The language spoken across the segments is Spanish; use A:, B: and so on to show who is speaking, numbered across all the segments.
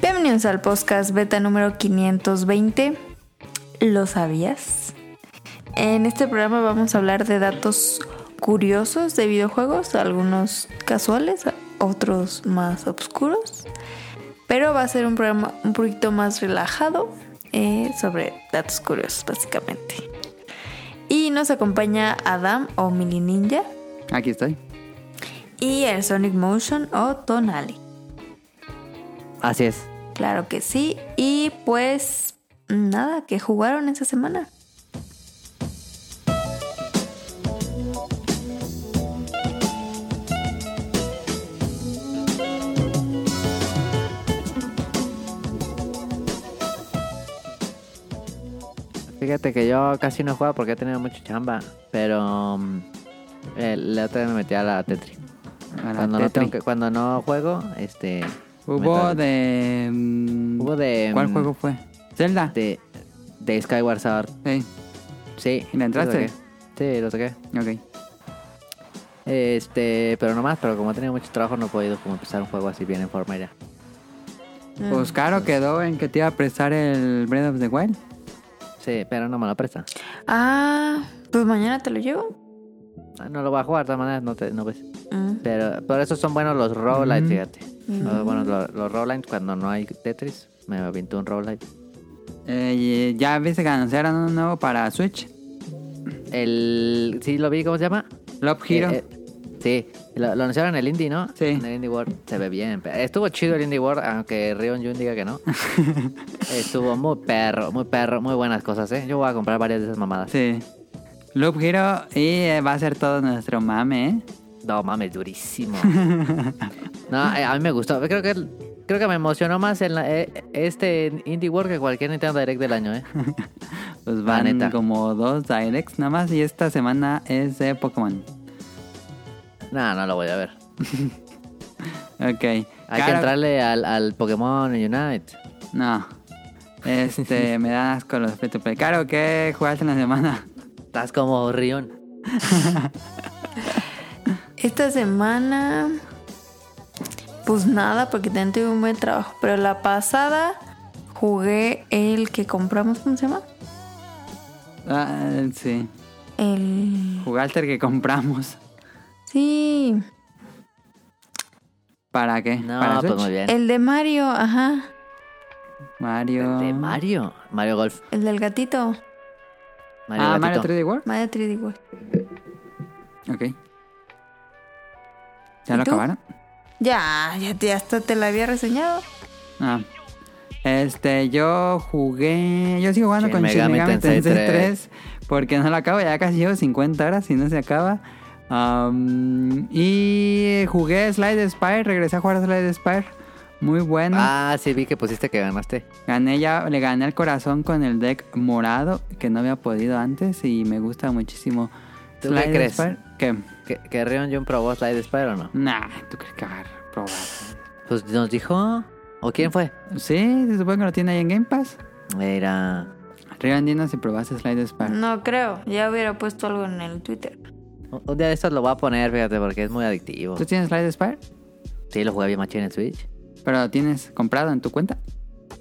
A: Bienvenidos al podcast beta número 520. ¿Lo sabías? En este programa vamos a hablar de datos curiosos de videojuegos, algunos casuales, otros más oscuros. Pero va a ser un programa un poquito más relajado eh, sobre datos curiosos, básicamente. Y nos acompaña Adam o Mini Ninja
B: Aquí estoy.
A: y el Sonic Motion o Tonali.
B: Así es.
A: Claro que sí. Y pues nada, que jugaron esta semana.
B: Fíjate que yo casi no he jugado porque he tenido mucha chamba, pero mm, el- la otra vez me metí a la Tetris.
C: A la
B: Cuando, no
C: Tetris.
B: tengo que- cuando no juego, este...
C: Hubo
B: meto-
C: de... mm,
B: Hubo de...
C: ¿Cuál
B: mm,
C: juego fue? ¿Zelda?
B: De, de Skyward Sword.
C: Sí,
B: Sí.
C: ¿Y le entraste?
B: Lo saqué. Sí, lo saqué.
C: ok.
B: Este, pero no más, pero como he tenido mucho trabajo no he podido como empezar un juego así bien en forma ya.
C: Pues claro quedó en que te iba a prestar el Breath of the Wild.
B: Sí, pero no me lo presta.
A: Ah, pues mañana te lo llevo.
B: Ah, No lo voy a jugar, de todas maneras no, te, no ves.
A: Mm.
B: Pero por eso son buenos los roguelites, fíjate. Los- bueno, lo- los, roguelites cuando no hay Tetris, me aventó un roguelite.
C: Eh, y ya viste que anunciaron uno nuevo para Switch.
B: El... Sí, lo vi, ¿cómo se llama?
C: Love Hero.
B: Eh, eh, sí, lo, lo anunciaron en el Indie, ¿no?
C: Sí.
B: En el Indie World se ve bien. pe- Estuvo chido el Indie World, aunque Rion Jun diga que no. Estuvo muy perro, muy perro, muy buenas cosas, ¿eh? Yo voy a comprar varias de esas mamadas.
C: Sí. Loop Hero y eh, va a ser todo nuestro mame, ¿eh?
B: No mames, durísimo. no, eh, a mí me gustó. Creo que creo que me emocionó más en la- eh, este Indie World que cualquier Nintendo Direct del año, ¿eh?
C: Pues
B: La
C: van
B: neta.
C: como dos directs nada más y esta semana es de Pokémon.
B: No, no lo voy a ver.
C: Ok.
B: Hay que entrarle al, al Pokémon Unite.
C: No. Este, me dan asco los free to play. Caro, ¿qué jugaste en la semana?
B: Estás como Rion.
A: Esta semana, pues nada, porque también tuve un buen trabajo. Pero la pasada jugué el que compramos, ¿cómo se llama?
C: Ah, sí.
A: El.
C: Jugaste el que compramos.
A: Sí,
C: ¿Para qué?
B: No,
C: ¿Para
B: pues
C: Switch?
B: muy bien.
A: el de Mario, ajá.
C: Mario.
B: El de Mario. Mario Golf.
A: El del gatito.
B: Mario
C: ah, Mario
B: Gatito.
C: 3D World.
A: Mario 3D World.
C: Ok. ¿Ya
A: ¿Y
C: lo
A: tú?
C: acabaron?
A: Ya, ya, ya hasta te la había reseñado.
C: Ah. Este, yo jugué. Yo sigo jugando
B: Shin
C: con Shin
B: Megami
C: Megami,
B: Tensei
C: Tensei
B: 3.
C: 3. Porque no lo acabo, ya casi llevo 50 horas y no se acaba. Am, y jugué Slide Spire, regresé a jugar Slide Spire. Muy bueno.
B: Ah, sí, vi que pusiste que ganaste.
C: Gané ya, le gané al corazón con el deck morado que no había podido antes y me gusta muchísimo.
B: ¿Tú qué crees?
C: Spire. ¿Qué?
B: ¿Que, que Rion Jun probó Slide Spire o no?
C: Nah, tú crees que va a probar.
B: Pues nos dijo. ¿O quién fue?
C: Sí, se supone que lo tiene ahí en Game Pass.
B: Era.
C: Río Andino, si probaste Slide Spire.
B: Mm.
A: No creo, ya hubiera puesto algo en el Twitter.
B: Un un día de estos lo voy a poner, fíjate, porque es muy adictivo.
C: ¿Tú tienes Slide Spire?
B: Sí, lo jugué bien machín en Switch.
C: ¿Pero lo tienes comprado en tu cuenta?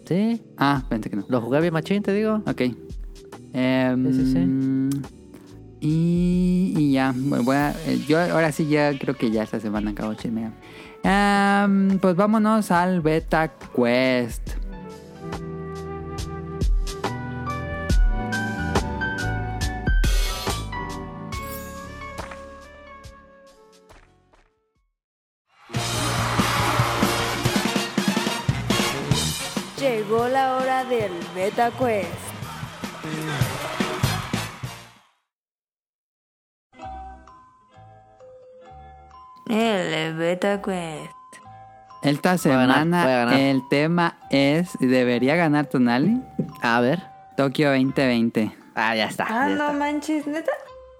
B: Sí,
C: Ah, pensé que no.
B: lo jugué bien machín, te digo.
C: Ok. Em,
B: Sí, sí,
C: Y, y ya, bueno, voy a- eh, yo ahora sí ya creo que ya esta semana acabo Shin Megami. Em, pues vámonos al Beta Quest.
A: Llegó la hora del Beta Quest. El Beta Quest.
C: Esta
B: a ganar,
C: semana
B: voy a ganar.
C: el tema es, y debería ganar Tonali,
B: A ver.
C: Tokio 2020.
B: Ah, ya está.
A: Ah,
B: ya
A: no
B: está.
A: manches, neta.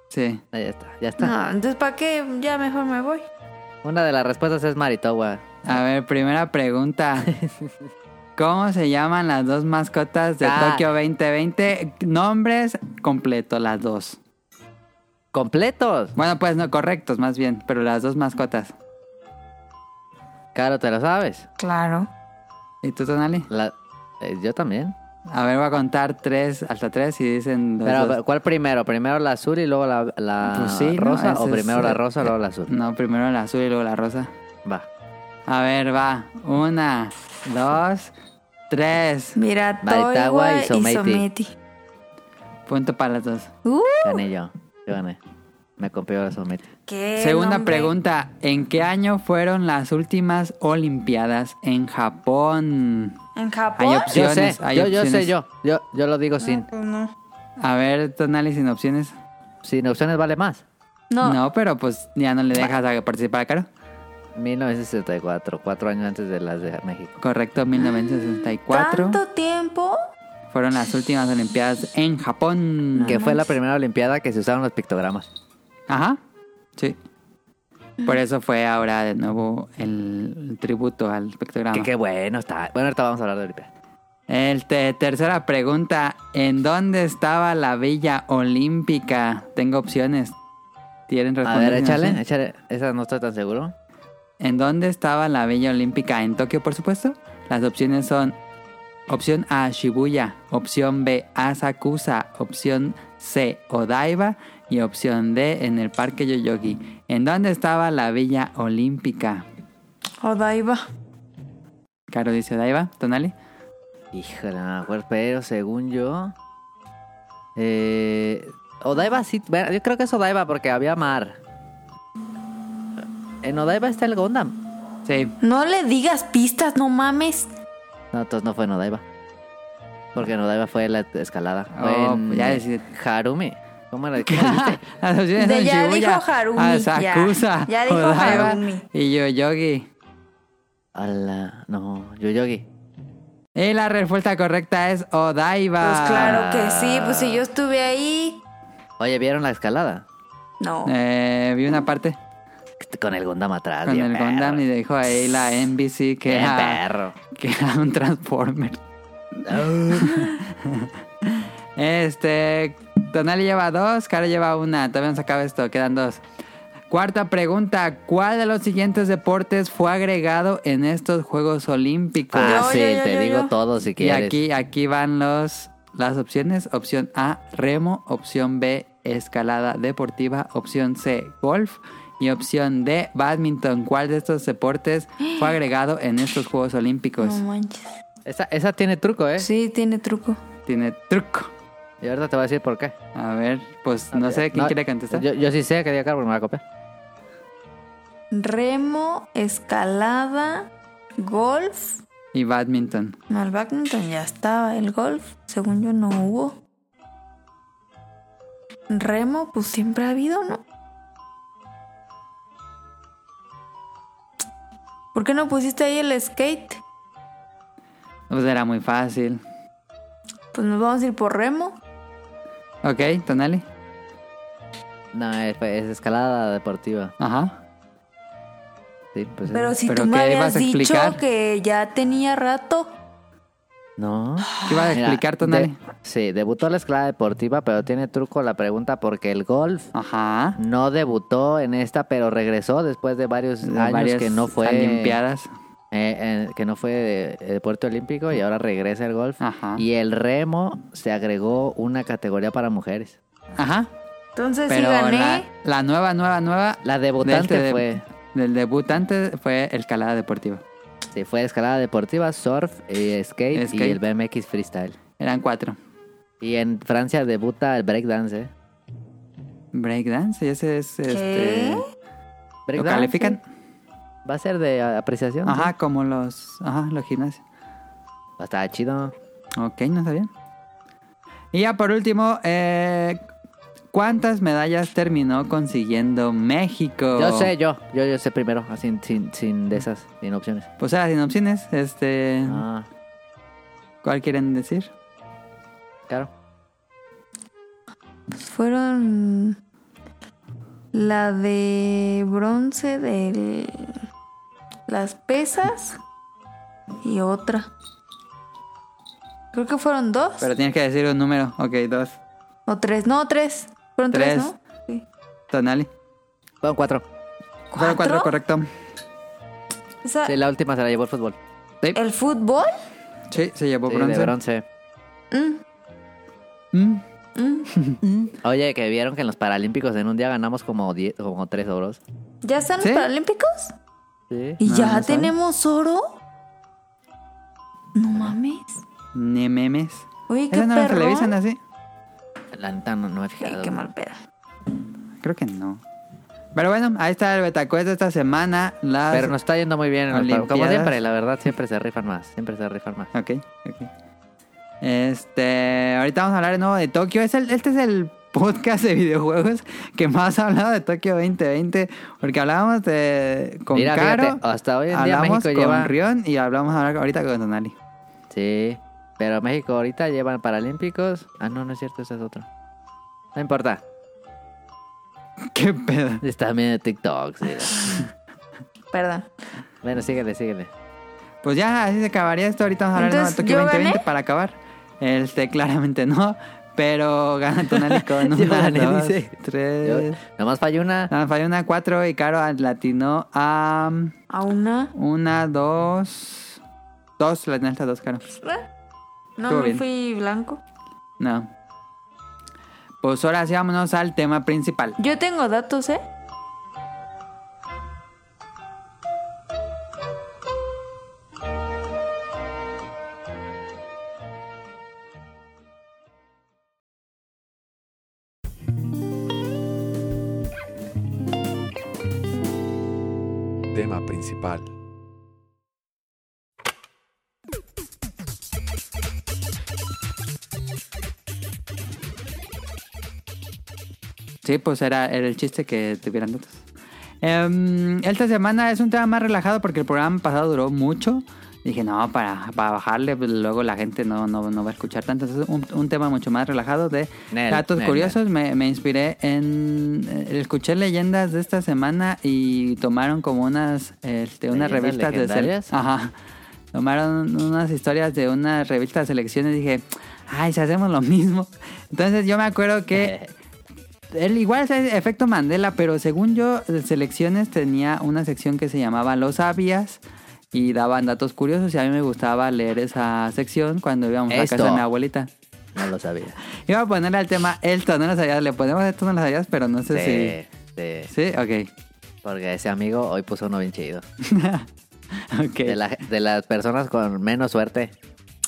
C: Sí.
B: Ah, ya está, ya está.
A: No, entonces ¿para qué? Ya mejor me voy.
B: Una de las respuestas es Maritowa.
C: A ver, primera pregunta. ¿Cómo se llaman las dos mascotas de
B: Ah.
C: Tokio 2020? Nombres completos, las dos.
B: ¡Completos!
C: Bueno, pues no, correctos más bien, pero las dos mascotas.
B: Claro, te lo sabes.
A: Claro.
C: ¿Y ¿Y tú, Tonali?
B: La- eh, yo también.
C: A ver, voy a contar tres, hasta tres, y dicen... los
B: Pero,
C: dos.
B: pero, ¿cuál primero? ¿Primero la azul y luego la, la
C: Pues sí, ¿no?
B: rosa?
C: Ese
B: ¿O
C: es
B: primero la
C: el-
B: rosa y luego la azul?
C: No, primero la azul y luego la rosa.
B: Va.
C: A ver, va. Una, dos, tres.
A: Mira,
B: Maitagua
A: Toiwa
B: y
A: y
B: Someti.
A: Someti.
C: Punto para las dos.
A: Uh,
B: Gané yo. Yo gané. Me compré la somete.
A: qué
C: Segunda
A: nombre.
C: pregunta. ¿En qué año fueron las últimas Olimpiadas en Japón?
A: ¿En
C: Hay
A: Japón?
C: opción.
B: Yo sé,
C: Opciones, hay
B: yo, yo sé
C: opciones.
B: yo. Yo, yo lo digo sin,
A: Pues no.
C: A ver, Tonali, sin opciones.
B: sin opciones vale más.
A: No,
C: pero pues ya no le dejas a participar a Caro.
B: 1964, cuatro años antes de las de México.
C: Correcto, 1964.
A: ¿Tanto tiempo?
C: Fueron las últimas Olimpiadas en Japón.
B: Que fue la primera Olimpiada que se usaron los pictogramas.
C: Ajá, sí.
B: Mm.
C: Por eso fue ahora de nuevo el tributo al pictograma.
B: Que qué bueno está. Bueno, ahorita vamos a hablar de Olimpiada.
C: El te- tercera pregunta, ¿en dónde estaba la Villa Olímpica? Tengo opciones. ¿Quieren
B: A
C: responder?
B: ver,
C: sin
B: échale,
C: opciones?
B: échale. Esa no estoy tan seguro.
C: ¿En dónde estaba la Villa Olímpica? En Tokio, por supuesto. Las opciones son opción A, Shibuya, opción B, Asakusa, opción C, Odaiba y opción D, en el Parque Yoyogi. ¿En dónde estaba la Villa Olímpica?
A: Odaiba.
C: Caro dice Odaiba, Tonali.
B: Híjole, no me acuerdo, pero según yo. Eh, Odaiba sí. bueno, Yo creo que es Odaiba porque había mar. En Odaiba está el Gondam.
C: Sí,
A: No le digas pistas, no mames.
B: No, entonces no fue en Odaiba. Porque en Odaiba fue la escalada. Fue
C: Oh,
B: en
C: ya decide.
B: Harumi. ¿Cómo era? ¿Cómo dijiste?
C: Las opciones
A: De-
C: son
A: ya
C: Shibuya,
A: dijo Harumi,
C: Asakusa,
A: ya. Ya dijo
C: Odaiba
A: Harumi.
C: y Yoyogi.
B: Ala, no, Yoyogi.
C: Y la respuesta correcta es Odaiba.
A: Pues claro que sí, pues si yo estuve ahí.
B: Oye, ¿vieron la escalada?
A: No.
C: Eh, vi una parte
B: Con el Gondam atrás.
C: con
B: bien
C: el
B: perro.
C: Gundam y dijo ahí la NBC que ah.
B: Bien
C: era,
B: perro.
C: que era un Transformer. Este, Tonali lleva dos, Caro lleva una. Todavía no se acaba esto, quedan dos. Cuarta pregunta, ¿cuál de los siguientes deportes fue agregado en estos Juegos Olímpicos?
A: Ah,
B: Fácil,
A: yo, yo,
B: te
A: yo,
B: digo
A: yo.
B: todo si
C: Y
B: quieres.
C: aquí, aquí van los, las opciones. Opción A, remo. Opción B, escalada deportiva. Opción C, golf. Y opción D, badminton. ¿Cuál de estos deportes fue agregado en estos Juegos Olímpicos?
B: Ah.
A: No manches.
B: Esa, esa tiene truco, ¿eh?
A: Sí, tiene truco.
C: Tiene truco.
B: Y ahorita te voy a decir por qué.
C: A ver, pues no sé quién
B: No,
C: quiere contestar.
B: Yo, yo sí sé que diga Carlos, me va a copiar.
A: Remo, escalada, golf.
C: Y badminton.
A: No, el badminton ya estaba. El golf, según yo, no hubo. Remo, pues siempre ha habido, ¿no? ¿Por qué no pusiste ahí el skate?
C: Pues era muy fácil.
A: Pues nos vamos a ir por remo.
C: Ok, Tonali.
B: No, es, es escalada deportiva.
C: Ajá.
B: Sí, pues
A: Pero
B: es-
A: si
C: ¿Pero
A: tú me
C: qué ibas
A: habías
C: a
A: dicho
C: explicar?
A: que ya tenía rato.
B: No.
C: ¿Qué ibas a
B: Mira,
C: explicar, Tonali?
B: de- sí, debutó la escalada deportiva, pero tiene truco la pregunta porque el golf
C: Ajá.
B: no debutó en esta, pero regresó después de varios
C: De
B: años
C: varias
B: que no fue.
C: Olimpiadas.
B: eh, eh, que no fue de- de Puerto Olímpico y ahora regresa el golf.
C: Ajá.
B: Y el remo se agregó una categoría para mujeres.
C: Ajá.
A: Entonces sí
C: Pero
A: gané.
C: la, la nueva, nueva, nueva.
B: La
C: del
B: debutante
C: de-
B: fue.
C: Del debutante fue escalada deportiva.
B: Sí, fue escalada deportiva, surf, eh, skate, y
C: Skate.
B: el BMX freestyle.
C: Eran cuatro.
B: Y en Francia debuta el breakdance. ¿eh?
C: Breakdance, y ese es este. ¿Lo
B: Breakdance,
C: califican?
B: Va a ser de a- apreciación.
C: Ajá, como los. Ajá, los gimnasios.
B: Va a estar chido.
C: Ok, no sabía. Y ya por último, eh, ¿cuántas medallas terminó consiguiendo México?
B: Yo sé, yo. Yo, yo sé primero, ah, sin, sin, sin de esas, sin opciones.
C: Pues ahora sin opciones, este.
B: Ah,
C: ¿Cuál quieren decir?
B: claro.
A: Pues fueron la de bronce de las pesas y otra. Creo que fueron dos
C: Pero tienes que decir un número. Ok, dos.
A: o tres. No, tres. Fueron tres,
C: Tres.
A: ¿no? Sí.
C: Tonali.
B: Bueno, cuatro.
C: Fueron cuatro, correcto.
A: O sea,
B: Sí, la última se la llevó el fútbol.
C: Sí,
A: ¿El fútbol?
C: sí, se llevó
B: Sí, de
C: bronce.
B: bronce.
C: Mm,
B: Oye, que vieron que en los Paralímpicos en un día ganamos como 10, como 3 oros.
A: ¿Ya están
C: ¿Sí?
A: los Paralímpicos?
B: Sí.
A: ¿Y
C: No,
A: ya
C: no sabe.
A: tenemos oro? No mames.
C: ni memes.
A: Oye, qué
C: ¿Eso no lo
A: perrón.
C: televisan así?
B: La neta no, no me he
A: Ay,
B: fijado.
A: qué mal pedo.
C: Creo que no. Pero bueno, ahí está el Betacuest de esta semana. Las...
B: Pero nos está yendo muy bien. en los
C: Olimpiadas.
B: par- Como siempre, la verdad, siempre se rifan más. Siempre se rifan más.
C: Ok, ok. Este, ahorita vamos a hablar de nuevo de Tokio. Es el, este es el podcast de videojuegos que más ha hablado de Tokio 2020. Porque hablábamos de, con
B: Mira,
C: Caro,
B: fíjate, hasta hoy en día
C: hablamos
B: México
C: con
B: lleva...
C: Rion y hablamos ahora- ahorita con Donali.
B: Sí, pero México ahorita llevan Paralímpicos. Ah, no, no es cierto, ese es otro. No importa.
C: ¿Qué pedo?
B: Está viendo TikTok. sí.
A: Perdón.
B: bueno, síguele, síguele.
C: Pues ya, así se acabaría esto. Ahorita vamos a hablar
A: Entonces,
C: de
A: ¿yo
C: nuevo de Tokio 2020
A: gané?
C: para acabar. Este, claramente no. Pero gana Donali con
B: Yo
C: una,
B: gané,
C: dos,
B: dice.
C: tres...
B: Yo- nomás falló una.
C: Ah, falló una 4 y Caro latinó a... um,
A: ¿A una?
C: Una, dos. Dos, la neta, dos, Caro.
A: No,
C: Estuvo
A: no
C: bien.
A: fui blanco.
C: No. Pues ahora sí, vámonos al tema principal.
A: Yo tengo datos, ¿eh?
D: Tema principal.
C: Sí, pues era, era el chiste que tuvieran datos. Em, esta semana es un tema más relajado porque el programa pasado duró mucho. Dije, no, para, para bajarle, pues, luego la gente no, no, no va a escuchar tanto. Entonces, un, un tema mucho más relajado de
B: Nel,
C: datos
B: nel,
C: curiosos. Me, me inspiré en. eh, Escuché leyendas de esta semana y tomaron como unas. Este, unas
B: ¿Leyendas
C: revistas de. sel-
B: legendarias?
C: Ajá. Tomaron unas historias de una revista de selecciones y dije, ay, si hacemos lo mismo. Entonces, yo me acuerdo
B: Eh,
C: que. Él igual es el efecto Mandela, pero según yo, de selecciones tenía una sección que se llamaba Los Sabias y daban datos curiosos y a mí me gustaba leer esa sección cuando íbamos a
B: Esto.
C: casa de mi abuelita.
B: No lo sabía.
C: Iba a ponerle al tema esto, no lo sabías, le ponemos esto, no lo sabías, pero no
B: Sí,
C: sé
B: sí.
C: si... Sí, ok.
B: Porque ese amigo hoy puso uno bien chido.
C: Ok.
B: De, la- de las personas con menos suerte,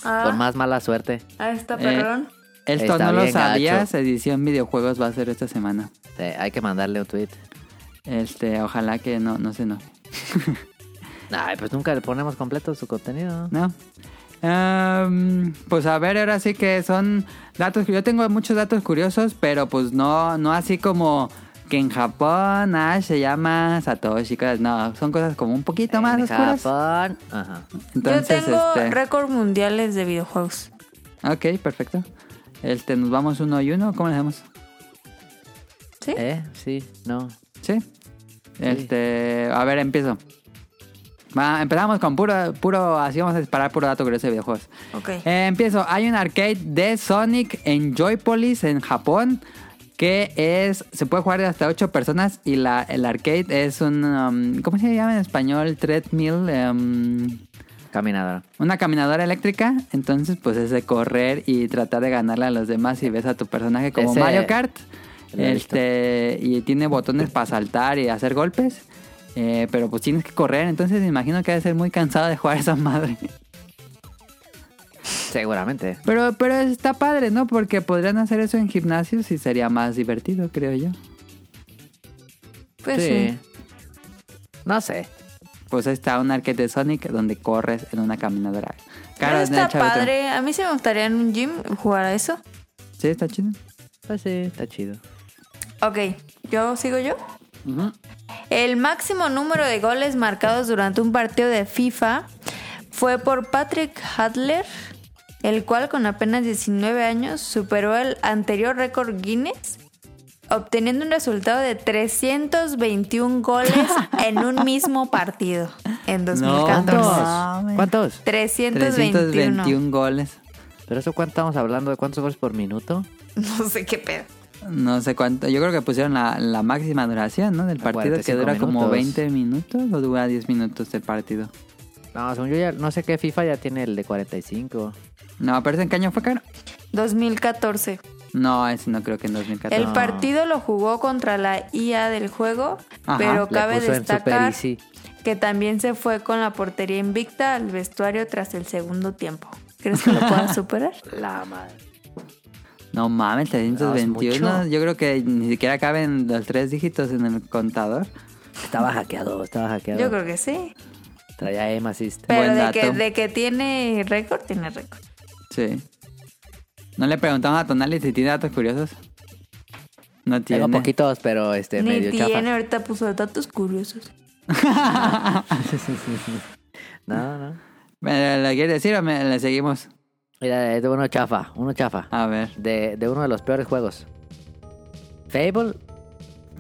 A: Ah,
B: con más mala suerte.
A: ah está
C: Eh,
A: perdón.
C: Esto
B: Está
C: no lo
B: bien, gacho.
C: sabías, edición videojuegos va a ser esta semana.
B: Sí, hay que mandarle un tweet.
C: Este, ojalá que no, no se enoje.
B: Ay, pues nunca le ponemos completo su contenido.
C: No. Am, pues a ver, ahora sí que son datos. Yo tengo muchos datos curiosos, pero pues no, no así como que en Japón Ash se llama Satoshi. cosas- No, son cosas como un poquito más
B: en
C: oscuras.
B: Japón. Ajá.
C: Entonces,
A: Yo tengo
C: este.
A: récord mundiales de videojuegos.
C: Ok, perfecto. Este, nos vamos uno y uno. ¿Cómo le hacemos?
A: ¿Sí?
B: ¿Eh? Sí, no.
C: ¿Sí? Este, a ver, empiezo. Va, empezamos con puro, puro, así vamos a disparar puro dato curioso de videojuegos.
A: Ok.
C: Eh, empiezo. Hay un arcade de Sonic en Joypolis, en Japón, que es. Se puede jugar de hasta 8 personas y la, el arcade es un. um, ¿Cómo se llama en español? Treadmill. em,
B: Caminadora.
C: una caminadora eléctrica. Entonces, pues es de correr y tratar de ganarle a los demás y ves a tu personaje como
B: Ese-
C: Mario Kart.
B: lo he visto.
C: Este, y tiene botones para saltar y hacer golpes. eh, pero pues tienes que correr, entonces me imagino que debe ser muy cansado de jugar esa madre.
B: Seguramente.
C: Pero, pero está padre, ¿no? Porque podrían hacer eso en gimnasios y sería más divertido, creo yo.
A: Pues sí.
B: No sé.
C: Pues ahí está un arcade de Sonic donde corres en una caminadora.
A: Pero
C: Cara,
A: está
C: échale otra.
A: padre. A mí sí me gustaría en un gym jugar a eso.
C: Sí, está chido.
B: Pues sí, está chido.
A: Ok, ¿yo sigo yo? El máximo número de goles marcados durante un partido de FIFA fue por Patrick Hadler, el cual con apenas 19 años superó el anterior récord Guinness, obteniendo un resultado de 321 goles en un mismo partido en 2014.
C: mames.
B: ¿Cuántos?
A: 321.
C: 321 goles.
B: ¿Pero eso cuánto estamos hablando? ¿De cuántos goles por minuto?
A: No sé qué pedo.
C: No sé cuánto. Yo creo que pusieron la, la máxima duración, ¿no? Del partido que
B: 45
C: dura como
B: minutos.
C: 20 minutos o dura 10 minutos el partido.
B: No, según yo ya, no sé qué FIFA ya tiene el de 45.
C: No, pero ese en qué año fue caro.
A: 2014.
C: No, ese no creo que en 2014.
A: El partido lo jugó contra la IA del juego,
C: Ajá,
A: pero
B: La
A: cabe
B: puso en Super
A: destacar
B: Easy.
A: que también se fue con la portería invicta al vestuario tras el segundo tiempo. ¿Crees que lo pueda superar?
B: La madre.
C: No mames,
B: No, es
C: 321.
B: mucho.
C: Yo creo que ni siquiera caben los tres dígitos en el contador.
B: Estaba hackeado, estaba hackeado.
A: Yo creo que sí.
B: Traía aim assist.
A: Pero
C: Buen
A: de
C: dato.
A: que, de que tiene récord, tiene récord.
C: Sí. ¿No le preguntamos a Tonali si tiene datos curiosos? No tiene.
B: Tengo poquitos, pero este,
A: Ni
B: medio
A: tiene,
B: chafa.
A: ahorita puso datos curiosos.
B: No, no.
C: ¿Me ¿Le quieres decir o me- le seguimos?
B: Mira, es de uno chafa, uno chafa.
C: A ver,
B: De, de uno de los peores juegos. Fable,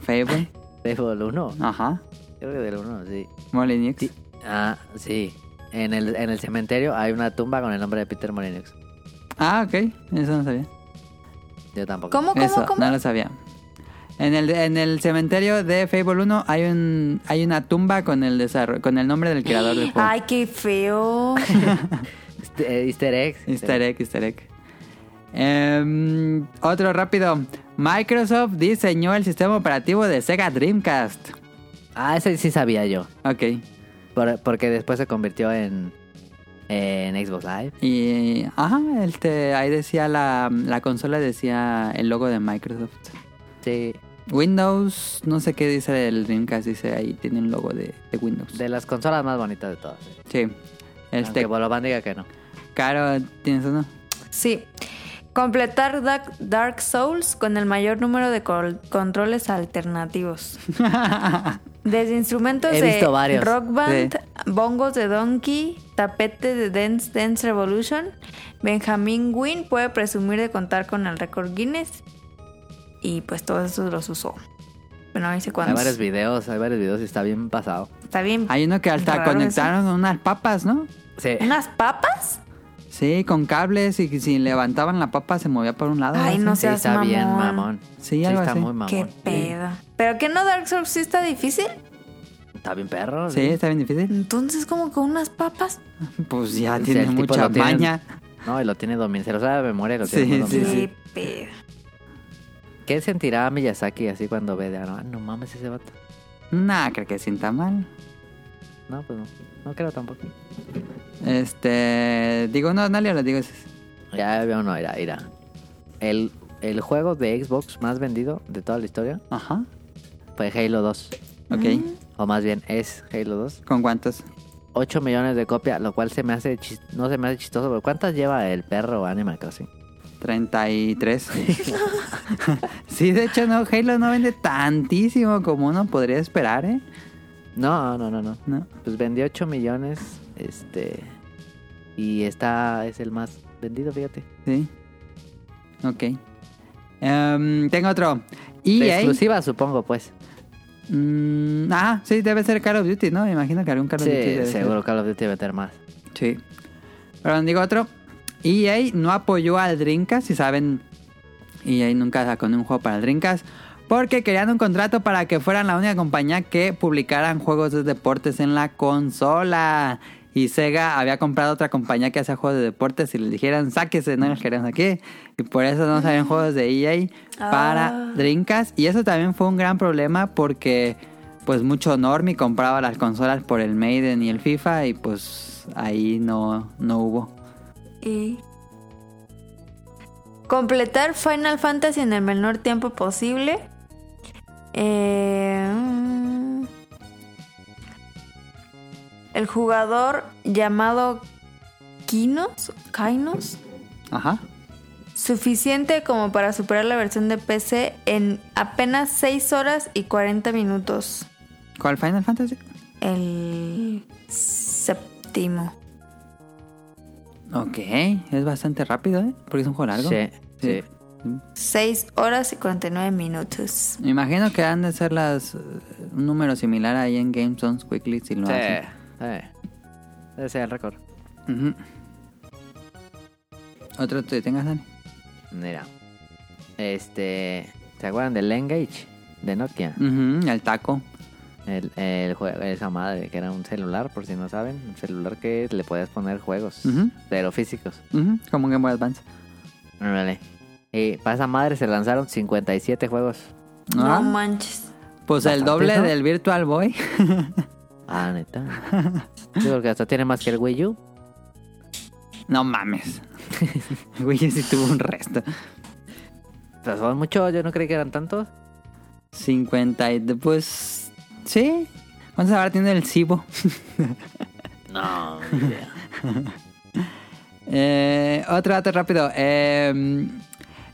C: Fable.
B: Fable 1.
C: Ajá.
B: Creo que del 1, sí.
C: Molinix.
B: Sí. Ah, sí. En el, en el cementerio hay una tumba con el nombre de Peter Molyneux.
C: Ah, ok. Eso no sabía.
B: Yo tampoco.
A: ¿Cómo, cómo,
C: Eso,
A: cómo?
C: no lo sabía. En el, en el cementerio de Fable 1 hay un hay una tumba con el desarro- con el nombre del creador del juego.
A: Ay, qué feo.
B: Este, eh, Easter eggs.
C: Easter egg, easter egg. Em, otro rápido. Microsoft diseñó el sistema operativo de Sega Dreamcast.
B: Ah, ese sí sabía yo.
C: Ok.
B: Por- porque después se convirtió en, en Xbox Live.
C: Y ajá, este, ahí decía la, la consola, decía el logo de Microsoft.
B: Sí.
C: Windows, no sé qué dice el Dreamcast, dice ahí, tiene un logo de, de Windows.
B: De las consolas más bonitas de todas.
C: sí.
B: Este.
C: Este,
B: Bolovan diga que no.
C: Caro, ¿tienes uno?
A: Sí. Completar Dark, Dark Souls con el mayor número de col- controles alternativos. Desde instrumentos
B: He
A: de
B: visto varios.
A: Rock Band, bongos de Donkey, tapete de Dance Dance Revolution, Benjamin Wynn puede presumir de contar con el récord Guinness. Y pues todos esos los usó. Bueno, dice
B: Hay
A: cuándo.
B: varios videos, hay varios videos y está bien pasado.
A: Está bien.
C: Hay uno que hasta
A: Raro
C: conectaron unas papas, ¿no?
B: Sí.
A: ¿Unas papas?
C: Sí, con cables y si levantaban la papa se movía por un lado.
A: Ay,
C: algo
A: no
C: así.
B: Sí,
A: seas
B: está bien,
A: mamón.
B: mamón.
C: Sí, algo
B: está
C: así.
B: muy mamón.
A: Qué pedo. ¿Pero que no Dark Souls sí está difícil?
B: Está bien perro.
C: Sí, está bien difícil.
A: Entonces, como con unas papas?
C: Pues ya
B: Sí,
C: tiene
B: el tipo
C: mucha
B: lo tiene-
C: maña.
B: No, y lo tiene dominado. Se lo sabe de memoria, y lo
C: Sí,
B: tiene muy
C: sí,
B: dominado.
A: Qué pedo.
B: ¿Qué sentirá Miyazaki así cuando ve de ah, no, ah, no mames ese vato?
C: Nah, creo que sienta mal.
B: No, pues no. No creo tampoco.
C: Este. Digo, no, Nalia, lo digo.
B: Ya veo, no, era, era. El, el juego de Xbox más vendido de toda la historia
C: Ajá.
B: fue Halo 2.
C: Ok.
A: Mm.
B: O más bien es Halo 2.
C: ¿Con cuántos?
B: 8 millones de copias, lo cual se me hace chis- no se me hace chistoso, pero ¿cuántas lleva el perro Animal Crossing?
C: 33. sí, de hecho, no. Halo no vende tantísimo como uno podría esperar, ¿eh?
B: No, no, no, no.
C: No.
B: Pues vendió 8 millones, este y está es el más vendido, fíjate.
C: Sí. Ok. Em, tengo otro.
B: De
C: EA.
B: exclusiva, supongo, pues.
C: Mm, ah, sí, debe ser Call of Duty, ¿no? Me imagino que algún Call of Duty.
B: Sí,
C: debe ser.
B: seguro Call of Duty va a tener más.
C: Sí. Perdón, digo otro. EA no apoyó al Dreamcast, si saben. EA nunca sacó un juego para el Dreamcast. Porque querían un contrato para que fueran la única compañía que publicaran juegos de deportes en la consola. Y Sega había comprado otra compañía que hacía juegos de deportes y les dijeron, sáquese, no los queremos aquí. Y por eso no salían juegos de EA para
A: Ah.
C: Dreamcast. Y eso también fue un gran problema porque pues mucho normie compraba las consolas por el Maiden y el FIFA y pues ahí no, no hubo.
A: Y... Completar Final Fantasy en el menor tiempo posible. Eh, mm. El jugador llamado Kinos, Kainos,
C: Ajá.
A: suficiente como para superar la versión de PC en apenas 6 horas y 40 minutos.
C: ¿Cuál Final Fantasy?
A: El séptimo.
C: Ok, es bastante rápido, ¿eh? Porque es un juego largo.
B: Sí, sí.
A: 6 horas y 49 minutos.
C: Me imagino que han de ser las eh, un número similar ahí en Games on Quickly si lo
B: Sí,
C: hacen.
B: sí. Ese es el récord.
C: Ujú. Otro que tengas, Dani.
B: Mira. Este. ¿Se acuerdan del Engage de Nokia?
C: Ujú, el taco.
B: El, el juego, esa madre que era un celular, por si no saben, un celular que le podías poner juegos,
C: Ujú.
B: pero físicos.
C: Ujú, Como un Game Boy Advance.
B: Órale. Y para esa madre se lanzaron 57 juegos.
A: No
C: Ah,
A: manches.
C: pues el
B: bastante,
C: doble
B: ¿no?
C: del Virtual Boy.
B: Ah, neta. Yo creo que hasta tiene más que el Wii U.
C: No mames. Güey, sí tuvo un resto.
B: Pero son muchos, yo no creí que eran tantos.
C: 50 y... Pues... Sí. ¿Cuántos ahora tiene el Cibo?
B: No.
C: Eh, otro dato rápido. Eh,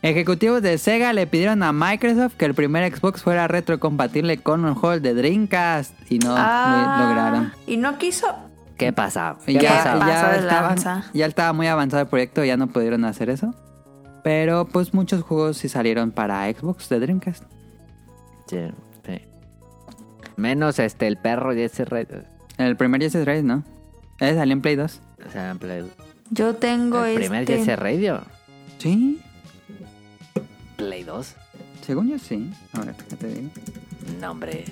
C: ejecutivos de Sega le pidieron a Microsoft que el primer Xbox fuera retrocompatible con un juego de Dreamcast y no
A: Ah,
C: lo lograron.
A: Y no quiso.
B: ¿Qué pasa? ¿Qué
C: Mm. Ya,
A: pasa?
B: pasaba?
A: Pasa
C: ya,
A: de
C: estaba,
A: lanza.
C: ya estaba muy avanzado el proyecto, ya no pudieron hacer eso. Pero pues muchos juegos sí salieron para Xbox de Dreamcast.
B: Sí, sí. Menos este, el perro y ese rey.
C: El primer Yes Race, ¿no? Ese salió en Play 2.
B: O sea, en Play-
A: Yo tengo
B: el
A: este.
B: primer Jesse Radio.
C: Sí,
B: Play 2.
C: según yo sí. A ver, ¿qué te digo?
B: No, hombre.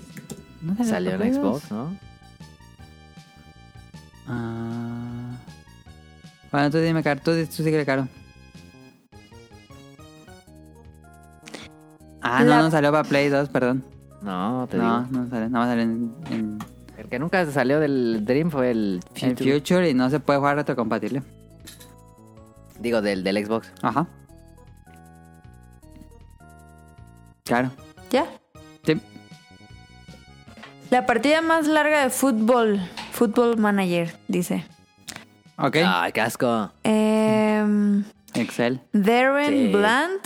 C: ¿No
B: Salió
C: para
B: en
C: Play 2?
B: Xbox, ¿no?
C: Ah. Bueno, tú dime, Caro. Tú, tú síguele, Caro. Ah,
A: La-
C: no, no salió para Play 2, perdón.
B: No, te
C: No,
B: digo.
C: no salió. Nada más salió en, en
B: El que nunca salió del Dream fue el
C: en
B: Future.
C: Future y no se puede jugar retrocompatible.
B: Digo, del, del Xbox.
C: Ajá. Claro.
A: Ya.
C: Sí.
A: La partida más larga de fútbol. Fútbol manager, dice.
C: Ok.
B: Ay, qué asco.
A: Em,
C: Excel.
A: Darren
B: Sí.
A: Bland,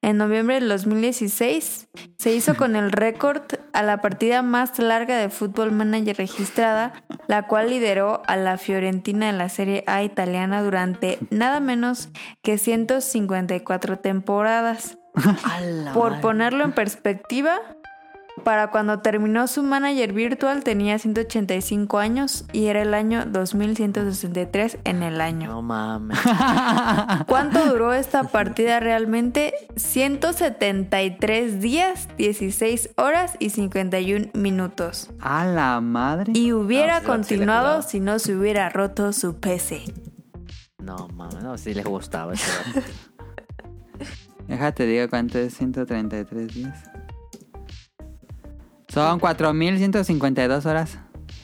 A: en noviembre del 2016, se hizo con el récord a la partida más larga de fútbol manager registrada, la cual lideró a la Fiorentina en la Serie A italiana durante nada menos que 154 temporadas. Por ponerlo en perspectiva, para cuando terminó su manager virtual tenía 185 años y era el año 2163 en el año.
B: No mames.
A: ¿Cuánto duró esta partida realmente? 173 días, 16 horas y 51 minutos.
C: A la madre.
A: Y hubiera
B: No, sí, sí le
A: continuado
B: jugaba.
A: si no se hubiera roto su PC.
B: No mames. No, sí les gustaba ese vato.
C: Déjate, digo cuánto es 133 días. Son 4152 horas.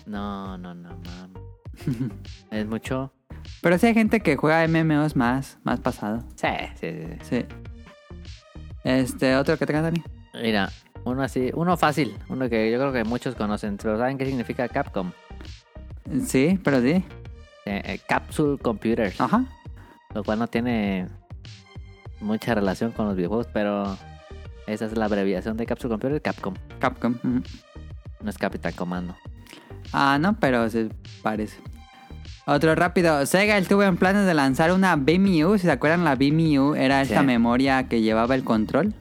B: No, no, no mames. Es mucho.
C: Pero sí hay gente que juega MMOs más, más pasado.
B: Sí, sí, sí. sí.
C: Sí. Este, otro que tengas, Dani.
B: Mira, uno así, uno fácil, uno que yo creo que muchos conocen, pero ¿saben qué significa Capcom?
C: Sí, pero sí.
B: Eh, eh, Capsule Computers,
C: Ajá.
B: lo cual no tiene mucha relación con los videojuegos, pero esa es la abreviación de Capsule Computers, Capcom,
C: Capcom. ujú.
B: no es Capitán Comando.
C: Ah, no, pero se parece. Otro rápido. Sega estuvo en planes de lanzar una BMU. Si se acuerdan, la BMU era esta
B: Sí.
C: memoria que llevaba el control.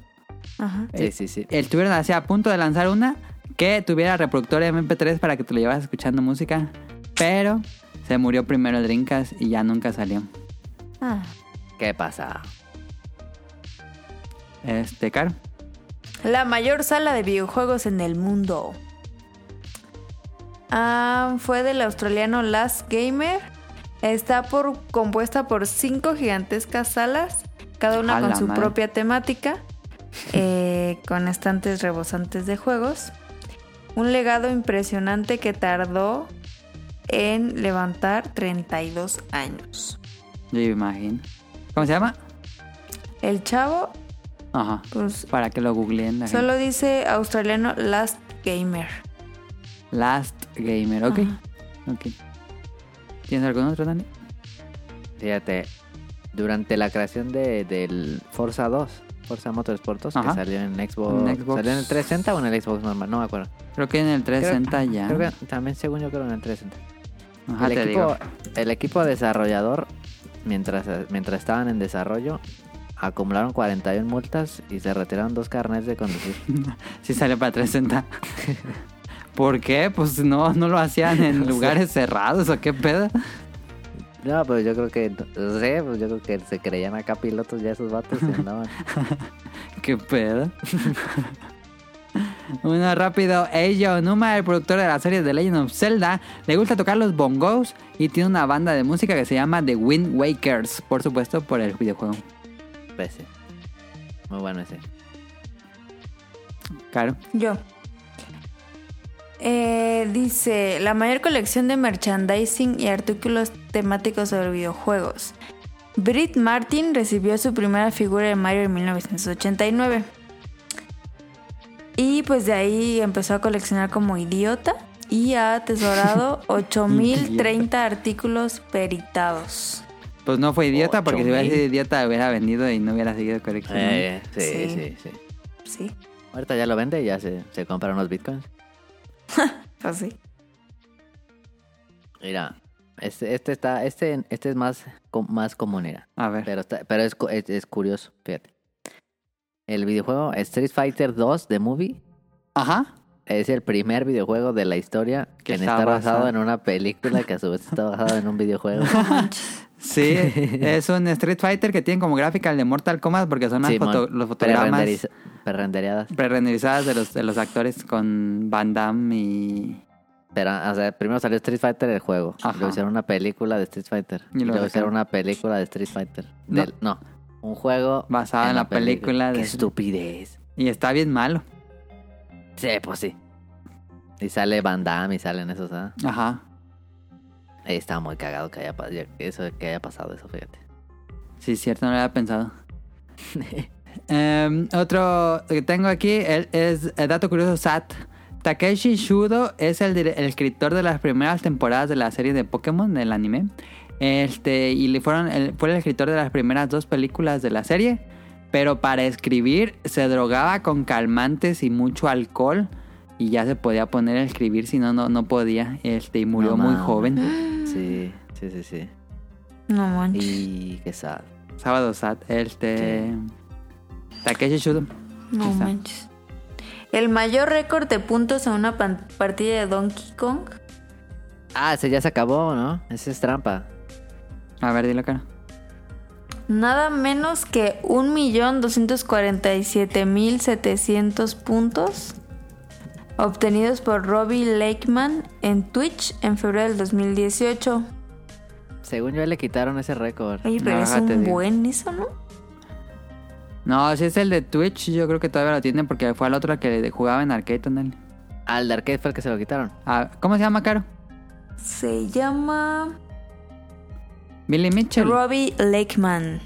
A: Ajá.
B: Sí, sí, sí.
C: eh, Estuvieron así a punto de lanzar una que tuviera reproductor de MP3 para que te lo llevas escuchando música. Pero se murió primero el Dreamcast y ya nunca salió.
A: Ah,
B: ¿Qué pasa?
C: Este, caro.
A: La mayor sala de videojuegos en el mundo. Ah, fue del australiano Last Gamer. Está por, compuesta por cinco gigantescas salas, cada una
C: A la
A: con su
C: madre.
A: propia temática, eh, con estantes rebosantes de juegos. Un legado impresionante que tardó en levantar 32 años.
C: Yo imagino. ¿Cómo se llama?
A: El chavo,
C: Ajá.
A: pues,
C: Para que lo googleen. La
A: solo dice australiano Last Gamer.
C: gente. Last Gamer, ok.
A: Ajá.
C: Ok. ¿Tienes algún otro, Dani?
B: Fíjate, durante la creación de, del Forza 2, Forza Motorsport 2,
C: Ajá.
B: que salió en Xbox,
C: En Xbox.
B: ¿Salió en el 360 o en el Xbox normal? No me acuerdo.
C: Creo que en el 360 ya.
B: Creo que también, según yo, creo en el 360.
C: Ajá,
B: el,
C: te
B: equipo,
C: digo.
B: el equipo desarrollador, mientras, mientras estaban en desarrollo, acumularon 41 multas y se retiraron dos carnets de conducir.
C: Sí sale para 360. ¿Por qué? Pues no, no lo hacían en lugares cerrados o qué pedo.
B: No, pues yo creo que, no sé, pues yo creo que se creían acá pilotos ya esos vatos y andaban.
C: ¿Qué pedo? Uno rápido, Eiji Onuma, el productor de la serie The Legend of Zelda, le gusta tocar los bongos y tiene una banda de música que se llama The Wind Wakers, por supuesto por el videojuego.
B: Ese. Muy bueno ese.
C: Claro.
A: Yo. Eh, dice, la mayor colección de merchandising y artículos temáticos sobre videojuegos. Brit Martin recibió su primera figura de Mario en 1989. Y pues de ahí empezó a coleccionar como idiota y ha atesorado 8030 artículos peritados.
C: Pues no fue idiota, porque si hubiera
B: 8000.
C: sido idiota hubiera vendido y no hubiera seguido coleccionando.
B: Eh, sí, sí,
A: Sí.
B: sí,
A: Sí,
B: Ahorita ya lo vende y ya se, se compra unos bitcoins.
A: pues sí.
B: Mira, este, este está, este, este es más, co- más común, era.
C: A ver.
B: Pero, está- pero es, cu- es, es curioso, fíjate. El videojuego Street Fighter 2 The Movie
C: Ajá.
B: es el primer videojuego de la historia
C: Que
B: que
C: está
B: está, basado
C: basado.
B: en una película que a su vez está basado en un videojuego.
C: Sí, es un Street Fighter que tiene como gráfica el de Mortal Kombat porque son las
B: Simón,
C: foto- los fotogramas
B: prerenderiza- Prerenderizadas.
C: prerenderizadas de los, de los actores con Van Damme y...
B: Pero, o sea, primero salió Street Fighter el juego.
C: Ajá.
B: Luego hicieron una película de Street Fighter.
C: Y
B: Y
C: luego
B: luego hicieron
C: sacaron-
B: una película de Street Fighter.
C: No.
B: Del- No. Un juego
C: Basado en la película
B: Qué
C: de-
B: estupidez.
C: Y está bien malo.
B: Sí, pues sí. Y sale Van Damme y salen esos, ¿ah?
C: Ajá.
B: Eh, Estaba muy cagado que haya, pa- yo- eso, que haya pasado eso, fíjate.
C: Sí, cierto, no lo había pensado. Em, otro que tengo aquí el- es el dato curioso SAT. Takeshi Shudo es el, dire- el escritor de las primeras temporadas de la serie de Pokémon del anime. Este, y le fueron, el- fue el escritor de las primeras dos películas de la serie. Pero para escribir se drogaba con calmantes y mucho alcohol. Y ya se podía poner a escribir, si no, no, no podía. Este, y murió
B: No
C: muy
B: mames.
C: joven.
B: Sí, sí, sí, sí.
A: No manches.
B: Y qué sad.
C: Sábado SAT. Este. Takeshi Shudo.
A: No
C: Quizá.
A: manches. El mayor récord de puntos en una pan- partida de Donkey Kong.
B: Ah, ese ya se acabó, ¿no? Ese es trampa.
C: A ver, dilo, cara.
A: Nada menos que 1.247.700 puntos obtenidos por Robbie Lakeman en Twitch en febrero del 2018.
B: Según yo, le quitaron ese récord.
A: Oye, pero
C: No,
A: es
C: déjate
A: un
C: digo.
A: buen eso, ¿no?
C: No, si es el de Twitch, yo creo que todavía lo tienen porque fue al otro que jugaba en Arcade Tunnel.
B: Al de arcade fue el que se lo quitaron.
C: Ah, ¿Cómo se llama, Caro?
A: Se llama
C: Billy Mitchell.
A: Robbie Lakeman.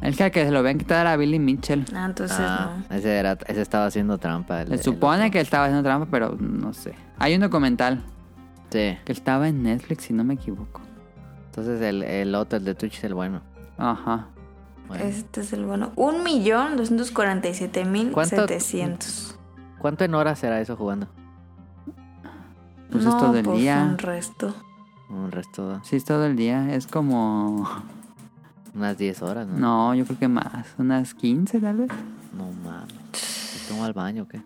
C: El que al que se lo ven quitar era Billy Mitchell.
A: Ah, entonces
B: Ah, ese, era, ese estaba haciendo trampa. el-
C: Se
B: el
C: supone
B: otro.
C: que estaba haciendo trampa, pero no sé. Hay un documental
B: Sí.
C: que estaba en Netflix, si no me equivoco.
B: Entonces el, el otro, el de Twitch, es el bueno.
C: Ajá.
A: no.
B: Bueno.
A: Este es el bueno. 1.247.700.
B: ¿Cuánto en horas será eso jugando?
C: Pues
A: no,
C: es todo el
A: pues,
C: día.
A: Un resto.
B: Un resto,
C: Sí, es todo el día. Es como.
B: unas 10 horas, ¿no?
C: No, yo creo que más. Unas 15 tal vez.
B: No mames. ¿Me tomo al baño o qué?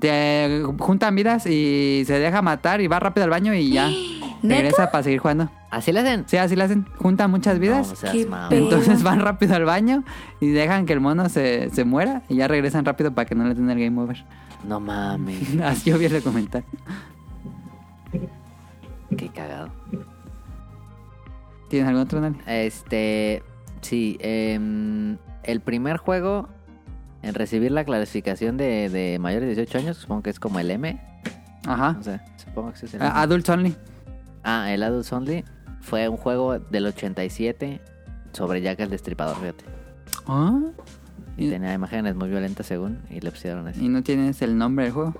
C: Te juntan vidas y se deja matar y va rápido al baño y ya.
A: ¿Neta?
C: Regresa para seguir jugando.
B: ¿Así le hacen?
C: Sí, así lo hacen. Juntan muchas vidas.
B: No, seas
A: Qué
B: mamón.
A: pe-
C: Entonces
A: Pero-
C: van rápido al baño y dejan que el mono se, se muera y ya regresan rápido para que no le den el game over.
B: No mames.
C: Así yo vi el documental.
B: Qué cagado.
C: ¿Tienes algún otro, Nali?
B: Este. Sí, em, el primer juego en recibir la clasificación de, de mayores de 18 años, supongo que es como el M.
C: Ajá.
B: O sea, supongo que ese es el M.
C: A- Adults Only.
B: Ah, el Adult Only fue un juego del 87 sobre Jack el Destripador, fíjate.
C: ¿Ah?
B: Y
C: Y-
B: tenía imágenes muy violentas según y le pusieron así.
C: Y no tienes el nombre del juego.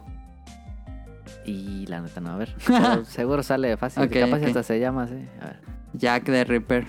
B: Y la neta no, a ver. Pero seguro sale fácil.
C: Ok,
B: Capaz
C: ok.
B: hasta se llama así. A ver.
C: Jack the Ripper.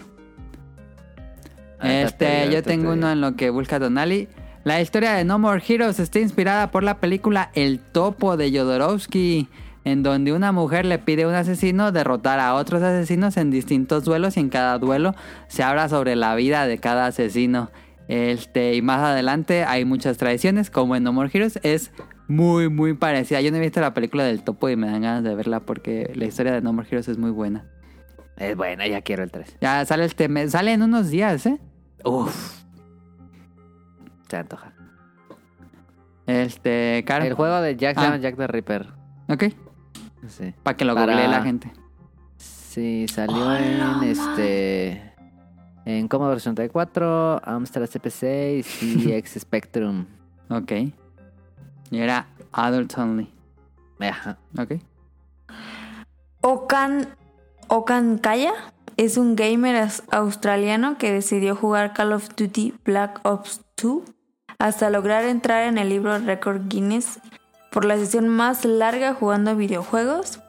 B: Ahorita te digo,
C: Este, yo
B: ahorita te
C: tengo
B: digo.
C: uno en lo que busca Donali. La historia de No More Heroes está inspirada por la película El Topo de Jodorowsky, en donde una mujer le pide a un asesino derrotar a otros asesinos en distintos duelos y en cada duelo se habla sobre la vida de cada asesino. Este, y más adelante hay muchas tradiciones, como en No More Heroes es muy, muy parecida. Yo no he visto la película del Topo y me dan ganas de verla porque la historia de No More Heroes es muy buena.
B: Es buena, Eh, ya quiero el 3.
C: Ya sale el tema, sale en unos días, ¿eh?
B: Uf. Se antoja.
C: Este, Caro.
B: El juego de Jack, se
C: Ah.
B: llama Jack the Ripper.
C: Ok,
B: Sí.
C: para que lo
B: Para-
C: googlee la gente.
B: Sí, salió
A: ¡Hola,
B: en
A: man!
B: este. En Commodore 64, Amstrad CPC y CX Spectrum.
C: Ok. Y era Adult Only.
B: Ajá.
C: Ok.
A: Okan, Okan Kaya es un gamer aus- australiano que decidió jugar Call of Duty Black Ops 2 hasta lograr entrar en el libro récord Guinness por la sesión más larga jugando videojuegos,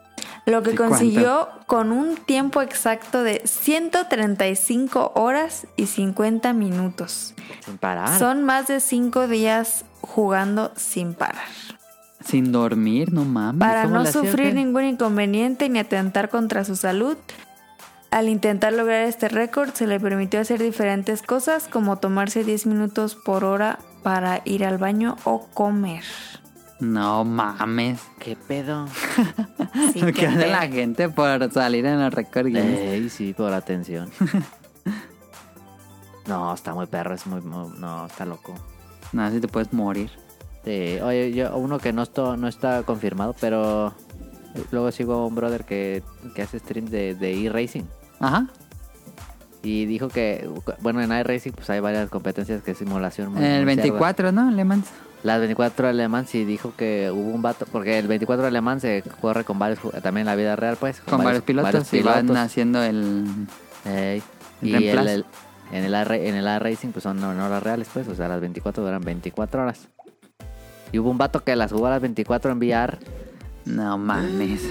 A: lo que
C: ¿Y cuánto?
A: consiguió con un tiempo exacto de 135 horas y 50 minutos.
B: Sin
C: Ah.
B: parar.
A: Son más de 5 días jugando sin parar.
C: Sin dormir, no mames.
A: Para
B: cómo
A: no
B: le hacía o
A: sufrir
B: qué?
A: ningún inconveniente ni atentar contra su salud, al intentar lograr este récord se le permitió hacer diferentes cosas como tomarse 10 minutos por hora para ir al baño o comer.
C: No mames.
B: ¿Qué pedo?
A: Sí,
C: Lo
A: qué
C: que hace
A: feo.
C: la gente por salir en el récord Guinness.
B: Ey, Eh, sí, por atención. No, está muy perro, es muy. muy- no, está loco.
C: No, si te puedes morir.
B: Sí, Este, oye, yo, uno que no, esto, no está confirmado, pero luego sigo a un brother que, que hace stream de, de e-racing.
C: Ajá.
B: Y dijo que, bueno, en iRacing pues hay varias competencias que es simulación. muy-
C: En el
B: muy cerda.
C: 24, ¿no? Le Mans.
B: Las 24 alemán sí dijo que hubo un vato, porque el 24 alemán se corre con varios, ju- también en la vida real pues.
C: Con varios, pilotos y van
B: pilotos.
C: haciendo el.
B: Ey.
C: El
B: Y el-
C: reemplazo.
B: el- en el iRa- en el iRacing pues son no, no las reales pues, o sea, las 24 duran 24 horas. Y hubo un vato que las jugó a las 24 en VR.
C: No mames.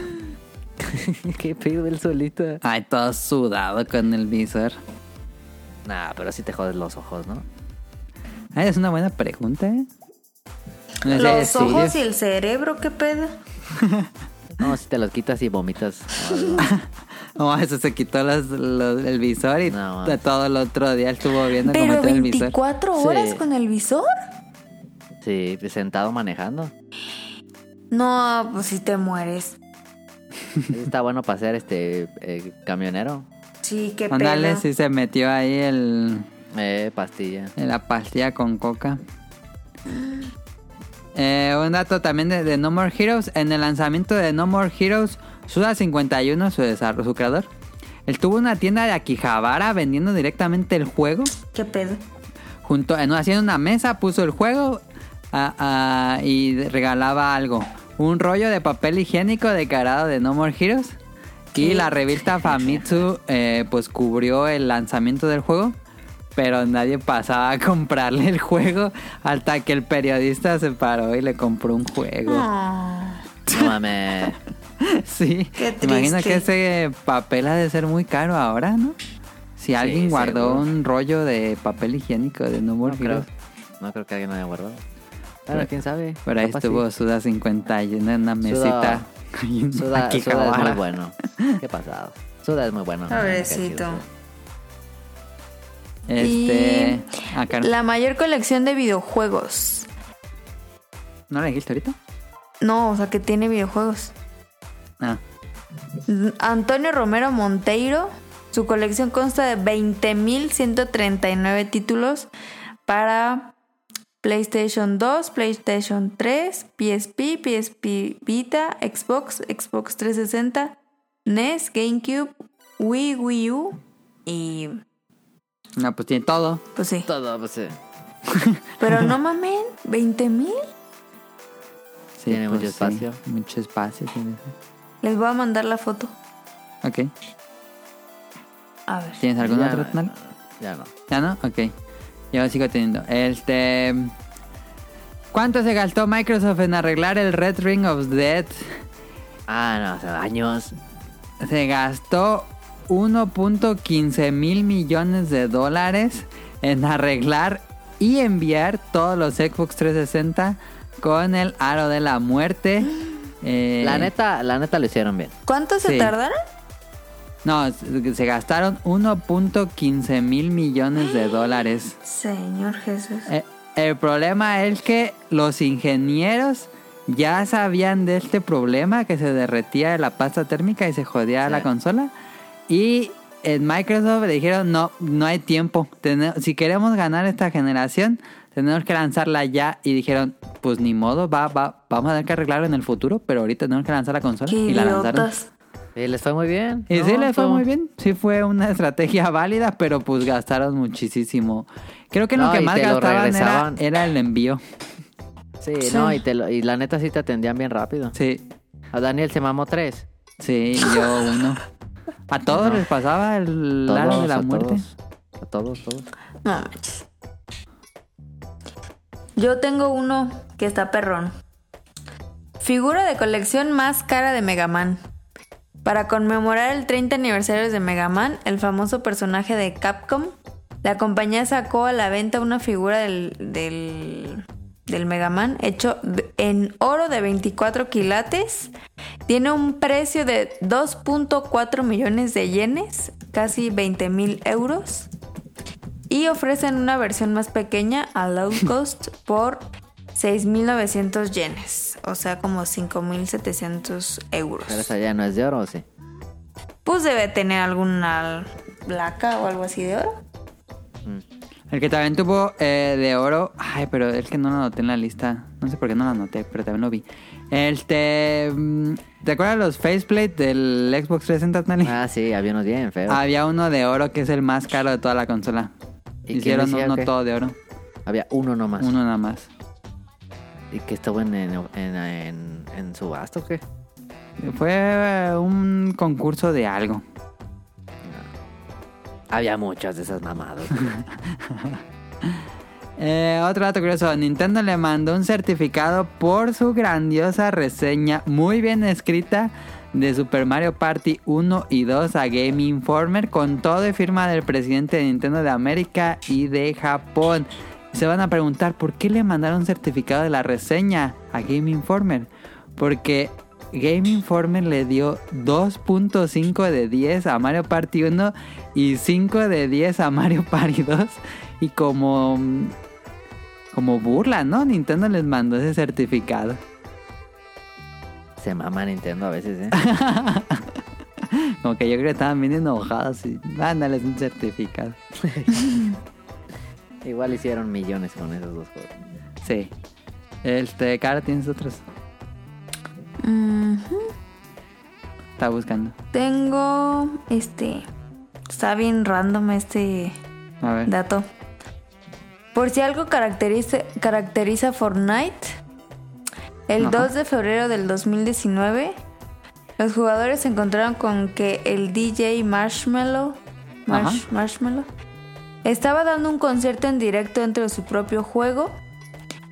B: Qué pedo el solito.
C: Ay, todo sudado con el visor.
B: Nah, pero sí te jodes los ojos, ¿no?
C: Ay, es una buena pregunta, ¿eh? No sé,
A: Los
C: sí,
A: ojos
C: yo-
A: y el cerebro, qué pedo.
B: No, si te los quitas y vomitas. o algo.
C: Oh, eso se quitó los- los- el visor y
B: No,
C: t- todo el otro día estuvo viendo cómo
A: Pero
C: metía el visor.
A: 24 horas
B: Sí.
A: con el visor.
B: Sí, sentado manejando.
A: No, pues si te mueres.
B: Ese Está bueno para ser este eh, camionero.
A: Sí, qué pedo.
C: Ándale, sí se metió ahí el,
B: Eh, pastilla.
C: la pastilla con coca. Eh, un dato también de, de No More Heroes. En el lanzamiento de No More Heroes, Suda51, su, desarro- su creador, él tuvo una tienda de Akihabara vendiendo directamente el juego.
A: Qué pedo.
C: junto en, así en una mesa puso el juego ah, ah, y regalaba algo un rollo de papel higiénico decorado de No More Heroes y la revista Famitsu eh, pues cubrió el lanzamiento del juego pero nadie pasaba a comprarle el juego hasta que el periodista se paró y le compró un juego
A: Ah,
B: No mames.
C: sí
A: Qué
C: imagino que
A: triste.
C: ese papel ha de ser muy caro ahora no si alguien guardó
B: seguro.
C: un rollo de papel higiénico de No
B: No
C: More Heroes
B: creo, no creo que alguien lo haya guardado. Pero quién sabe.
C: Pero ahí
B: Capaz
C: estuvo
B: sí.
C: Suda 51 en una mesita.
B: Suda,
C: Aquí
B: Suda es
C: acabara.
B: muy bueno. Qué pasado. Suda es muy bueno.
A: Pobrecito.
B: Nunca ha sido
C: Este. Acá.
A: La mayor colección de videojuegos.
C: ¿No la dijiste ahorita?
A: No, o sea, que tiene videojuegos.
C: Ah.
A: Antonio Romero Monteiro, su colección consta de 20.139 títulos para PlayStation 2, PlayStation 3, PSP, PSP Vita, Xbox, Xbox 360, NES, E GameCube, Wii, Wii U y...
C: No, pues tiene todo.
A: Pues sí.
B: Todo, pues sí.
A: Pero no mamen, 20.000.
C: Sí,
B: Tiene
C: pues
B: mucho espacio.
C: Mucho espacio tiene.
A: Les voy a mandar la foto.
C: Ok.
A: A ver.
C: ¿Tienes algún
B: Ya
C: otro?
B: no,
C: Tonal?
B: Ya no.
C: ¿Ya no? Ok. Yo sigo teniendo. Este. ¿Cuánto se gastó Microsoft en arreglar el Red Ring of Death?
B: Ah, no, hace años.
C: se gastó 1.15 mil millones de dólares en arreglar y enviar todos los Xbox 360 con el aro de la muerte. Eh,
B: La neta, la neta lo hicieron bien.
A: ¿Cuánto se
C: Sí.
A: tardaron?
C: No, se gastaron 1.15 mil millones de dólares.
A: Señor Jesús.
C: Eh, el problema es que los ingenieros ya sabían de este problema que se derretía la pasta térmica y se jodía
B: Sí.
C: la consola. Y en Microsoft le dijeron, no, no hay tiempo. Tene- si queremos ganar esta generación, tenemos que lanzarla ya. Y dijeron, pues ni modo, va, va, vamos a tener que arreglarlo en el futuro, pero ahorita tenemos que lanzar la consola.
A: Qué
C: y la lanzaron.
A: idiotas.
B: Y Eh, les fue muy bien.
C: Y Eh, sí,
B: No,
C: le fue
B: estuvo-
C: muy bien. Sí fue una estrategia válida, pero pues gastaron muchísimo. Creo que lo
B: No,
C: que
B: y
C: más
B: te lo
C: gastaban era,
B: regresaban.
C: era el envío.
B: Sí,
A: Sí.
B: no, y, te lo- y la neta sí te atendían bien rápido.
C: Sí,
B: A Daniel se mamó tres.
C: sí, yo uno. A todos les pasaba el
B: Todos,
C: lado de
B: a
C: la muerte.
B: todos. a todos, todos.
A: No manches. Yo tengo uno que está perrón. Figura de colección más cara de Mega Man. Para conmemorar el 30 aniversario de Mega Man, el famoso personaje de Capcom, la compañía sacó a la venta una figura del, del, del Mega Man hecho de- en oro de 24 quilates. Tiene un precio de 2.4 millones de yenes, casi 20 mil euros. Y ofrecen una versión más pequeña a low cost por 6.900 yenes, o sea, como 5.700 euros.
B: Pero esa ya no es de oro, ¿o sí.
A: Pues debe tener alguna placa o algo así de oro.
C: El que también tuvo eh, de oro. Ay, pero el que no lo anoté en la lista. No sé por qué no lo anoté, pero también lo vi. Este. mm, ¿Te acuerdas los faceplate del Xbox 360, Natalie?
B: Ah, sí, había unos bien feos.
C: Había uno de oro que es el más caro de toda la consola.
B: ¿Y quién
C: Hicieron
B: decía o
C: uno
B: qué?
C: todo de oro.
B: Había uno nomás.
C: Uno nada más.
B: ¿Y que estuvo en, en, en, en- en subasta o qué?
C: Fue eh, un concurso de algo.
B: Había muchas de esas mamadas.
C: Eh, otro dato curioso, Nintendo le mandó un certificado por su grandiosa reseña muy bien escrita de Super Mario Party 1 y 2 a Game Informer con todo y firma del presidente de Nintendo de América y de Japón. Se van a preguntar por qué le mandaron certificado de la reseña a Game Informer. Porque Game Informer le dio 2.5 de 10 a Mario Party 1 y 5 de 10 a Mario Party 2. Y como. mm, Como burla, ¿no? Nintendo les mandó ese certificado.
B: Se mama Nintendo a veces, ¿eh?
C: Como que yo creo que estaban bien enojados y mándales un certificado.
B: Igual hicieron millones con esos dos juegos.
C: Sí. Este, cara, tienes otros.
A: Mm,
C: Está buscando.
A: Tengo este. Está bien random este
C: A ver.
A: dato. Por si algo caracteriza, caracteriza Fortnite, el
C: Ajá.
A: 2 de febrero del 2019, los jugadores se encontraron con que el DJ Marshmallow, Marsh-
C: Ajá.
A: Marshmallow estaba dando un concierto en directo dentro de su propio juego.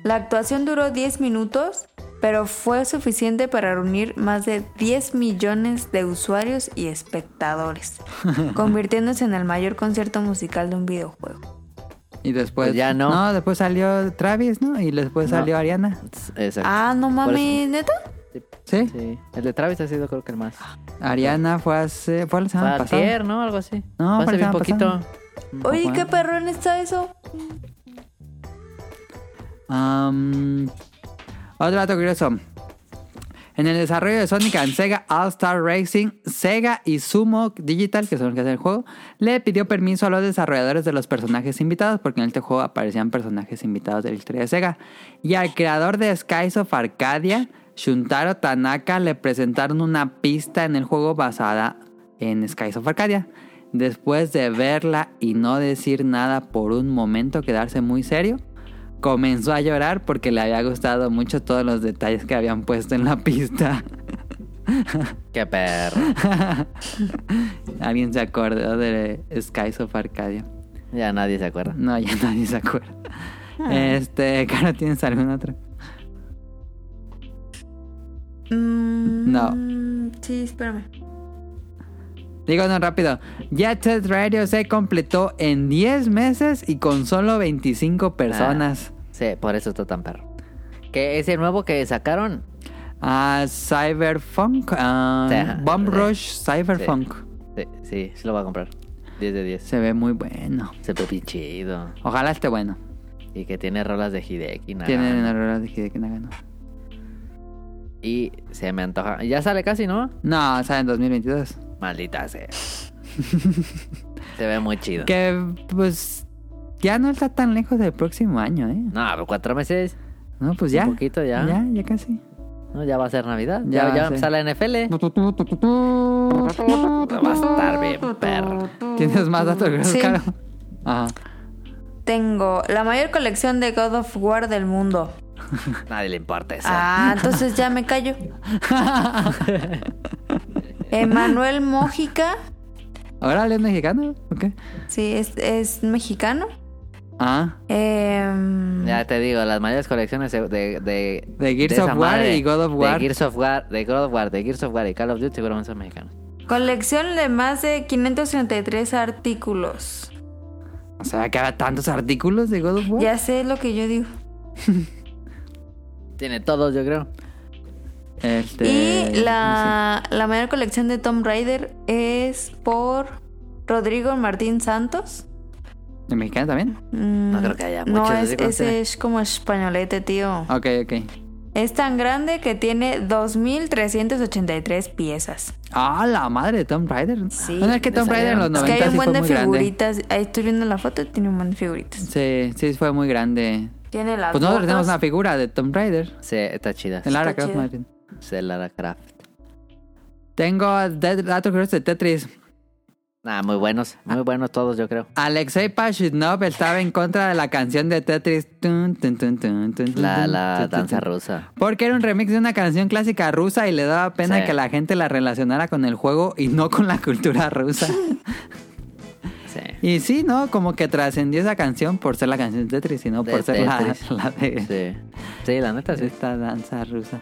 A: La actuación duró 10 minutos, pero fue suficiente para reunir más de 10 millones de usuarios y espectadores, convirtiéndose en el mayor concierto musical de un videojuego.
C: Y después.
B: Pues ya no.
C: No, después salió Travis, ¿no? Y después
B: No.
C: salió Ariana.
B: Exacto.
A: Ah, no
B: Por
A: mames,
B: eso-
A: neta.
C: Sí. Ah,
B: Sí. El de Travis ha sido creo que el más.
C: Ariana fue hace. Fue la
B: Fue
C: semana pasada.
B: ayer, ¿no? Algo así.
C: No,
B: Fue
C: fue
B: hace
C: la
B: bien
C: semana
B: poquito.
C: pasada.
A: Oye,
C: Ojo,
A: qué
C: eh.
A: perrón está eso.
C: Am, otro dato curioso. En el desarrollo de Sonic and Sega All Star Racing, Sega y Sumo Digital, que son los que hacen el juego, le pidió permiso a los desarrolladores de los personajes invitados, porque en este juego aparecían personajes invitados de la historia de Sega. Y al creador de Skies of Arcadia, Shuntaro Tanaka, le presentaron una pista en el juego basada en Skies of Arcadia. Después de verla y no decir nada por un momento, quedarse muy serio, comenzó a llorar porque le había gustado mucho todos los detalles que habían puesto en la pista.
B: Qué perro.
C: Alguien se acordó de Skies of Arcadia.
B: Ya nadie se acuerda.
C: No, ya nadie se acuerda. Este, Caro, ¿tienes algún otro?
A: Mm,
C: No.
A: Sí, espérame.
C: Digo, no, rápido. Jet Set Radio se completó en 10 meses y con solo 25 personas.
B: Sí, por eso está tan perro. Que ese nuevo que sacaron,
C: Ah, Cyberpunk. ah,
B: Sí.
C: Bomb
B: Sí.
C: Rush Cyberpunk.
B: sí, sí, sí lo va a comprar. 10 de 10.
C: Se ve muy bueno.
B: Se ve bien chido.
C: Ojalá esté bueno.
B: Y que tiene rolas de Hideki. Nagano.
C: Tienen el error de Hideki Nagano.
B: Y se me antoja. Ya sale casi, ¿no?
C: No, sale en 2022.
B: Maldita sea. Se ve muy chido.
C: Que pues ya no está tan lejos del próximo año, ¿eh?
B: No, pero cuatro meses.
C: No, pues ya.
B: Un poquito ya.
C: Ya, ya casi.
B: No, ya va a ser Navidad.
C: Ya
B: Ya,
C: va
B: ya
C: a
B: va a empezar la NFL. Va a estar bien, perro.
C: ¿Tienes más datos que
A: Sí.
C: Caro? Ajá.
A: Tengo la mayor colección de God of War del mundo.
B: Nadie le importa eso.
A: Ah, entonces ya me callo. Emanuel Mójica,
C: ¿Órale, es mexicano? ¿O qué?
A: sí, es, es mexicano.
C: Ah,
A: Em,
B: Ya te digo, las mayores colecciones de... De, de,
C: De Gears
B: esa
C: of War
B: madre,
C: y God of War.
B: De Gears of War, de God of War, de Gears of War y Call of Duty seguramente son mexicanos.
A: colección de más de 533 artículos.
C: o sea, que había tantos artículos de God of War.
A: Ya sé lo que yo digo.
B: Tiene todos, yo creo.
C: Este,
A: y la, la mayor colección de Tomb Raider es por Rodrigo Martín Santos.
C: no sé. ¿De mexicano también?
A: No
B: creo que haya
A: No,
B: muchos así
A: es,
B: como
A: ese
B: tiene.
A: es como españolete, tío.
C: Ok, ok.
A: Es tan grande que tiene 2.383 piezas.
C: Ah, la madre de Tomb Raider.
A: Sí.
C: Bueno, es que Tomb Raider en los
A: es que hay
C: 90
A: un
C: sí
A: buen
C: fue
A: de
C: muy grande.
A: figuritas. Ahí estoy viendo la foto, tiene un buen de figuritas.
C: Sí, sí fue muy grande.
A: Tiene las
C: Pues nosotros
A: fotos.
C: tenemos una figura de Tomb Raider.
B: Sí, está chida.
C: En Lara
A: Está
C: Croft,
A: chido.
C: más bien.
B: Sí, Lara Craft.
C: Tengo de- datos curiosos de Tetris.
B: Ah, muy buenos. Muy buenos todos, yo creo.
C: Alexei Pashinov estaba en contra de la canción de Tetris. Tun, tun, tun, tun, tun, tun,
B: La,
C: tun,
B: la
C: tun, tun,
B: danza
C: tun.
B: rusa.
C: Porque era un remix de una canción clásica rusa y le daba pena
B: Sí.
C: que la gente la relacionara con el juego y no con la cultura rusa.
B: Sí.
C: y sí, ¿no? Como que trascendió esa canción por ser la canción de Tetris y no
B: De
C: por ser la,
B: Tetris.
C: la de
B: Sí. Sí, la neta, sí.
C: esta danza rusa.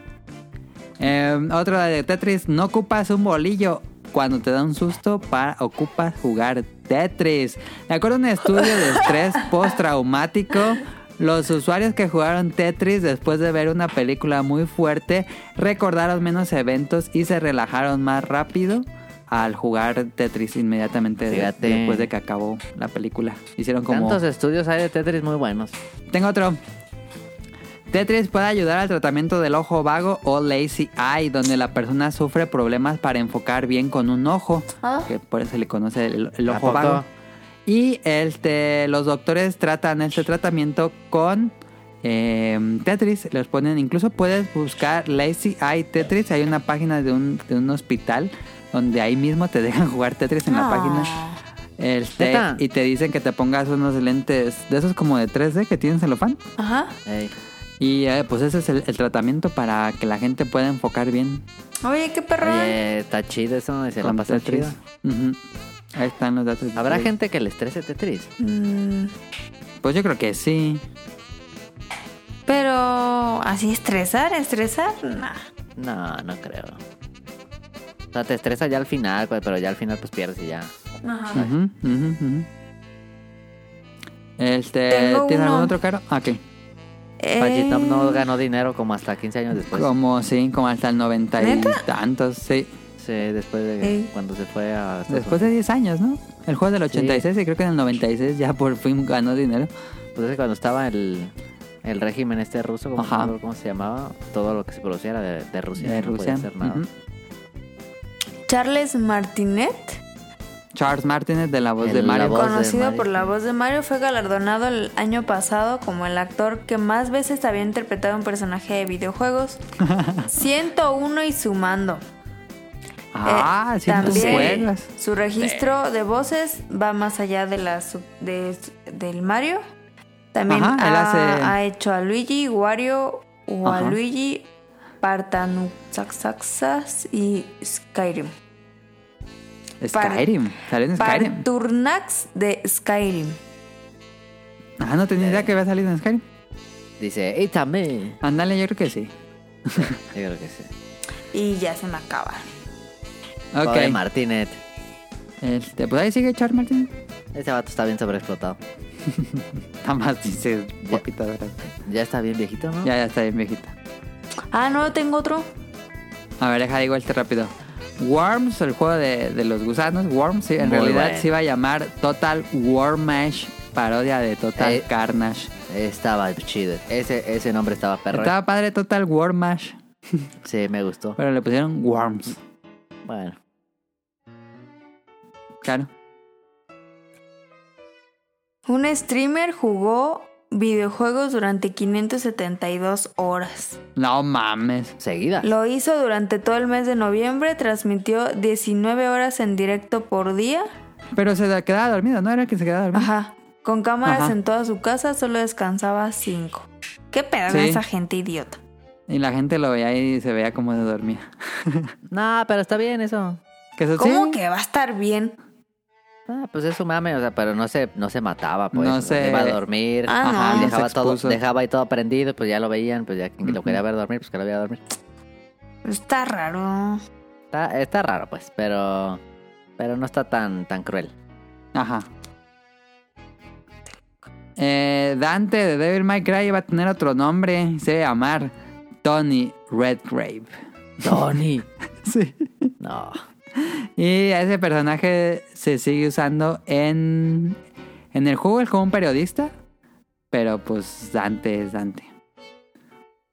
C: Eh, otro de Tetris, no ocupas un bolillo. Cuando te da un susto, para, ocupas jugar Tetris. De acuerdo a un estudio de estrés postraumático, los usuarios que jugaron Tetris después de ver una película muy fuerte recordaron menos eventos y se relajaron más rápido al jugar Tetris inmediatamente de-
B: Fíjate.
C: después de que acabó la película. Hicieron como...
B: Tantos estudios hay de Tetris muy buenos.
C: Tengo otro. Tetris puede ayudar al tratamiento del ojo vago o lazy eye, donde la persona sufre problemas para enfocar bien con un ojo,
A: Ah.
C: que por eso se le conoce el, el
B: ¿A
C: ojo
B: poco?
C: vago. Y este, los doctores tratan este tratamiento con eh, Tetris, los ponen, incluso puedes buscar Lazy Eye Tetris, hay una página de un, de un hospital donde ahí mismo te dejan jugar Tetris en la
A: Ah.
C: página. Este,
B: ¿Neta?
C: y te dicen que te pongas unos lentes de esos como de 3D que tienen celofán.
A: Ajá.
B: Ey.
C: Y eh, pues ese es el, el tratamiento para que la gente pueda enfocar bien.
A: Oye, qué perrón.
B: Oye, está chido eso. y Se la
C: con
B: pasa
C: Tetris.
B: chido.
C: Ujú. Ahí están los datos.
B: ¿Habrá gente que le estrese Tetris?
A: Mm,
C: Pues yo creo que sí.
A: pero así estresar, estresar, nah.
B: No, no creo. O sea, te estresa ya al final, pues, pero ya al final pues pierdes y ya.
A: Ajá.
C: Ujú, ujú, ujú. Este,
A: Tengo
C: ¿Tienes
A: uno.
C: algún otro caro? Ah, ok.
A: Eh,
B: Pachitom no ganó dinero como hasta 15 años después.
C: Como sí, como hasta el 90 y
A: ¿Neta?
C: tantos, sí.
B: Sí, después de
A: Ey.
B: cuando se fue a... Estados
C: Después de 10 años, ¿no? El juego del
B: Sí.
C: 86 y creo que en el 96 ya por fin ganó dinero.
B: Pues es que cuando estaba el, el régimen este ruso, como
C: Ajá.
B: no recuerdo cómo se llamaba, todo lo que se producía era de, de Rusia.
C: de
B: no
C: Eh, Rusia.
B: podía hacer nada.
C: Ujú.
A: Charles Martinet,
C: Charles Martínez de la voz
B: El-
C: de
B: la
C: Mario.
B: voz de
A: conocido
B: Mario.
A: por la voz de Mario, fue galardonado el año pasado como el actor que más veces había interpretado un personaje de videojuegos. 101 y sumando.
C: Ah,
A: Eh,
C: sí, tú
A: también
C: juegas.
A: Su registro de voces va más allá de la sub- de- del Mario. También
C: Ajá, él
A: ha,
C: hace-
A: ha hecho a Luigi, Wario, o a
C: Ajá.
A: Luigi, Partanuxaxaxas y Skyrim. Par-
C: Skyrim. Salió en Skyrim.
A: Parturnax de Skyrim.
C: Ah, no tenía idea que había salido en Skyrim.
B: Dice, ¡y también!
C: Ándale, yo creo que sí.
B: Yo creo que sí.
A: Y ya se me acaba.
B: Pobre
C: Ok.
B: Martinet.
C: Este, pues ahí sigue Charles Martin.
B: Ese vato está bien sobreexplotado.
C: Nada más dice
B: Ya.
C: poquito de rato.
B: Ya está bien viejito, ¿no?
C: Ya, ya está bien viejita.
A: Ah, no, tengo otro.
C: A ver, deja digo este rápido. Worms, el juego de, de los gusanos. Worms, sí, en
B: Muy
C: realidad
B: bueno.
C: se iba a llamar Total War Mash. Parodia de Total
B: Eh,
C: Carnage.
B: Estaba chido. Ese, ese nombre estaba perro.
C: Estaba padre Total War Mash,
B: Sí, me gustó.
C: pero le pusieron Worms.
B: Bueno.
C: Claro.
A: Un streamer jugó videojuegos durante 572 horas.
C: No mames.
B: Seguida.
A: Lo hizo durante todo el mes de noviembre, transmitió 19 horas en directo por día.
C: Pero se da- quedaba dormido, ¿no? Era el que se quedaba dormido.
A: Ajá. Con cámaras
C: Ajá.
A: en toda su casa, solo descansaba 5. ¿Qué pedo con
C: Sí.
A: esa gente idiota?
C: Y la gente lo veía y se veía cómo se dormía.
B: No, pero está bien eso.
C: Que eso
A: ¿Cómo
C: Pues sí,
A: que va a estar bien?
B: Ah, pues es su mame, o sea, pero no se, no se mataba, pues.
C: No se-
B: se iba a dormir.
A: Ah, no.
B: y
A: no
B: dejaba,
C: se
B: todo,
C: expuso.
B: dejaba ahí todo prendido, pues ya lo veían, pues ya quien lo
C: Ujú.
B: quería ver dormir, pues que lo veía dormir.
A: Está raro.
B: Está, está raro, pues, pero. Pero no está tan, tan cruel.
C: Ajá. Eh, Dante de Devil May Cry va a tener otro nombre. Se va a llamar Tony Redgrave.
B: Tony.
C: Sí.
B: No.
C: Y ese personaje se sigue usando en, en el juego. Es como un periodista. Pero pues Dante es Dante.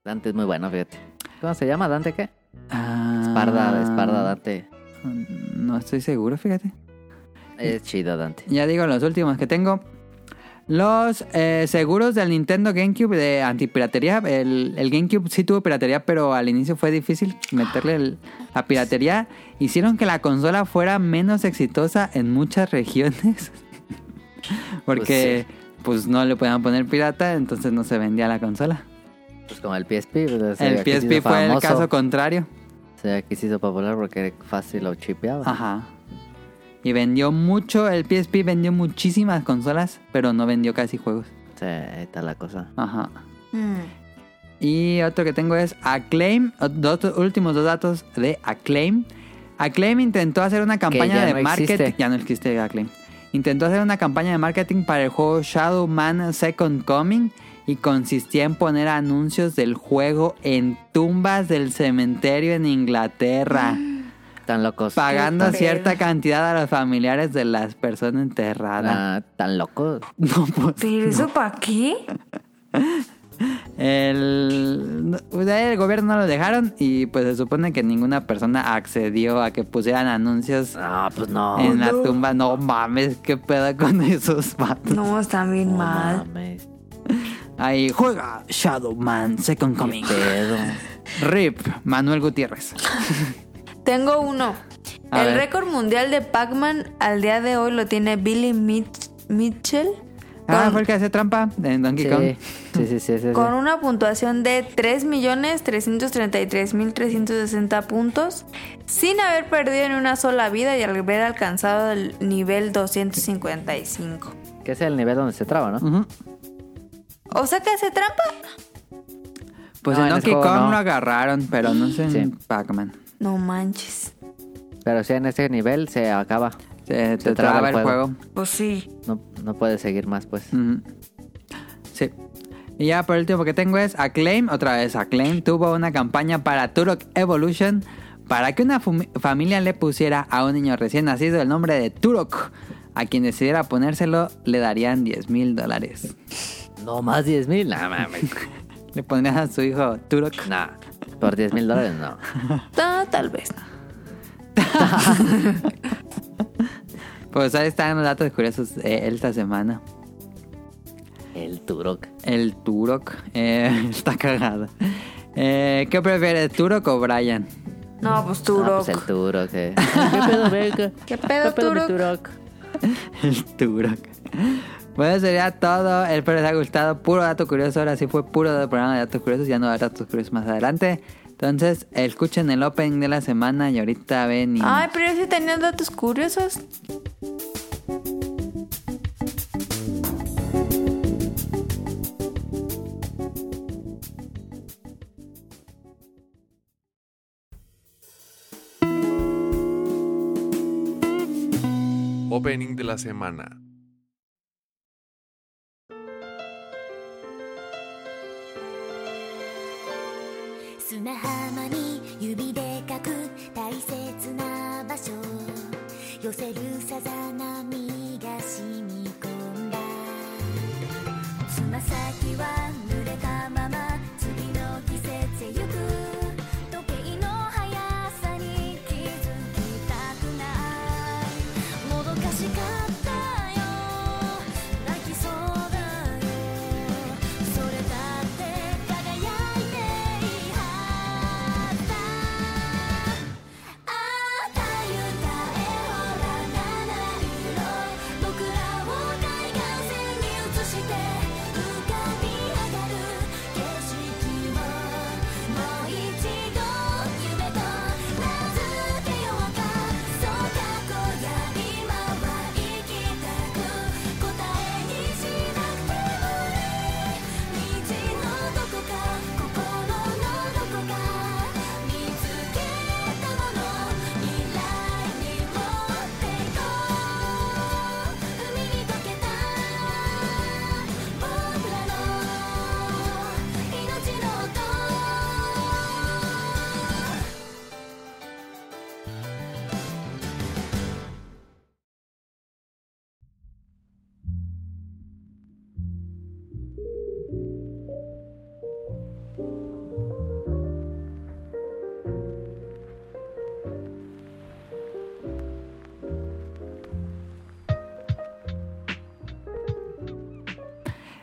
B: Dante es muy bueno, fíjate. ¿Cómo se llama? ¿Dante qué?
C: Ah,
B: Esparda, Esparda Dante.
C: No estoy seguro, fíjate.
B: Es chido, Dante.
C: Ya digo los últimos que tengo. Los eh, seguros del Nintendo GameCube de antipiratería. El, el GameCube sí tuvo piratería, pero al inicio fue difícil meterle el- la piratería. Hicieron que la consola fuera menos exitosa en muchas regiones. Porque pues no le podían poner pirata, entonces no se vendía la consola.
B: Pues como el PSP. pues, o sea,
C: el
B: aquí se hizo
C: PSP fue el
B: famoso.
C: caso contrario.
B: O sea, aquí se hizo popular porque fácil lo chipeaba.
C: Ajá. Y vendió mucho, el PSP vendió muchísimas consolas, pero no vendió casi juegos.
B: Sí, ahí está la cosa.
C: Ajá.
A: Mm.
C: Y otro que tengo es Acclaim. o- Dos últimos dos datos de Acclaim. Acclaim intentó hacer una campaña
B: ya
C: de
B: no
C: marketing.
B: existe.
C: Ya no existe Acclaim. Intentó hacer una campaña de marketing para el juego Shadow Man Second Coming y consistía en poner anuncios del juego en tumbas del cementerio en Inglaterra,
B: Tan locos.
C: pagando
A: Qué
C: cierta
A: pedo.
C: cantidad a los familiares de las personas enterradas.
B: Ah, tan locos.
C: No, pues,
A: ¿Pero eso para qué?
C: El, pues, ahí el gobierno no lo dejaron y pues se supone que ninguna persona accedió a que pusieran anuncios
B: No, pues no.
C: en la
A: no.
C: tumba. No mames, qué pedo con esos vatos.
A: No, están bien
B: No
A: mal.
B: mames.
C: Ahí juega Shadow Man Second Coming.
B: Pedo.
C: Rip, Manuel Gutiérrez.
A: Tengo uno.
C: A
A: el
C: ver.
A: récord mundial de Pac-Man al día de hoy lo tiene Billy Mitch- Mitchell
C: Ah,
A: con,
C: fue el que hace trampa en Donkey
B: Sí,
C: Kong.
B: sí, sí, sí. sí, sí.
A: con una puntuación de 3.333.360 puntos, sin haber perdido ni una sola vida y al haber alcanzado el nivel 255.
B: Que ese es el nivel donde se traba, ¿no?
C: Ujú.
A: ¿O sea que hace trampa?
C: Pues
B: No,
C: en
B: en
C: Donkey
B: ese juego
C: Kong
B: no.
C: lo agarraron, pero no sé en
B: Sí.
C: Pac-Man.
A: No manches.
B: Pero si en ese nivel se acaba.
C: Se, te
B: Se
C: traba el juego.
A: Pues sí.
B: No, no puede seguir más, pues.
C: Ujú. Sí. Y ya por último que tengo es Acclaim, otra vez Acclaim tuvo una campaña para Turok Evolution para que una fumi- familia le pusiera a un niño recién nacido el nombre de Turok. A quien decidiera ponérselo le darían 10 mil dólares.
B: No más 10 mil. No mames.
C: Le pondrían a su hijo Turok.
B: Nah, por 10 mil dólares no.
A: Ah, tal vez.
C: Pues ahí están los datos curiosos eh, esta semana.
B: El Turok.
C: El Turok eh, está cagado. Eh, ¿Qué prefieres, Turok o Brian?
A: No, pues
B: No,
A: Turok.
B: pues el Turok. eh. ¿Qué pedo, Beca?
A: ¿Qué pedo,
B: mi
A: Turok?
C: El Turok. Bueno, sería todo. Espero les haya gustado. Puro dato curioso. Ahora sí fue puro programa de datos curiosos. Ya no habrá datos curiosos más adelante. Entonces, escuchen el opening de la semana y ahorita ven y...
A: Ay, pero si tenían datos curiosos.
D: Opening de la semana.
E: 砂浜に指で書く大切な場所寄せるさざ波が染み込んだつま先は濡れたまま次の季節へ行く時計の速さに気づきたくないもどか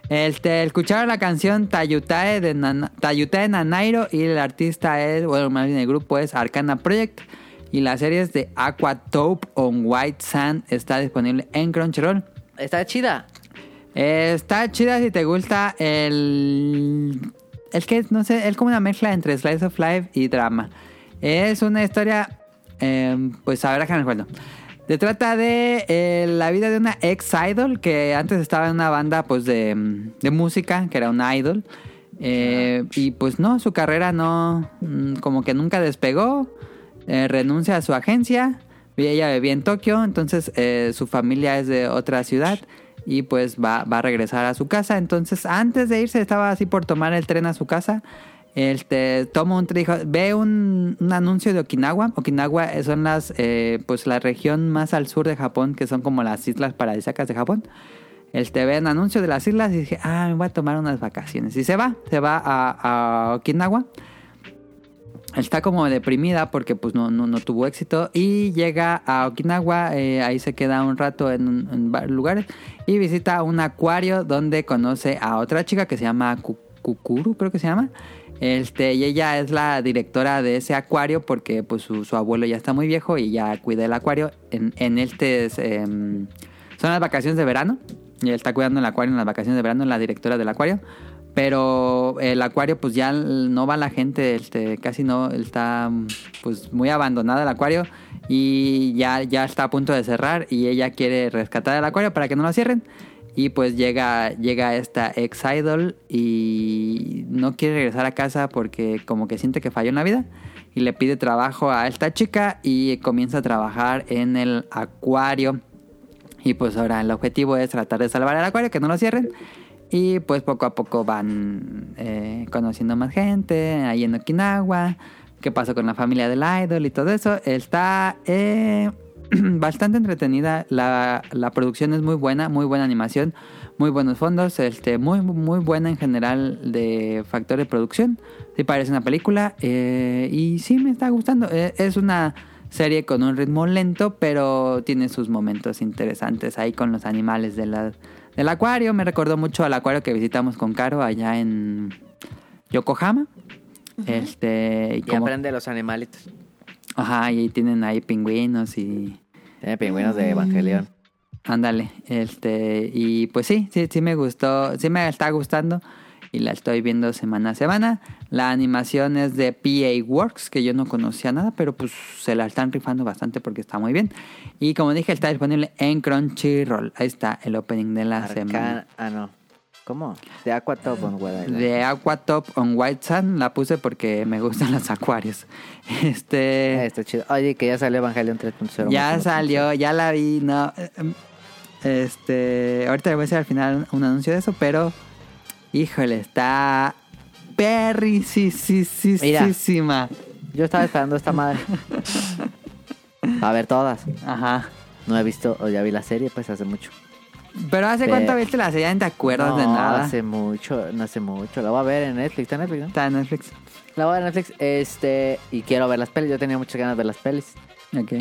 C: Este, escucharon la canción Tayutae de, Nana- Tayutae Nanairo y el artista es, bueno, más bien el grupo es Arcana Project. Y la serie es de Aquatope on White Sand está disponible en Crunchyroll.
B: Está chida.
C: Eh, está chida si te gusta el... Es que, no sé, es como una mezcla entre Slice of Life y drama. Es una historia... eh, pues a ver, déjame acuerdo. Se trata de eh, la vida de una ex-idol que antes estaba en una banda pues de, de música, que era una idol. Eh, y pues no, su carrera no... mm, Como que nunca despegó. Eh, renuncia a su agencia. Y ella vivía en Tokio, entonces eh, su familia es de otra ciudad y pues va, va a regresar a su casa. Entonces antes de irse estaba así por tomar el tren a su casa. Este, toma un trijo, ve un, un anuncio de Okinawa. Okinawa eh, son las, eh, pues la región más al sur de Japón, que son como las islas paradisíacas de Japón. Este, ve un anuncio de las islas y dije, ah, me voy a tomar unas vacaciones. Y se va, se va a, a Okinawa está como deprimida porque pues no, no, no tuvo éxito y llega a Okinawa, eh, ahí se queda un rato en, un- en varios lugares y visita un acuario donde conoce a otra chica que se llama Ku- Kukuru, creo que se llama. Este, y ella es la directora de ese acuario porque pues su, su abuelo ya está muy viejo y ya cuida el acuario. En, en este es, em, son las vacaciones de verano y él está cuidando el acuario en las vacaciones de verano, la directora del acuario. Pero el acuario, pues ya no va la gente, este, casi no, está pues muy abandonado el acuario y ya, ya está a punto de cerrar y ella quiere rescatar el acuario para que no lo cierren. Y pues llega, llega esta ex idol y no quiere regresar a casa porque como que siente que falló en la vida y le pide trabajo a esta chica y comienza a trabajar en el acuario. Y pues ahora el objetivo es tratar de salvar el acuario, que no lo cierren. Y pues poco a poco van eh, conociendo más gente ahí en Okinawa. ¿Qué pasó con la familia del idol y todo eso? Está eh, bastante entretenida. La, la producción es muy buena, muy buena animación, muy buenos fondos, este, muy, muy buena en general de factor de producción. Sí parece una película eh, y sí me está gustando. Eh, es una serie con un ritmo lento, pero tiene sus momentos interesantes ahí con los animales de la- del acuario. Me recordó mucho al acuario que visitamos con Caro allá en Yokohama. Este, y
B: Y
C: como-
B: aprende los animalitos.
C: ajá, y ahí tienen ahí pingüinos y
B: Tiene pingüinos de Evangelion.
C: ándale, este, y pues sí, sí, sí me gustó, sí me está gustando y la estoy viendo semana a semana. La animación es de PA Works, que yo no conocía nada, pero pues se la están rifando bastante porque está muy bien. Y como dije, está disponible en Crunchyroll. Ahí está el opening de la semana.
B: Arcana. Ah, no. ¿Cómo? De Aquatop on Guadalajara.
C: De Aqua Top on White Sand la puse porque me gustan los acuarios. Este.
B: Eh, Está chido. Oye, que ya salió Evangelion 3.0.
C: Ya
B: Mucho,
C: salió, ya la vi, no. eh, em, Este, ahorita voy a hacer al final un, un anuncio de eso, pero híjole, está perry sí, sí, sí,
B: Mira.
C: sí, sí, ma.
B: mucho. Yo estaba esperando esta madre. A ver todas.
C: Ajá.
B: No he visto, o ya vi la serie, pues hace mucho.
C: Pero hace
B: Pe-
C: cuánto viste la serie, Ya ni te acuerdas
B: no,
C: de nada.
B: hace mucho, no hace mucho. La voy a ver en Netflix, está en Netflix, ¿no?
C: Está en Netflix.
B: La voy a ver en Netflix, este, y quiero ver las pelis. Yo tenía muchas ganas de ver las pelis.
C: Ok.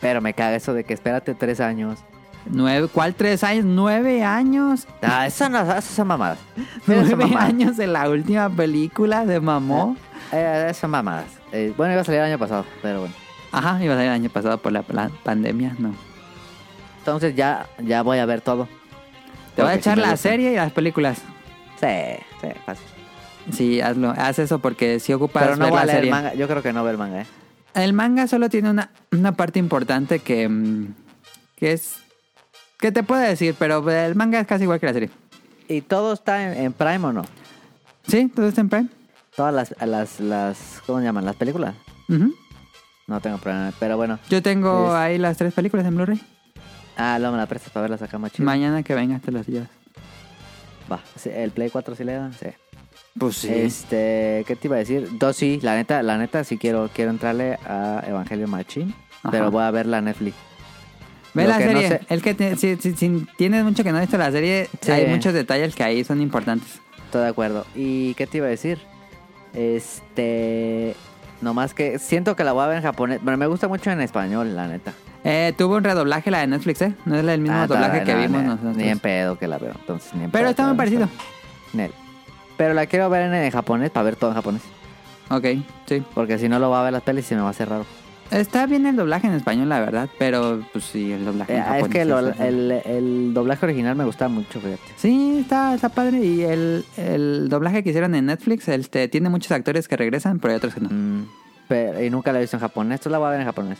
B: Pero me caga eso de que espérate tres años.
C: Nueve, ¿Cuál tres años? Nueve años.
B: Ah, eso no, eso son mamadas. Eso son
C: Nueve
B: mamadas.
C: años de la última película de mamó.
B: Eh, eso son mamadas. Eh, bueno, iba a salir el año pasado, pero bueno.
C: Ajá, iba a ser el año pasado por la pla- pandemia, no.
B: Entonces ya, ya voy a ver todo.
C: Te voy a
B: Porque sí
C: echar
B: me
C: la
B: gusta.
C: serie y las películas.
B: Sí, sí, fácil.
C: Sí, hazlo. Haz eso porque si ocupas
B: Pero no
C: ver
B: voy a
C: la
B: leer
C: serie.
B: el manga. Yo creo que no veo el manga, ¿eh?
C: El manga solo tiene una, una parte importante que, mm, que es... Que te puedo decir, pero el manga es casi igual que la serie.
B: ¿Y todo está en, en Prime o no?
C: ¿Sí? ¿Todo está en Prime?
B: Todas las, las, las, ¿cómo se llaman? ¿Las películas?
C: Ujú.
B: No tengo problema, pero bueno.
C: Yo tengo
B: Es-
C: ahí las tres películas en Blu-ray.
B: Ah, luego me la prestas para verlas acá más chido.
C: Mañana que vengas te las llevas.
B: Va, sí, el Play 4 sí le dan, sí.
C: Pues
B: Este, ¿qué te iba a decir? Dos sí, la neta, la neta sí quiero, quiero entrarle a Evangelio Machín,
C: Ajá.
B: pero voy a ver la Netflix.
C: Ve
B: Lo
C: la
B: que no
C: serie.
B: sé-
C: El que te- si, si- si tienes mucho que no has visto la serie,
B: Sí.
C: hay muchos detalles que ahí son importantes.
B: Estoy de acuerdo. ¿Y qué te iba a decir? Este. Nomás que siento que la voy a ver en japonés. Pero me gusta mucho en español, la neta.
C: Eh, tuvo un redoblaje la de Netflix, ¿eh? No es el mismo
B: Ah,
C: doblaje
B: está-
C: que
B: no,
C: vimos
B: ni-
C: nosotros.
B: Ni en pedo que la veo. Entonces, ni en
C: Pero
B: pedo
C: está
B: que
C: muy
B: la veo en
C: parecido.
B: español. Nel. Pero la quiero ver en, en japonés para ver todo en japonés.
C: Ok, sí.
B: Porque si no lo va a ver las pelis y se me va a hacer raro.
C: Está bien el doblaje en español, la verdad, pero pues sí, el doblaje
B: Eh,
C: en
B: es
C: japonés
B: que lo-
C: está-
B: el, el doblaje original me gustaba mucho, fíjate.
C: Sí, está, está padre. Y el, el doblaje que hicieron en Netflix este, tiene muchos actores que regresan, pero hay otros que no.
B: Mm, pero- y nunca la he visto en japonés. Tú la voy a ver en japonés.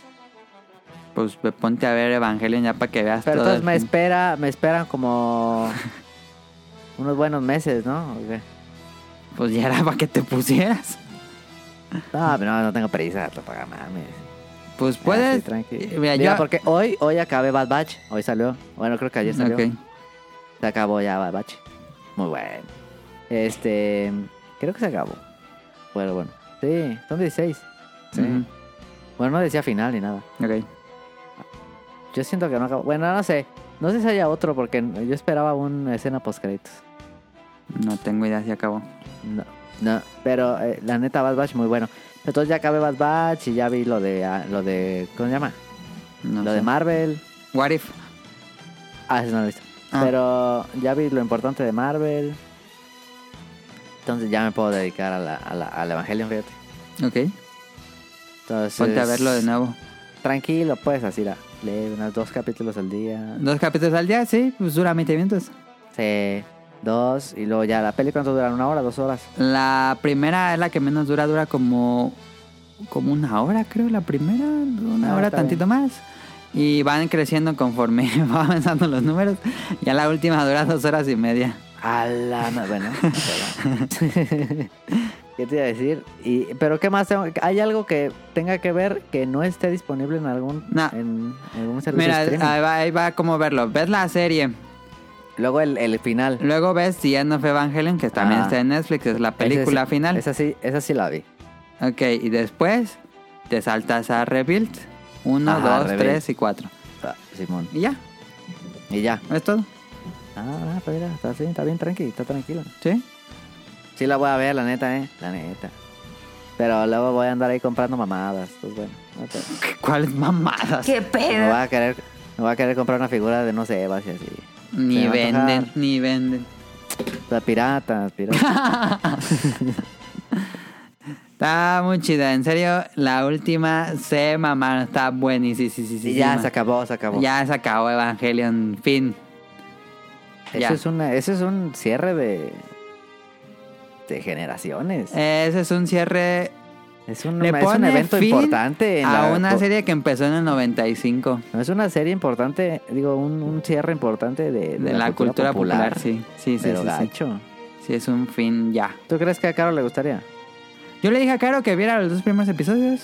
C: Pues ve- ponte a ver Evangelion ya para que veas
B: Pero
C: todo.
B: entonces
C: el
B: me
C: fin.
B: espera, me esperan como unos buenos meses, ¿no? ¿O qué?
C: Pues ya era para que te pusieras.
B: No, pero no, no tengo prisa para mames.
C: Pues
B: Ah, sí,
C: puedes.
B: tranqui.
C: Eh,
B: Mira,
C: Mira, yo.
B: porque hoy, hoy acabé Bad Batch, hoy salió. Bueno, creo que ayer salió.
C: Mm, Ok.
B: Se acabó ya Bad Batch. Muy bueno. Este, creo que se acabó. Bueno, bueno. Sí, son 16. Sí.
C: Ujú,
B: Bueno, no decía final ni nada.
C: ok.
B: Yo siento que no acabó. Bueno, no sé. No sé si haya otro porque yo esperaba una escena post créditos.
C: No tengo idea si acabó.
B: No, no, pero eh, la neta Bad Batch muy bueno. Entonces ya acabé Bad Batch y ya vi lo de ah, lo de ¿cómo se llama?
C: No
B: lo
C: sé.
B: de Marvel.
C: What if?
B: Ah, ese no lo he visto.
C: Ah.
B: Pero ya vi lo importante de Marvel. Entonces ya me puedo dedicar a la, a la, al Evangelion, fíjate.
C: Ok.
B: Entonces,
C: Ponte a verlo de nuevo.
B: Tranquilo, pues, así la, lee unos dos capítulos al día.
C: Dos capítulos al día, sí, pues dura 20 minutos.
B: Sí, dos. Y luego ya la peli, ¿cuánto duran? ¿Una hora? ¿Dos horas?
C: La primera es la que menos dura, dura como, como una hora, creo, la primera, una
B: Ah,
C: hora
B: está
C: tantito más. Y van creciendo conforme van avanzando los números. Ya la última dura dos horas y media.
B: A la ma- bueno. bueno. ¿Qué te iba a decir? Y, pero qué más tengo- hay algo que tenga que ver que no esté disponible en algún
C: No.
B: en, en algún servicio
C: Mira, ah,
B: de streaming?
C: ahí va, ahí va como verlo. Ves la serie,
B: Luego el, el final.
C: luego ves The End of Evangelion, que también
B: Ah.
C: está en Netflix, es la
B: Ese sí-
C: película final.
B: Esa sí, esa sí la vi.
C: Ok, y después te saltas a Rebuild. Uno,
B: Ajá,
C: dos,
B: Rebuild.
C: tres y cuatro.
B: Ah, Simón.
C: Y ya,
B: Y ya.
C: es todo.
B: Ah, pues mira, está bien, está bien tranqui, está tranquilo.
C: ¿Sí?
B: Sí la voy a ver, la neta, eh. La neta. Pero luego voy a andar ahí comprando mamadas. Pues bueno. ok.
C: ¿Cuáles mamadas?
A: ¿Qué
B: Me
A: pedo?
B: voy a querer, me voy a querer comprar una figura de no sé, Evas y así.
C: Ni
B: Se me va a antojar.
C: venden, ni venden.
B: La pirata, pirata.
C: Está muy chida, en serio, la última se mamaron, está buenísima. Sí, sí, sí,
B: Y ya
C: sí,
B: se acabó, se acabó.
C: Ya se acabó Evangelion, fin.
B: eso,
C: ya.
B: Es una, eso es un cierre de. de generaciones.
C: Ese es un cierre.
B: es un,
C: Eh, Le
B: es un
C: pone
B: evento
C: fin
B: importante. en
C: a
B: la-
C: una
B: po-
C: serie que empezó en el 95
B: No es una serie importante, digo, un, un cierre importante de,
C: de, la, cultura, popular. Sí, sí, sí, sí,
B: pero
C: sí.
B: gacho.
C: Sí, es un fin ya.
B: ¿Tú crees que a Caro le gustaría?
C: Yo le dije a Caro que viera los dos primeros episodios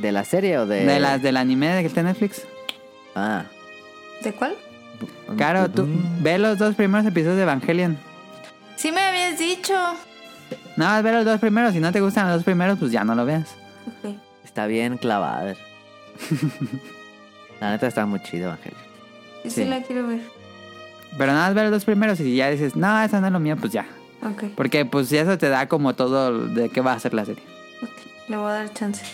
B: ¿De la serie o de.?
C: de las del anime que está en Netflix.
B: Ah.
A: ¿De cuál?
C: Caro, tú ve los dos primeros episodios de Evangelion.
A: Sí me habías dicho.
C: No, ve los dos primeros. Si no te gustan los dos primeros, pues ya no lo veas.
A: Ok.
B: Está bien clavada. la neta está muy chido, Ángel.
A: Sí,
C: Sí.
A: la quiero ver.
C: Pero nada más ver los dos primeros y si ya dices, no, eso no es lo mío, pues ya.
A: Ok.
C: Porque pues eso te da como todo de qué va a ser la serie.
A: Le voy a dar chance.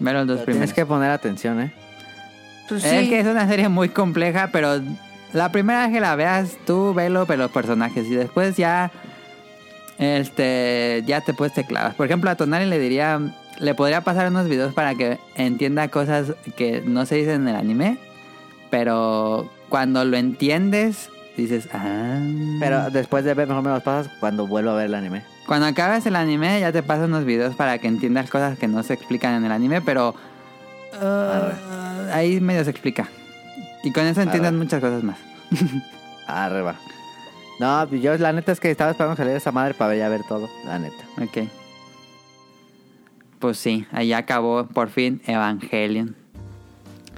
C: Ver los dos primeros.
B: Tienes que poner atención, ¿eh?
A: Pues
C: Es
A: sí.
C: que es una serie muy compleja, pero la primera vez que la veas, tú velo, pero los personajes. Y después ya. Este. Ya te puedes te clavas. Por ejemplo, a Tonali le diría. Le podría pasar unos videos para que entienda cosas que no se dicen en el anime. Pero cuando lo entiendes, dices. Ah.
B: Pero después de ver, mejor me los pasas cuando vuelvo a ver el anime.
C: Cuando acabas el anime ya te paso unos videos para que entiendas cosas que no se explican en el anime, pero uh, ahí medio se explica. Y con eso entiendes
B: Arre.
C: muchas cosas más.
B: Arriba. No, yo la neta es que estaba esperando salir esa madre para ya ver todo, la neta.
C: Ok. Pues sí, ahí acabó por fin Evangelion.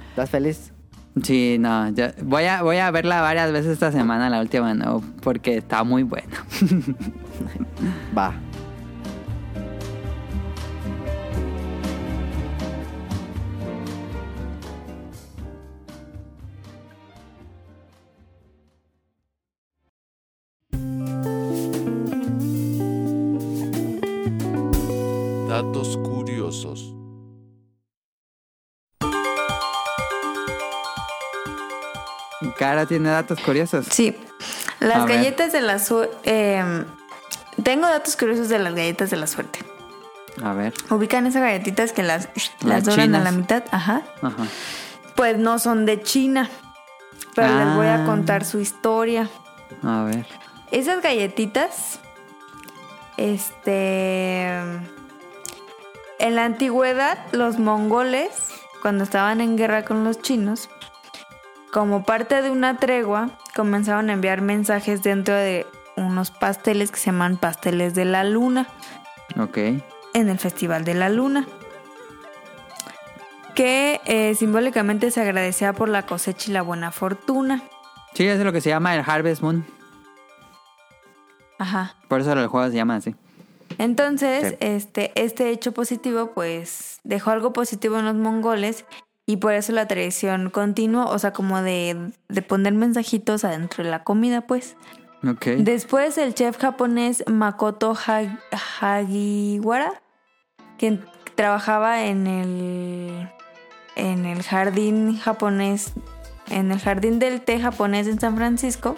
B: ¿Estás feliz?
C: Sí, no, yo voy a, voy a verla varias veces esta semana, la última no, porque está muy buena.
B: Va.
D: Datos curiosos.
C: Cara tiene datos curiosos.
A: Sí. Las
C: A ver.
A: galletas de la suerte. tengo datos curiosos de las galletas de la suerte.
C: A ver.
A: Ubican esas galletitas que las, las
C: Las
A: doblan a la
C: chinas.
A: mitad. Ajá.
C: Ajá.
A: Pues no son de China. Pero les voy
C: Ah.
A: a contar su historia.
C: A ver.
A: Esas galletitas, este, en la antigüedad los mongoles, cuando estaban en guerra con los chinos, como parte de una tregua, comenzaron a enviar mensajes dentro de unos pasteles que se llaman pasteles de la luna
C: Ok.
A: en el Festival de la Luna, que eh, simbólicamente se agradecía por la cosecha y la buena fortuna.
C: Sí, eso es lo que se llama el Harvest Moon.
A: Ajá.
C: Por eso el juego se llama así.
A: Entonces,
C: Sí.
A: este, este hecho positivo, pues, dejó algo positivo en los mongoles y por eso la tradición continuó, o sea, como de, de poner mensajitos adentro de la comida, pues.
C: Ok.
A: Después, el chef japonés Makoto Ha- Hagiwara, que trabajaba en el, en el jardín japonés, en el jardín del té japonés en San Francisco,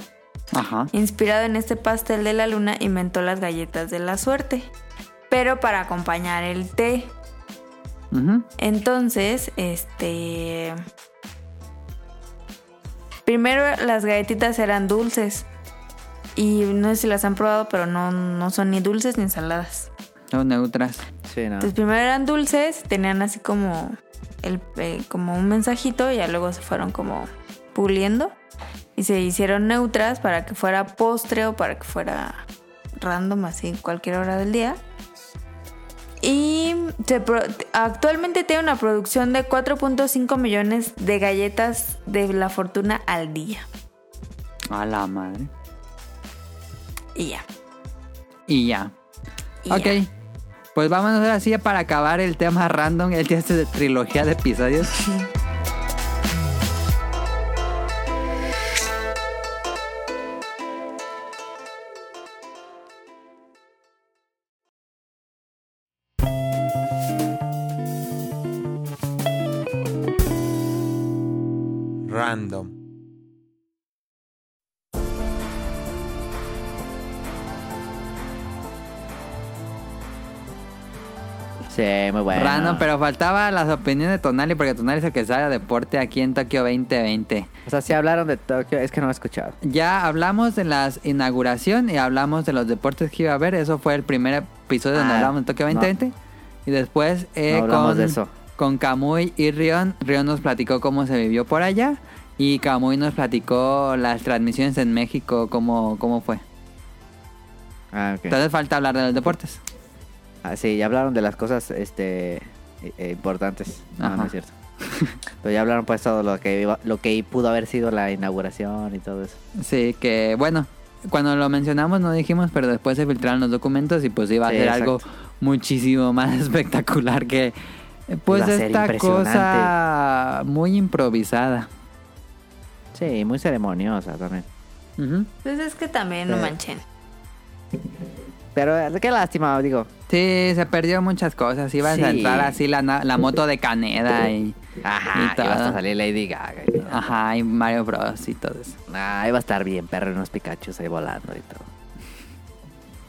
C: Ajá.
A: Inspirado en este pastel de la luna, inventó las galletas de la suerte, pero para acompañar el té.
C: Ujú.
A: Entonces, este... Primero las galletitas eran dulces. Y no sé si las han probado, pero no, no son ni dulces ni saladas.
C: Son neutras.
B: Sí, no.
A: Entonces primero eran dulces, tenían así como, el, eh, como un mensajito y ya luego se fueron como puliendo y se hicieron neutras para que fuera postre o para que fuera random así cualquier hora del día. Y se pro- actualmente tiene una producción de 4.5 millones de galletas de la fortuna al día.
C: A la madre.
A: Y ya.
C: Y ya.
A: y
C: ok.
A: ya.
C: Pues vámonos ahora sí para acabar el tema random, el día este de trilogía de episodios.
D: Random.
B: Sí, muy bueno.
C: Random, pero faltaba las opiniones de Tonali, porque Tonali es el que sabe de deporte aquí en Tokio 2020.
B: O sea, sí hablaron de Tokio. Es que no he escuchado.
C: Ya hablamos de la inauguración y hablamos de los deportes que iba a haber. Eso fue el primer episodio donde
B: Ah,
C: hablamos de Tokio
B: no.
C: 2020. Y después eh,
B: No hablamos
C: con,
B: de eso.
C: con Kamui y Rion. Rion nos platicó cómo se vivió por allá. Y Kamui nos platicó las transmisiones en México, cómo, cómo fue.
B: Ah, ok.
C: Entonces falta hablar de los deportes.
B: Ah, sí, ya hablaron de las cosas este eh, eh, importantes. No,
C: Ajá.
B: no es cierto. Pero ya hablaron pues todo lo que iba- lo que pudo haber sido la inauguración y todo eso.
C: Sí, que bueno, cuando lo mencionamos no dijimos, pero después se filtraron los documentos y pues iba a
B: Sí,
C: ser
B: exacto.
C: algo muchísimo más espectacular que pues
B: Iba a ser
C: esta
B: impresionante.
C: cosa muy improvisada.
B: Sí, muy ceremoniosa también.
C: Ujú.
A: Entonces Pues es que también no
B: Sí.
A: manchen.
B: Pero eh, qué lástima, digo.
C: Sí, se perdió muchas cosas. Iba
B: Sí.
C: a entrar así la, na- la moto de Caneda y,
B: Ajá,
C: Y todo.
B: iba a salir Lady Gaga. y todo.
C: ajá, y Mario Bros y todo eso.
B: Ah, iba a estar bien, perro, y unos Pikachu ahí volando y todo.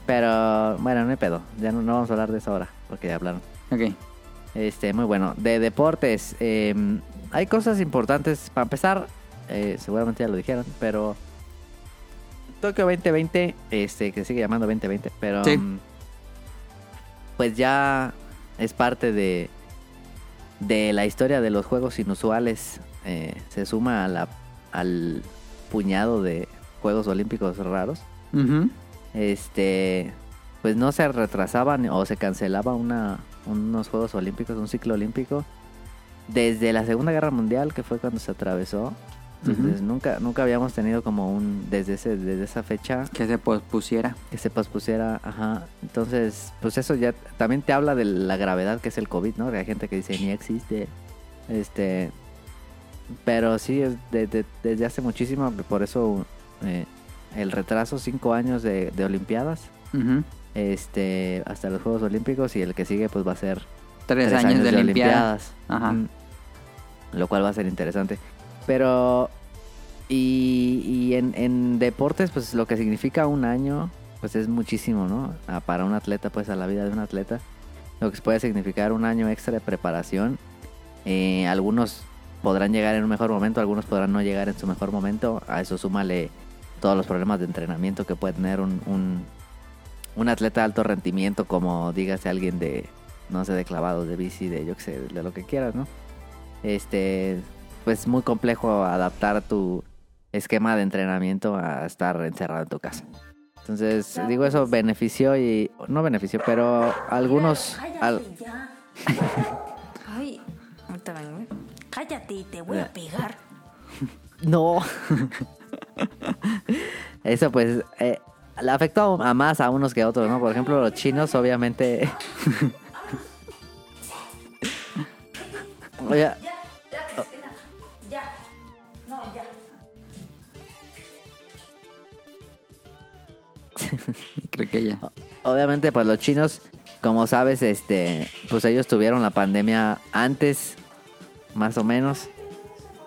B: Pero bueno, no hay pedo. Ya no, no vamos a hablar de eso ahora, porque ya hablaron.
C: Ok.
B: Este, muy bueno. De deportes, eh, hay cosas importantes para empezar. eh, seguramente ya lo dijeron, pero Tokio 2020, este, que sigue llamando 2020, pero
C: Sí.
B: mm, pues ya es parte de de la historia de los juegos inusuales. eh, se suma a la, al puñado de juegos olímpicos raros
C: Ujú.
B: este pues no se retrasaban o se cancelaba una unos Juegos Olímpicos, un ciclo olímpico desde la Segunda Guerra Mundial que fue cuando se atravesó. Entonces
C: Ujú.
B: nunca nunca habíamos tenido como un desde ese desde esa fecha
C: Que se pospusiera.
B: que se pospusiera, ajá. Entonces, pues eso ya también te habla de la gravedad que es el COVID, ¿no? Que hay gente que dice ni existe. Este pero sí es de- de- desde hace muchísimo, por eso eh, el retraso cinco años de, de Olimpiadas
C: Ujú.
B: este hasta los Juegos Olímpicos y el que sigue pues va a ser
C: Tres, años, de, Olimpiadas. Ajá.
B: Mm. Lo cual va a ser interesante. Pero. Y, y en, en deportes, pues lo que significa un año, pues es muchísimo, ¿no? Ah, Para un atleta, pues a la vida de un atleta. Lo que puede significar un año extra de preparación. Eh, algunos podrán llegar en un mejor momento, algunos podrán no llegar en su mejor momento. A eso súmale todos los problemas de entrenamiento que puede tener un, un, un atleta de alto rendimiento, como dígase alguien de, no sé, de clavados, de bici, de yo qué sé, de lo que quieras, ¿no? Este, pues muy complejo adaptar tu esquema de entrenamiento a estar encerrado en tu casa. Entonces, digo, eso benefició y, no benefició, pero algunos, al-
A: Cállate ya. Ay, ahorita vengo, ¿eh? Cállate y te voy a pegar.
B: No. Eso pues eh, le afectó a más a unos que a otros, ¿no? Por ejemplo, los chinos obviamente... Oye,
C: Creo que ya.
B: obviamente pues los chinos, como sabes, este, pues ellos tuvieron la pandemia antes, más o menos,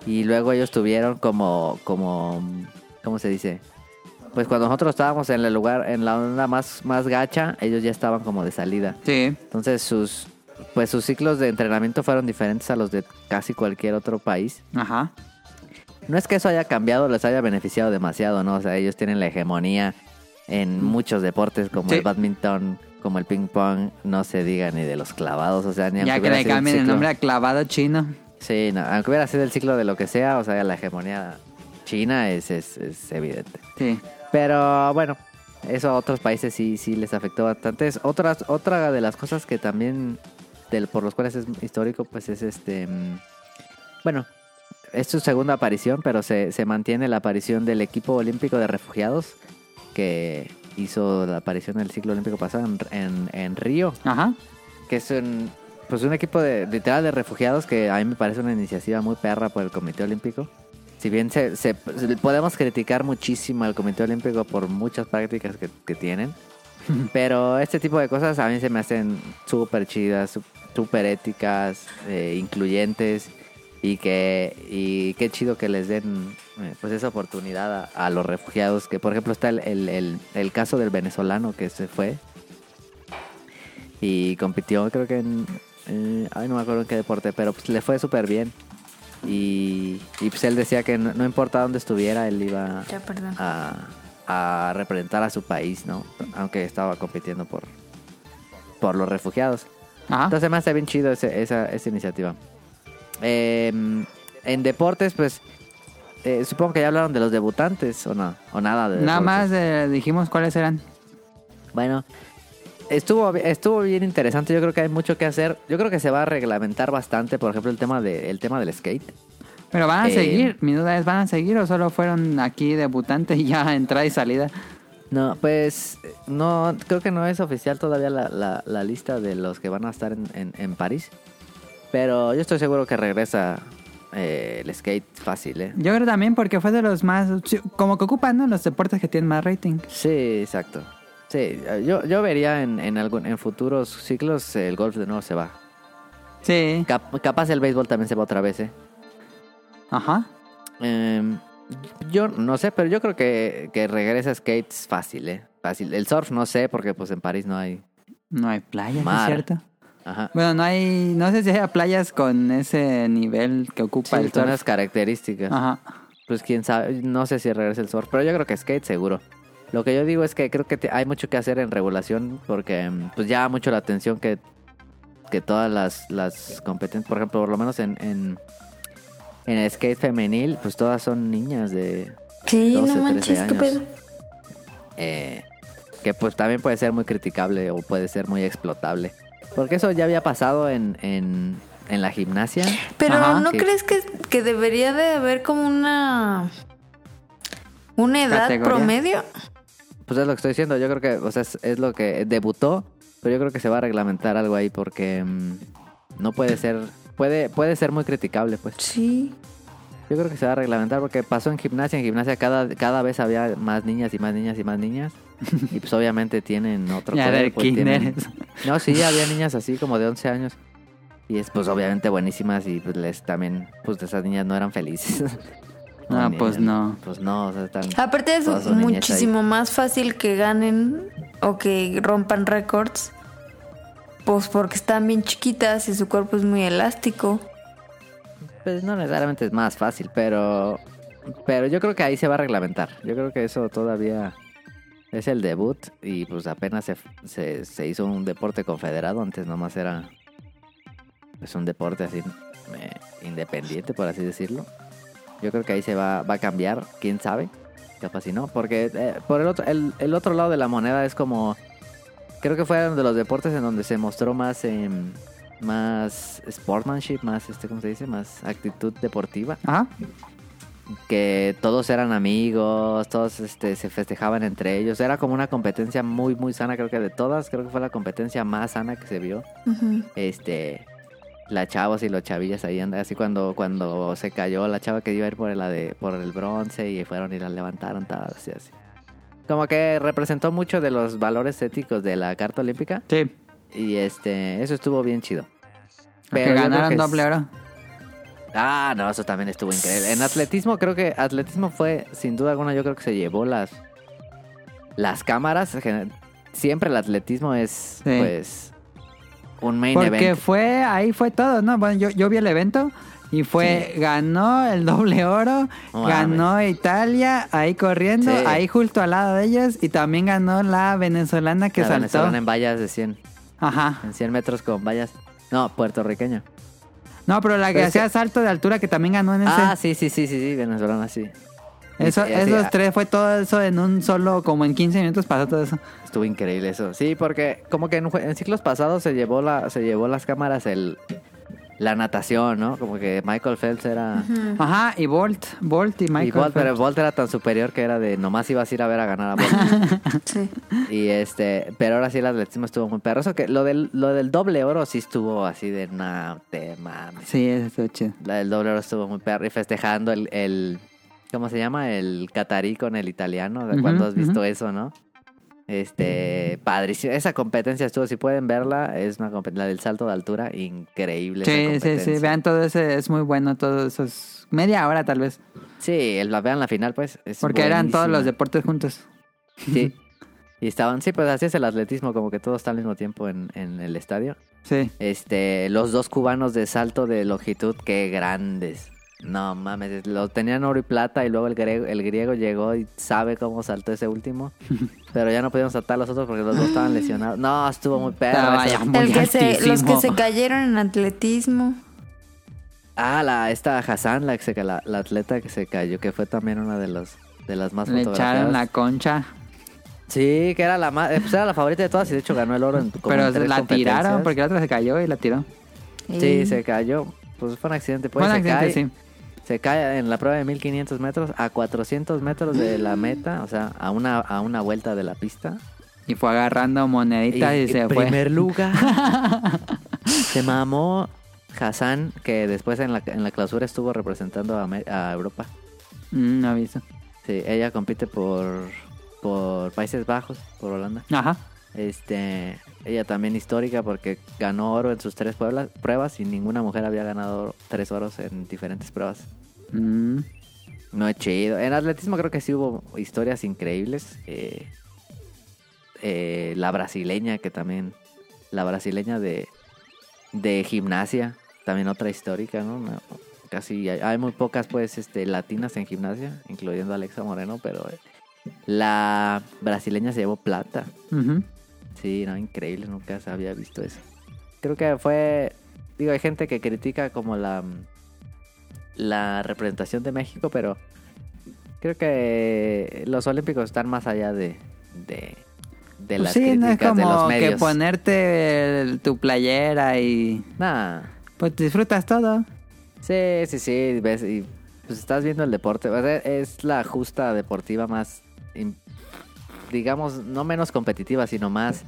B: y luego ellos tuvieron como, como, ¿cómo se dice? Pues cuando nosotros estábamos en el lugar, en la onda más, más gacha, ellos ya estaban como de salida.
C: Sí.
B: Entonces sus pues sus ciclos de entrenamiento fueron diferentes a los de casi cualquier otro país.
C: Ajá.
B: No es que eso haya cambiado, les haya beneficiado demasiado, ¿no? O sea, ellos tienen la hegemonía en muchos deportes como
C: Mm. Sí.
B: el badminton, como el ping pong, no se diga ni de los clavados, o sea, ni
C: Ya
B: aunque
C: que
B: hubiera
C: le
B: sido un
C: cambien el
B: ciclo-
C: nombre a clavado chino.
B: Sí, no, aunque hubiera sido el ciclo de lo que sea, o sea, la hegemonía china es, es, es evidente.
C: Sí.
B: Pero bueno, eso a otros países sí, sí les afectó bastante. Es Otras, otra de las cosas que también, del, por los cuales es histórico, pues es este... mm, Bueno, es su segunda aparición, pero se, se mantiene la aparición del equipo olímpico de refugiados que hizo la aparición en el ciclo olímpico pasado en, en- en Río,
C: Ajá.
B: que es un, pues un equipo de, literal de refugiados que a mí me parece una iniciativa muy perra por el Comité Olímpico. Si bien se, se- podemos criticar muchísimo al Comité Olímpico por muchas prácticas que, que tienen, pero este tipo de cosas a mí se me hacen súper chidas, sú- súper éticas, eh, incluyentes y que y qué chido que les den eh, pues esa oportunidad a, a los refugiados, que por ejemplo está el, el- el- el caso del venezolano que se fue y compitió creo que en... eh, ay, no me acuerdo en qué deporte, pero pues le fue súper bien. Y, y, pues él decía que no, no importa dónde estuviera, él iba
A: Ya, perdón.
B: a, a representar a su país, ¿no? Aunque estaba compitiendo por, por los refugiados.
C: Ajá.
B: Entonces me hace bien chido ese- esa, esa iniciativa. Eh, en deportes, pues, eh, supongo que ya hablaron de los debutantes o no, o nada de
C: Nada
B: deportes.
C: más eh, dijimos cuáles eran.
B: Bueno, estuvo, estuvo bien interesante, yo creo que hay mucho que hacer. Yo creo que se va a reglamentar bastante, por ejemplo, el tema, de, el tema del skate.
C: Pero van a
B: Eh,
C: seguir. Mi duda es, ¿van a seguir o solo fueron aquí debutantes y ya entrada y salida?
B: No, pues no, creo que no es oficial todavía la, la- la lista de los que van a estar en, en- en París. Pero yo estoy seguro que regresa eh, el skate fácil, ¿eh?
C: Yo creo también porque fue de los más... Como que ocupan, ¿no? Los deportes que tienen más rating.
B: Sí, exacto. Sí, yo, yo vería en, en, algún, en futuros ciclos el golf de nuevo se va.
C: Sí.
B: Cap- capaz el béisbol también se va otra vez, ¿eh?
C: Ajá.
B: Em, yo no sé, pero yo creo que, que regresa skates fácil, ¿eh? Fácil. El surf no sé, porque pues en París no hay...
C: No hay playas, ¿no es
B: Mar.
C: cierto?
B: Ajá.
C: Bueno, no hay... No sé si hay playas con ese nivel que ocupa
B: Sí,
C: el
B: son
C: surf.
B: las características.
C: Ajá.
B: Pues quién sabe, no sé si regresa el surf, pero yo creo que skate seguro. Lo que yo digo es que creo que te- hay mucho que hacer en regulación porque mm, pues llama mucho la atención que, que todas las, las competencias, por ejemplo, por lo menos en, en, en el skate femenil, pues todas son niñas de...
A: Sí, no
B: 12, 13
A: manches, qué
B: años.
A: pedo.
B: eh, que pues también puede ser muy criticable o puede ser muy explotable. Porque eso ya había pasado en, en, en la gimnasia.
A: Pero
C: Ajá,
A: ¿no
B: sí.
A: crees que, que debería de haber como una una edad
C: Categoría.
A: promedio?
B: Pues es lo que estoy diciendo, yo creo que, o sea, es, es lo que debutó, pero yo creo que se va a reglamentar algo ahí porque mm, no puede ser, puede, puede ser muy criticable, pues.
A: Sí.
B: Yo creo que se va a reglamentar porque pasó en gimnasia. En gimnasia cada, cada vez había más niñas y más niñas y más niñas. Y pues obviamente tienen otro
C: Ya
B: poder,
C: del
B: pues,
C: kinder.
B: tienen- No, sí, había niñas así como de 11 años. Y es pues obviamente buenísimas y pues les también, pues esas niñas no eran felices.
C: No,
B: ni
C: pues
B: eran-
C: no. Ah,
B: Pues no, o sea, están...
A: Aparte
B: toda
A: es
B: su niñez ahí.
A: muchísimo más fácil que ganen o que rompan récords, pues porque están bien chiquitas y su cuerpo es muy elástico.
B: Pues no necesariamente es más fácil, pero... Pero yo creo que ahí se va a reglamentar. Yo creo que eso todavía es el debut y pues apenas se, se, se hizo un deporte confederado. Antes nomás era... Es un deporte así eh, independiente, por así decirlo. Yo creo que ahí se va, va a cambiar, quién sabe. Capaz si no, porque eh, por el otro, el, el otro lado de la moneda es como... Creo que fue uno de los deportes en donde se mostró más... em, más sportsmanship, más este, ¿cómo se dice? Más actitud deportiva.
C: Ajá.
B: Que todos eran amigos, todos este, se festejaban entre ellos. Era como una competencia muy, muy sana, creo que de todas, creo que fue la competencia más sana que se vio.
A: Ujú.
B: Este, las chavas y los chavillas ahí andan así cuando, cuando se cayó la chava que iba a ir por la de, por el bronce y fueron y la levantaron, tal, así, así. Como que representó mucho de los valores éticos de la Carta Olímpica
C: Sí.
B: y este, eso estuvo bien chido.
C: Pero
B: yo
C: que
B: creo
C: ganaron
B: que
C: doble
B: es-
C: oro.
B: Ah, no, eso también estuvo increíble. En atletismo creo que atletismo fue, sin duda alguna, yo creo que se llevó las las cámaras. Gen- Siempre el atletismo es, pues, un main
C: Porque
B: event.
C: fue, ahí fue todo, ¿no? Bueno, yo, yo vi el evento y fue, ganó el doble oro,
B: No mames.
C: ganó Italia ahí corriendo,
B: Sí.
C: ahí justo al lado de ellos y también ganó la venezolana que
B: La
C: saltó.
B: venezolana en vallas de 100,
C: Ajá.
B: en 100 metros con vallas. No, puertorriqueña.
C: No, pero la que
B: Pero es
C: hacía
B: que-
C: salto de altura que también ganó en ese.
B: Ah, sí, sí, sí, sí, sí, venezolana, sí.
C: Eso,
B: Sí, sí,
C: esos
B: ah.
C: tres fue todo eso en un solo, como en 15 minutos pasó todo eso.
B: Estuvo increíble eso. Sí, porque como que en, jue- en ciclos pasados se llevó la se llevó las cámaras el la natación, ¿no? Como que Michael Phelps era
C: Ajá, y Bolt, Bolt y Michael.
B: y Bolt, pero
C: Phelps.
B: Bolt era tan superior que era de nomás ibas a ir a ver a ganar a Bolt.
A: Sí.
B: y este, pero ahora sí el atletismo estuvo muy perroso. Que lo del, lo del doble oro sí estuvo así de no te mames.
C: Sí, eso estuvo chido.
B: La del doble oro estuvo muy perro. Y festejando el, el ¿cómo se llama? El catarí con el italiano. ¿De
C: Ujú,
B: cuándo has visto
C: ujú.
B: eso, no? Este, padrísimo. Esa competencia estuvo, si pueden verla, es una competencia, la del salto de altura, increíble. esa
C: Sí, sí, sí,
B: competencia.
C: vean todo ese, es muy bueno, todos esos, media hora tal vez,
B: Sí, el, vean la final, pues. es
C: porque eran todos los
B: buenísima.
C: deportes juntos.
B: Sí. Y estaban, sí, pues así es el atletismo, como que todos están al mismo tiempo en, en el estadio.
C: Sí.
B: Este, los dos cubanos de salto de longitud, qué grandes. No mames, lo tenían oro y plata y luego el griego, el griego llegó y sabe cómo saltó ese último. Pero ya no pudieron saltar los otros porque los dos estaban lesionados. No, estuvo muy perro.
C: Estaba
B: eso.
C: ya muy
A: El que se, los que
C: altísimo.
A: se cayeron en atletismo.
B: Ah, la, esta Hassan, la, que se- la, la atleta que se cayó, que fue también una de los de las más
C: Le echaron
B: fotografiadas.
C: la concha,
B: Sí, que era la más, eh, pues era la favorita de todas y de hecho ganó el oro en como
C: pero
B: en tres
C: la tiraron
B: competencias.
C: porque la otra se cayó y la tiró.
B: Sí, se cayó. Pues fue un accidente. Pues
C: Buen
B: se,
C: accidente,
B: cae,
C: sí.
B: se cae en la prueba de 1500 metros a 400 metros de la meta, o sea, a una, a una vuelta de la pista.
C: Y fue agarrando moneditas y, se
B: en
C: fue.
B: primer lugar. se mamó Hassan, que después en la, en la clausura estuvo representando a, Me- a Europa.
C: Mm, no aviso.
B: Sí, ella compite por, por Países Bajos, por Holanda.
C: Ajá.
B: Este, ella también histórica porque ganó oro en sus tres pueblas- pruebas y ninguna mujer había ganado oro- tres oros en diferentes pruebas.
C: Mm.
B: No es chido. En atletismo creo que sí hubo historias increíbles. Eh, eh, la brasileña que también, la brasileña de, de gimnasia, también otra histórica, ¿no? No, casi hay, hay muy pocas pues este, latinas en gimnasia, incluyendo a Alexa Moreno, pero eh, la brasileña se llevó plata.
C: Ujú.
B: Sí, no, increíble, nunca se había visto eso. Creo que fue, digo, hay gente que critica como la mm, la representación de México, pero creo que los Olímpicos están más allá de de, de las
C: Pues sí,
B: críticas
C: no es
B: de los
C: como que
B: medios.
C: ponerte el- tu playera y
B: Nah.
C: pues disfrutas todo.
B: Sí, sí, sí, ves y pues estás viendo el deporte, o sea, es la justa deportiva más im- digamos no menos competitiva, sino más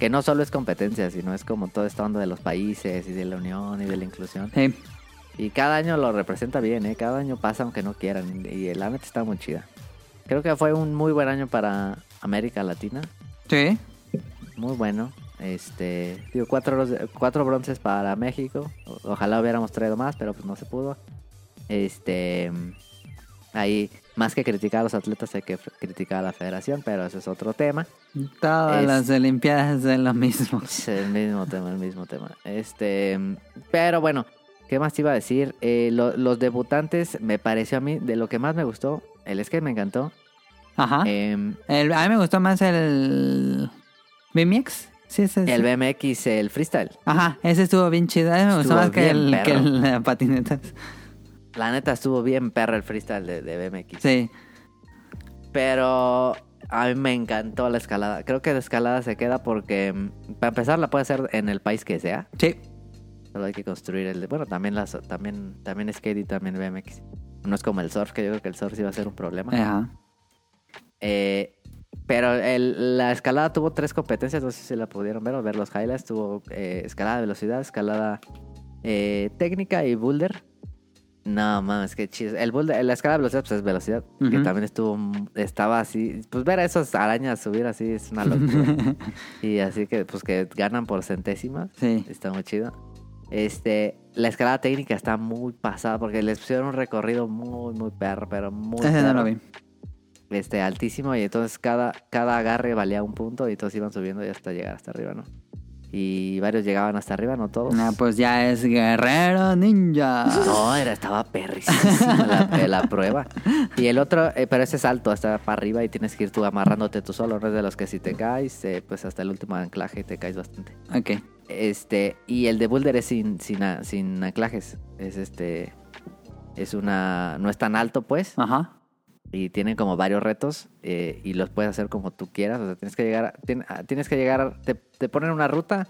B: que no solo es competencia, sino es como toda esta onda de los países y de la unión y de la inclusión.
C: Sí.
B: Y cada año lo representa bien, ¿eh? Cada año pasa aunque no quieran. Y la neta está muy chida. Creo que fue un muy buen año para América Latina.
C: Sí.
B: Muy bueno. Este, digo, cuatro, bronce- cuatro bronces para México. O- Ojalá hubiéramos traído más, pero pues no se pudo. Este, ahí, más que criticar a los atletas, hay que fr- criticar a la federación, pero ese es otro tema.
C: Todas
B: Es-
C: las Olimpiadas es lo mismo.
B: Es el mismo tema, el mismo tema. Este, pero bueno, ¿qué más te iba a decir? Eh, lo- los debutantes, me pareció a mí, de lo que más me gustó, el skate me encantó.
C: Ajá.
B: Em,
C: El- a mí me gustó más el. BMX. Sí, ese es.
B: el BMX, el freestyle.
C: Ajá, ese estuvo bien chido. A mí me gustó
B: Estuvo
C: más que
B: bien
C: el,
B: perro.
C: que el eh, patinetas.
B: La neta estuvo bien perro el freestyle de, de BMX.
C: Sí.
B: Pero a mí me encantó la escalada. Creo que la escalada se queda porque, mm, para empezar, la puede hacer en el país que sea.
C: Sí.
B: Solo hay que construir el... Bueno, también, las, también, también skate y también BMX. No es como el surf, que yo creo que el surf sí va a ser un problema.
C: Ajá.
B: Eh, pero el- la escalada tuvo tres competencias, no sé si la pudieron ver o ver los highlights. Tuvo eh, escalada de velocidad, escalada eh, técnica y boulder. No mames, qué chido. El boulder, la escalada de velocidad, pues es velocidad. Que
C: Ujú.
B: también estuvo, estaba así. Pues ver a esos arañas subir así es una locura. y así que, pues que ganan por centésimas.
C: Sí.
B: Está muy chido. Este, la escalada técnica está muy pasada porque les pusieron un recorrido muy, muy perro, pero muy.
C: Ese no
B: perro
C: lo vi.
B: este, altísimo y entonces cada, cada agarre valía un punto y todos iban subiendo y hasta llegar hasta arriba, ¿no? Y varios llegaban hasta arriba, no todos.
C: Ah, pues ya es guerrero ninja.
B: No, era, estaba perrísima la, la prueba. Y el otro, eh, pero ese salto hasta para arriba y tienes que ir tú amarrándote tú solo, no es de los que si te caes, eh, pues hasta el último anclaje te caes bastante.
C: Ok.
B: Este, y el de Boulder es sin, sin, a- sin anclajes. Es este, es una, no es tan alto pues.
C: Ajá.
B: y tienen como varios retos eh, y los puedes hacer como tú quieras. O sea, tienes que llegar, a- tien- a- tienes que llegar, te, te ponen una ruta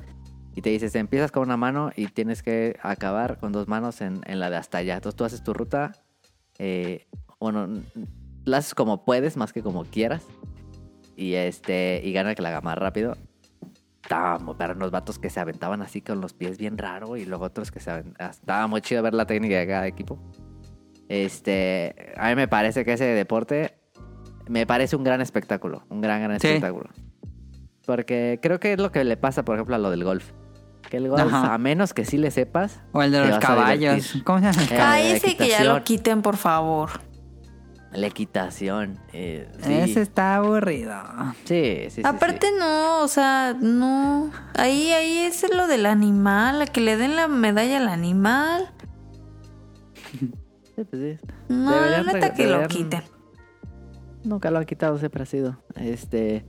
B: y te dices, empiezas con una mano y tienes que acabar con dos manos en, en la de hasta allá. Entonces tú haces tu ruta, eh, bueno, n- la haces como puedes, más que como quieras. Y este, y gana el que la haga más rápido. Estaba muy perro, unos vatos que se aventaban así con los pies bien raro y luego otros que se aventaban. Estaba muy chido ver la técnica de cada equipo. Este, a mí me parece que ese deporte me parece un gran espectáculo, un gran, gran
C: Sí.
B: espectáculo. Porque creo que es lo que le pasa, por ejemplo, a lo del golf. Que el golf,
C: Ajá.
B: a menos que sí le sepas,
C: O el de
B: Te
C: los
B: vas a
C: caballos.
B: divertir.
C: ¿Cómo se llama?
B: Eh,
A: Ay, ese que ya lo
B: equitación.
A: quiten, por favor.
B: la equitación. eh, sí,
C: Ese está aburrido.
B: sí, sí, sí,
A: Aparte no, o sea, no. Ahí, ahí es lo del animal, a que le den la medalla al animal.
B: sí. Sí, pues sí.
A: No,
B: Deberían
A: la neta
B: reg-
A: que lo
B: deberían-
A: quiten.
B: Nunca lo han quitado, siempre ha sido. Este.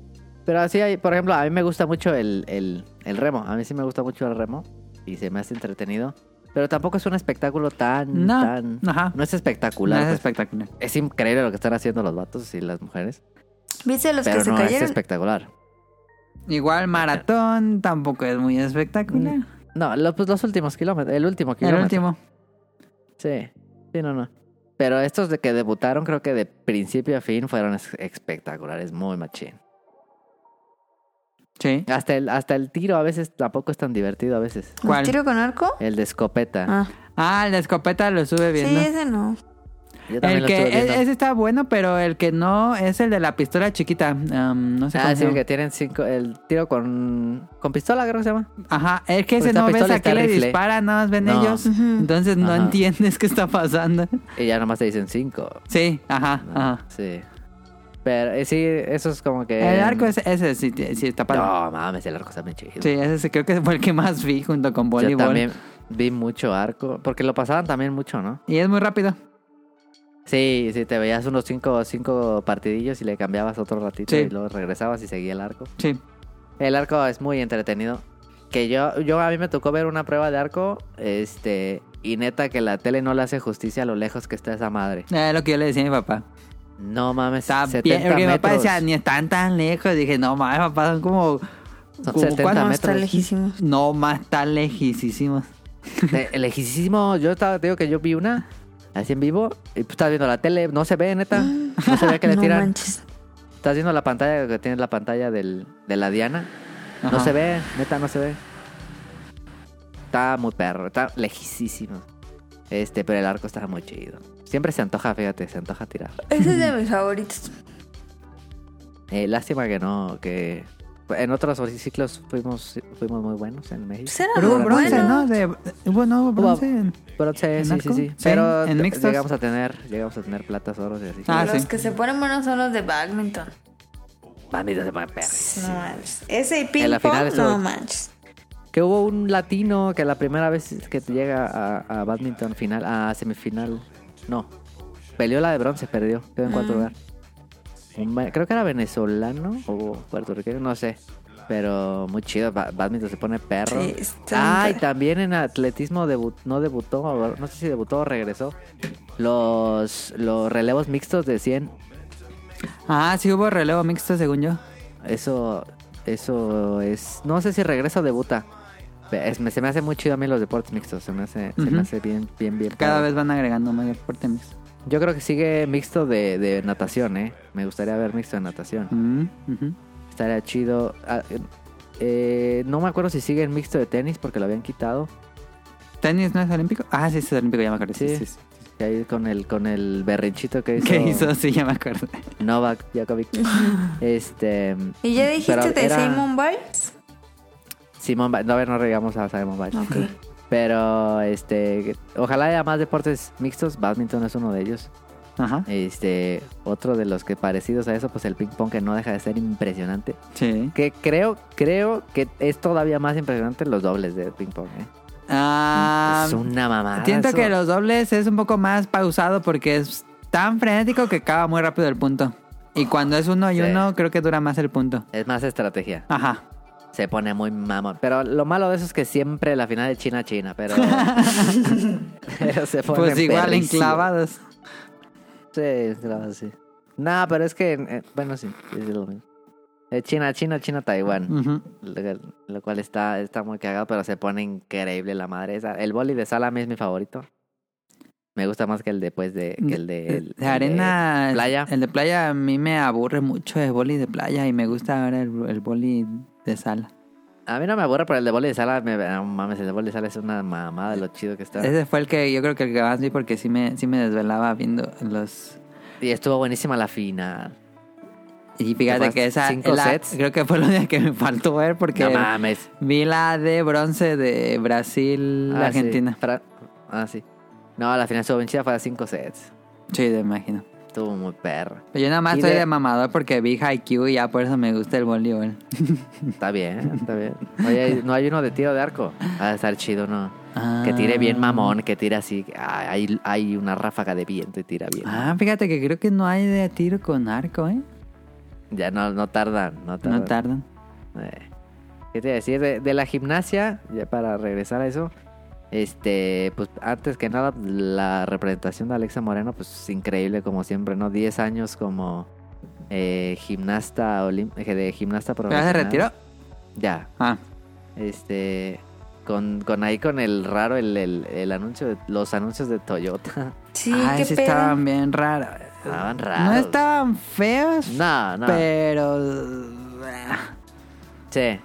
B: Pero así hay, por ejemplo, a mí me gusta mucho el, el, el remo. A mí sí me gusta mucho el remo. Y se me hace entretenido. Pero tampoco es un espectáculo tan.
C: No.
B: tan-
C: Ajá.
B: no es
C: No
B: espectacular.
C: es
B: pues.
C: espectacular.
B: es increíble lo que están haciendo los vatos y las mujeres.
A: ¿Viste los que
B: pero
A: se
B: no es
A: cayeron?
B: espectacular.
C: Igual maratón tampoco es muy espectacular.
B: No, lo- pues los últimos kilómetros. El último
C: El
B: kilómetro.
C: último.
B: Sí. Sí, no, no. Pero estos de que debutaron, creo que de principio a fin fueron es- espectaculares. Muy machín.
C: Sí.
B: Hasta el, hasta el tiro a veces tampoco es tan divertido a veces.
A: ¿Un
C: ¿Cuál?
A: tiro con arco?
B: El de escopeta.
A: Ah,
C: Ah, el de escopeta lo sube
A: sí,
C: bien. ¿no?
A: ese no.
B: Yo también
C: El
B: lo
C: que
B: estuve viendo.
C: e- ese está bueno, pero el que no es el de la pistola chiquita. Am, no sé
B: Ah,
C: cómo se
B: sí, el
C: llama.
B: que tienen cinco. El tiro con. Con pistola, creo que se llama.
C: Ajá, es que
B: Porque
C: ese
B: esta
C: no ves
B: pistola
C: a
B: está
C: qué le
B: rifle.
C: disparan, nada más ven
B: No.
C: ellos.
A: Ujú.
C: Entonces no
B: Ajá.
C: entiendes qué está pasando.
B: Y ya nomás te dicen cinco.
C: Sí, ajá, ajá.
B: Sí. Pero eh, sí, eso es como que.
C: El arco es ese, sí, te- sí está padre.
B: No mames, el arco está bien chido.
C: Sí, ese sí creo que fue el que más vi junto con
B: Yo
C: voleibol.
B: también vi mucho arco. Porque lo pasaban también mucho, ¿no?
C: Y es muy rápido.
B: Sí, sí, te veías unos cinco, cinco partidillos y le cambiabas otro ratito
C: Sí.
B: y luego regresabas y seguía el arco.
C: Sí.
B: El arco es muy entretenido. Que yo, yo a mí me tocó ver una prueba de arco, este, y neta que la tele no le hace justicia a lo lejos que está esa madre.
C: Es lo que yo le decía a mi papá.
B: No mames,
C: Está
B: 70
C: bien, porque mi papá
B: metros.
C: decía, ni están tan lejos. Dije, no mames, papá, son como.
B: Son
C: como
B: 70
C: ¿cuántos?
A: No,
B: metros.
A: está lejísimo.
C: No, más tan lejísimos.
B: Le- lejísimo. Yo estaba, te digo que yo vi una, así en vivo, y tú estás viendo la tele, no se ve, neta. No se ve que le
A: no
B: tiran.
A: manches.
B: Estás viendo la pantalla que tienes la pantalla del, de la Diana. No
C: Ajá.
B: se ve, neta, no se ve. Está muy perro, está lejísimo. Este, pero el arco estaba muy chido. Siempre se antoja, fíjate, se antoja tirar.
A: Ese es de mis favoritos.
B: Eh, lástima que no, que en otros ciclos fuimos, fuimos muy buenos en México.
A: Será
C: Pero hubo
A: muy
C: bronce,
A: bueno.
C: ¿no? De, hubo no bronce. en-
B: Pero sí,
C: ¿En
B: sí,
C: arco?
B: sí, sí.
C: Sí,
B: Pero
C: en
B: t-
C: mixtos.
B: llegamos a tener, llegamos a tener platas, oros y así.
C: Ah,
A: los
C: sí.
A: que se ponen buenos son los de badminton.
B: Bandita se pone perra.
A: No manches. Ese y ping
B: En la final
A: pong,
B: estuvo-
A: no manches.
B: Que hubo un latino que la primera vez que llega a, a badminton final, a semifinal, no. Peleó la de bronce, perdió, quedó en
A: Mm.
B: cuarto lugar. Un ve- creo que era venezolano o puertorriqueño, no sé. Pero muy chido, ba- badminton se pone perro.
A: Sí, está
B: ah, y
A: bien.
B: también en atletismo debu- no debutó, o no sé si debutó o regresó. Los, los relevos mixtos de 100
C: Ah, sí hubo relevo mixto, según yo.
B: Eso, eso es. No sé si regresa o debuta. Pe- es- me- se me hace muy chido a mí los deportes mixtos. Se me hace, se
C: Ujú.
B: me hace bien, bien, bien.
C: Cada
B: padre.
C: vez van agregando más deporte mixto.
B: Yo creo que sigue mixto de, de natación, ¿eh? Me gustaría ver mixto de natación.
C: Mm, ujú.
B: Estaría chido. Ah, eh, eh, no me acuerdo si sigue el mixto de tenis porque lo habían quitado.
C: ¿Tenis no es olímpico? Ah, sí, sí, es olímpico, ya me acuerdo. Sí,
B: Sí.
C: sí, sí.
B: Y ahí con el, con el berrinchito que hizo,
C: ¿Qué hizo? Sí, ya me acuerdo.
B: Novak Djokovic. este.
A: ¿Y ya
B: pero
A: dijiste de
B: era-
A: Simon Biles?
B: Simón Ba- no, a ver, no llegamos a Simon Biles.
A: Ok.
B: Pero, este, ojalá haya más deportes mixtos. Badminton es uno de ellos.
C: Ajá.
B: Este, otro de los que parecidos a eso, pues el ping pong que no deja de ser impresionante.
C: Sí.
B: Que creo, creo que es todavía más impresionante los dobles de ping pong. ¿eh?
C: Ah,
B: es una mamada.
C: siento
B: eso.
C: que los dobles es un poco más pausado porque es tan frenético que acaba muy rápido el punto. Y cuando es uno y
B: Sí.
C: uno, creo que dura más el punto.
B: es más estrategia.
C: Ajá.
B: Se pone muy mamón. Pero lo malo de eso es que siempre la final es China China, pero, pero se pone
C: Pues igual enclavados.
B: Sí, enclavados, sí. No, pero es que eh, bueno, sí, es lo mismo. Eh, China China China Taiwán.
C: Ujú.
B: Lo, lo cual está, está muy cagado, pero se pone increíble la madre esa. El boli de Salami es mi favorito. Me gusta más que el de, pues, de, que el de... el- el
C: de arena.
B: de playa.
C: El de playa a mí me aburre mucho el boli de playa y me gusta ahora el, el boli de sala.
B: A mí no me aburre, pero el de boli de Sala... Me, no mames, el de boli de Sala es una mamada de lo chido que está.
C: Ese fue el que yo creo que el que más vi porque sí me, sí me desvelaba viendo los.
B: Y estuvo buenísima la final.
C: Y fíjate
B: Capaz
C: que esa.
B: cinco
C: la-
B: sets.
C: Creo que fue la única que me faltó ver porque
B: No mames.
C: vi la de bronce de Brasil,
B: Ah, sí.
C: Argentina.
B: Fra- Ah, sí. No, la final estuvo bien chida, fue a cinco sets.
C: Sí, te imagino.
B: Estuvo muy perro.
C: Pero yo nada más
B: Y
C: soy de...
B: de-
C: mamador porque vi Haikyuu y ya por eso me gusta el voleibol.
B: Está bien, está bien. Oye, ¿no hay uno de tiro de arco? Ha de estar chido, ¿no?
C: Ah.
B: Que tire bien mamón, que tire así. ah, Hay, hay una ráfaga de viento y tira bien.
C: Ah, fíjate que creo que no hay de tiro con arco, ¿eh?
B: Ya no, no tardan, no tardan.
C: No tardan.
B: Eh, ¿Qué te iba a decir? De, de la gimnasia, ya para regresar a eso, este, pues antes que nada, la representación de Alexa Moreno, pues increíble como siempre, ¿no? 10 años como eh, gimnasta, olim- eh, de gimnasta
C: ¿Pero ya
B: profesional.
C: se retiró?
B: Ya,
C: Ah,
B: este, con, con ahí con el raro, el, el, el anuncio, de- los anuncios de Toyota.
A: Sí,
C: Ay,
B: Ah,
A: qué
C: Ah, sí
A: pedo.
C: estaban bien raros.
B: Estaban
C: No
B: raros.
C: estaban feos,
B: No, no.
C: pero...
B: Sí.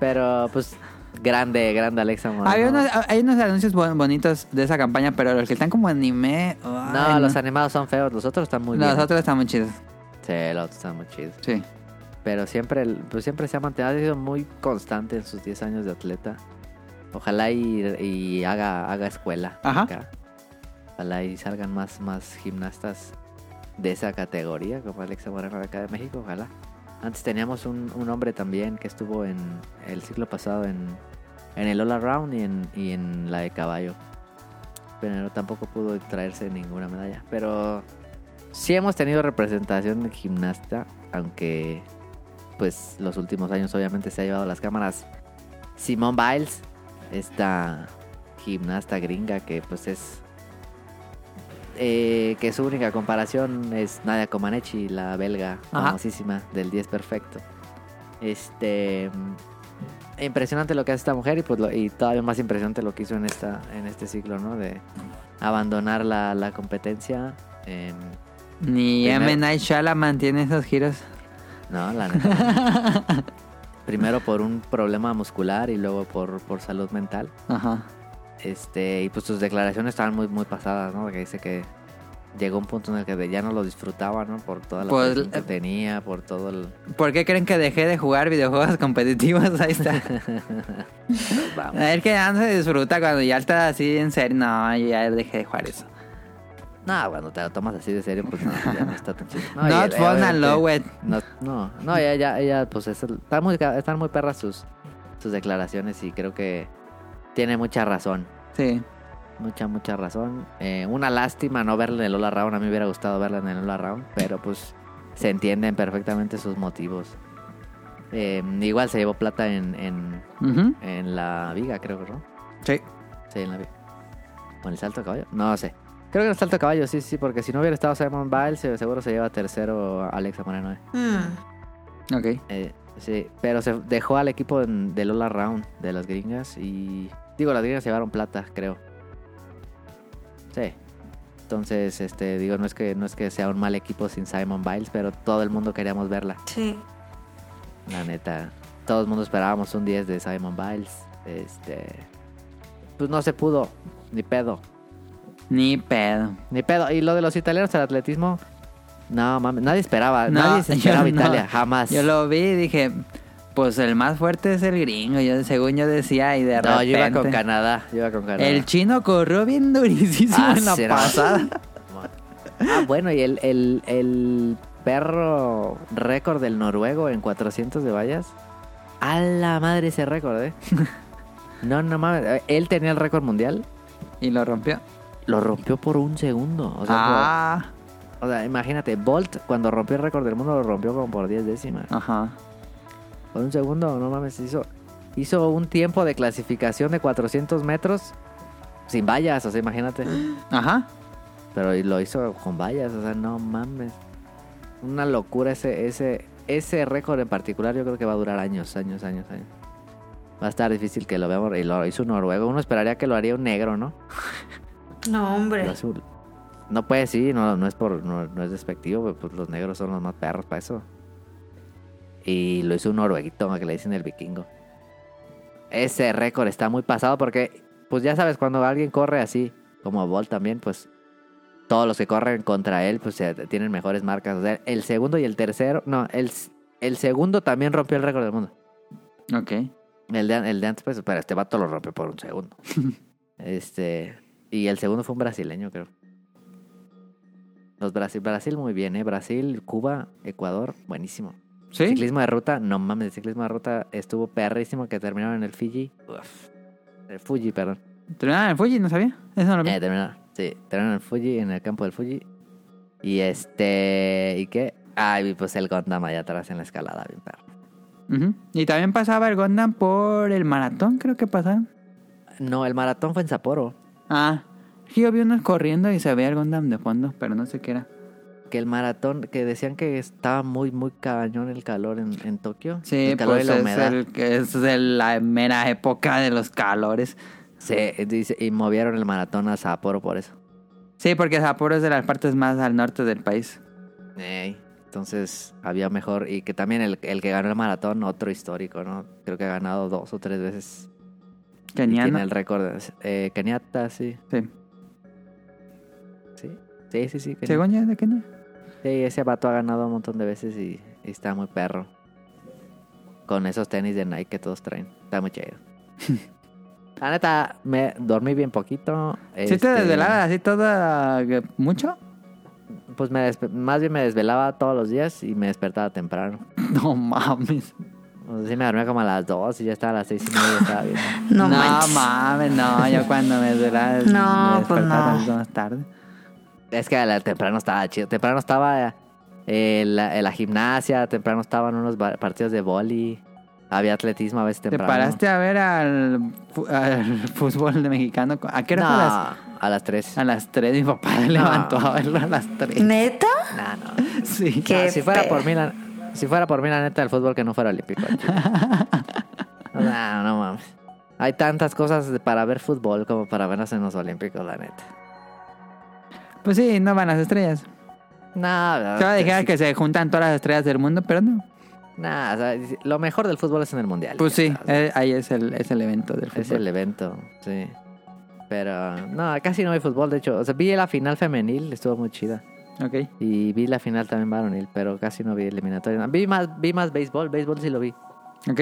B: Pero pues grande, grande Alexa Moreno.
C: Había unos, hay unos anuncios bon- bonitos de esa campaña, pero los que están como anime... ay,
B: No, los animados son feos, los otros están muy
C: Los
B: bien.
C: otros están muy chidos,
B: Sí, los otros están muy chidos.
C: sí.
B: Pero siempre, el- pues, siempre se ha mantenido, ha sido muy constante en sus 10 años de atleta. Ojalá y, y haga, haga escuela.
C: Ajá.
B: acá. Ojalá y salgan más, más gimnastas de esa categoría, como Alexa Moreno de acá de México, ojalá. Antes teníamos un, un hombre también que estuvo en el ciclo pasado en, en el All Around y en, y en la de caballo. Pero tampoco pudo traerse ninguna medalla. Pero sí hemos tenido representación de gimnasta, aunque pues los últimos años obviamente se ha llevado las cámaras. Simone Biles, esta gimnasta gringa que pues es... eh, que su única comparación es Nadia Comaneci, la belga
C: Ajá.
B: famosísima del 10 perfecto. Este... Impresionante lo que hace esta mujer y, pues, lo- y todavía más impresionante lo que hizo en, esta, en este ciclo, ¿no? De abandonar la, la competencia. em,
C: Ni
B: Primero-
C: M. Night Shyamalan tiene esos giros.
B: No, la neta. no. Primero por un problema muscular y luego por, por salud mental.
C: Ajá.
B: Este, y pues sus declaraciones estaban muy, muy pasadas, ¿no? Que dice que llegó un punto en el que ya no lo disfrutaba, ¿no? Por toda la
C: Pues,
B: presión que
C: eh,
B: tenía, por todo el...
C: ¿Por qué creen que dejé de jugar videojuegos competitivos? Ahí está. A
B: Vamos.
C: ver que ya no se disfruta cuando ya está así en serio. No, yo ya dejé de jugar eso.
B: No, cuando te lo tomas así de serio, pues no, ya no está tan chido. No, y-
C: Not fun and
B: obviamente-
C: low
B: No, no, no, ella, ella, ella, pues es el- está muy, ca- están muy perras sus, sus declaraciones y creo que tiene mucha razón.
C: Sí.
B: Mucha, mucha razón. Eh, una lástima no verla en el Ola Round. A mí me hubiera gustado verla en el Ola Round, pero pues se entienden perfectamente sus motivos. Eh, igual se llevó plata en, en,
C: Ujú.
B: en la viga, creo, ¿no?
C: Sí.
B: Sí, en la viga. ¿Con el salto a caballo? No sé. Creo que en el salto a caballo, sí, sí, porque si no hubiera estado Simon Biles, eh, seguro se lleva tercero Alexa Moreno. eh.
A: Mm,
C: Ok.
B: Eh, sí, pero se dejó al equipo en- del Ola Round de las gringas y. Digo, las gringas llevaron plata, creo. Sí. Entonces, este, digo, no es que no es que sea un mal equipo sin Simon Biles, pero todo el mundo queríamos verla.
A: sí.
B: La neta. Todo el mundo esperábamos un 10 de Simon Biles. Este. Pues no se pudo. Ni pedo.
C: Ni pedo.
B: Ni pedo. Y lo de los italianos al atletismo. No mames. Nadie esperaba.
C: No,
B: Ah, nadie se esperaba
C: yo no.
B: Italia. Jamás.
C: Yo lo vi y dije, pues el más fuerte es el gringo. Yo, según yo decía, y de
B: no,
C: repente.
B: yo iba con Canadá. Yo iba con Canadá.
C: El chino corrió bien durísimo
B: Ah,
C: en la
B: sí, no.
C: pasada.
B: Ah, bueno, y el, el, el perro récord del noruego en 400 de vallas. A la madre ese récord, ¿eh? No, no mames. eh, Él tenía el récord mundial.
C: Y lo rompió.
B: Lo rompió por un segundo. O sea,
C: ah,
B: por- o sea, imagínate, Bolt cuando rompió el récord del mundo lo rompió como por 10 décimas.
C: ajá.
B: Por un segundo, no mames, hizo, hizo un tiempo de clasificación de 400 metros sin vallas. O sea, imagínate.
C: Ajá.
B: Pero y lo hizo con vallas, o sea, no mames. Una locura ese, ese, ese récord en particular, yo creo que va a durar años, años, años, años. Va a estar difícil que lo veamos. Y lo hizo un noruego. Uno esperaría que lo haría un negro, ¿no?
A: No,
B: Lo
A: hombre.
B: hace un- No puede, sí, no, no es por, no, no es despectivo, pero, pues los negros son los más perros para eso. Y lo hizo un norueguito, que le dicen el vikingo. Ese récord está muy pasado porque, pues ya sabes, cuando alguien corre así, como Bolt también, pues todos los que corren contra él, pues se- tienen mejores marcas. O sea, el segundo y el tercero, no, el, s- el segundo también rompió el récord del mundo.
C: Ok.
B: El de, el de antes, pues, pero este vato lo rompió por un segundo. este. Y el segundo fue un brasileño, creo. Los Brasil, Brasil muy bien, ¿eh? Brasil, Cuba, Ecuador, buenísimo.
C: Sí.
B: Ciclismo de ruta, no mames, el ciclismo de ruta estuvo perrísimo que terminaron en el Fiji. Uf. El Fuji, perdón.
C: Terminaron en Fuji, no sabía. Eso no lo vi.
B: Eh, terminaron, sí, terminaron en el Fuji, en el campo del Fuji. Y este. ¿Y qué? Ay, pues el Gondam allá atrás en la escalada, bien perro.
C: Ujú. Y también pasaba el Gondam por el maratón, creo que pasaron.
B: No, el maratón fue en Sapporo.
C: Ah, sí, yo vi unos corriendo y se veía el Gondam de fondo, pero no sé qué era.
B: que el maratón, que decían que estaba muy, muy cañón el calor en, en Tokio.
C: Sí,
B: el calor
C: pues
B: y la
C: es,
B: humedad.
C: el, que es de la mera época de los calores.
B: Sí, dice, y movieron el maratón a Sapporo por eso.
C: Sí, porque Sapporo es de las partes más al norte del país.
B: Ey, Entonces había mejor. Y que también el, el que ganó el maratón, otro histórico, ¿no? Creo que ha ganado dos o tres veces. Y tiene
C: Keniano.
B: el récord. Eh, Kenyatta, sí.
C: Sí.
B: Sí, sí, sí. sí, Kenia-
C: Según yo, es de Kenia.
B: Sí, ese vato ha ganado un montón de veces y, y está muy perro. Con esos tenis de Nike que todos traen. Está muy chido. La neta, me dormí bien poquito.
C: ¿Sí te
B: este,
C: desvelabas así toda... eh, mucho?
B: Pues me despe- más bien me desvelaba todos los días y me despertaba temprano.
C: No mames.
B: O sea, sí me dormía como a las 2 y ya estaba a las 6 y media. Estaba bien.
A: No, manches.
C: mames, no. Yo cuando me desvelaba...
A: No,
C: me
A: pues,
C: despertaba
A: no.
C: tanto más tarde.
B: Es que la- temprano estaba chido. Temprano estaba eh, la, la gimnasia, temprano estaban unos ba- partidos de boli. Había atletismo a veces
C: ¿Te
B: temprano.
C: paraste a ver al, fu- al fútbol de mexicano? ¿A qué hora fue? A las- Ah.
B: No, a las 3.
C: A las 3 mi papá levantó a verlo a las 3.
A: ¿Neta?
B: No, no.
C: Sí.
A: ¿Qué?
B: No, Ah, si fuera
A: pe-
B: por mí, la, si fuera por mí, la neta, el fútbol que no fuera olímpico. al chile. no, no mames. Hay tantas cosas de- para ver fútbol como para vernos en los olímpicos, la neta.
C: Pues sí, no van las estrellas.
B: No, la-
C: Se va a dejar
B: Ah, sí-
C: que se juntan todas las estrellas del mundo, pero no.
B: no, o sea, lo mejor del fútbol es en el mundial.
C: Pues sí,
B: neta, o sea,
C: eh, ahí es el, es el evento del
B: Es
C: fútbol.
B: el evento, sí. Pero no, casi no hay fútbol, de hecho. O sea, vi la final femenil, estuvo muy chida.
C: Ok.
B: Y vi la final también varonil, pero casi no vi eliminatoria. Vi más, vi más béisbol, béisbol sí lo vi.
C: Ok.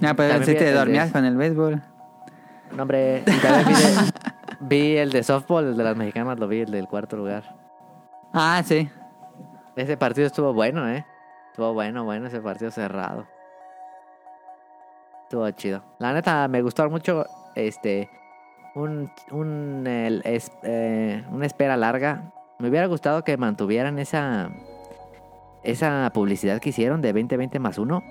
C: No, Ah, pero
B: También
C: si
B: vi
C: te
B: el
C: dormías
B: de-
C: con el béisbol.
B: No, hombre, y también vi, de- vi el de softball, el de las mexicanas, lo vi, el del cuarto lugar.
C: Ah, sí.
B: Ese partido estuvo bueno, ¿eh? Estuvo bueno, bueno, ese partido cerrado. Estuvo chido. La neta, me gustó mucho este. Un, un, el- es- eh, una espera larga. Me hubiera gustado que mantuvieran esa. Esa publicidad que hicieron de 2020 más 1.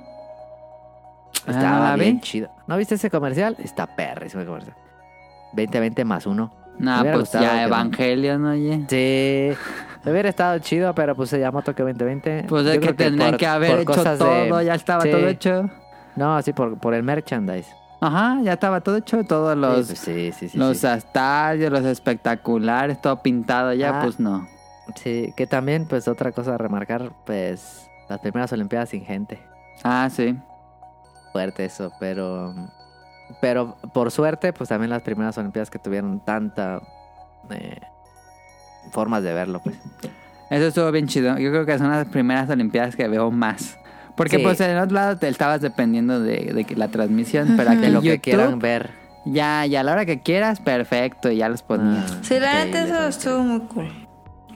C: Ah,
B: Estaba
C: ¿no la
B: bien
C: vi?
B: chido. ¿No viste ese comercial? Está perrísimo el comercial. 2020 más 1. Me
C: No,
B: hubiera
C: pues
B: gustado que
C: ya
B: no.
C: Evangelio, ¿no? Oye?
B: Sí, hubiera estado chido, pero pues se llamó Toque 2020.
C: Pues es
B: Yo
C: que
B: creo
C: tendrían
B: por-
C: que haber
B: por
C: hecho
B: cosas de-
C: todo, ya estaba
B: sí.
C: todo hecho.
B: No, sí, por, por el merchandise.
C: Ajá, ya estaba todo hecho, todos
B: Sí,
C: los,
B: pues, sí, sí, sí,
C: los
B: sí.
C: estadios, los espectaculares, todo pintado ya,
B: Ah.
C: pues no.
B: Sí, que también, pues otra cosa a remarcar, pues las primeras Olimpiadas sin gente.
C: Ah, sí.
B: Fuerte eso, pero... Pero por suerte, pues también las primeras Olimpiadas que tuvieron tanta... eh, formas de verlo, pues.
C: Eso estuvo bien chido. Yo creo que son las primeras Olimpiadas que veo más. Porque
B: Sí.
C: pues en otro lado te estabas dependiendo de, de que la transmisión,
A: Ujú.
C: pero aquí Mm.
B: De
C: en
B: lo que
C: YouTube,
B: quieran ver.
C: Ya, ya a la hora que quieras, perfecto, y ya los ponías.
B: Ah,
A: Sí, la neta
B: increíble,
A: eso
B: increíble.
A: estuvo muy cool.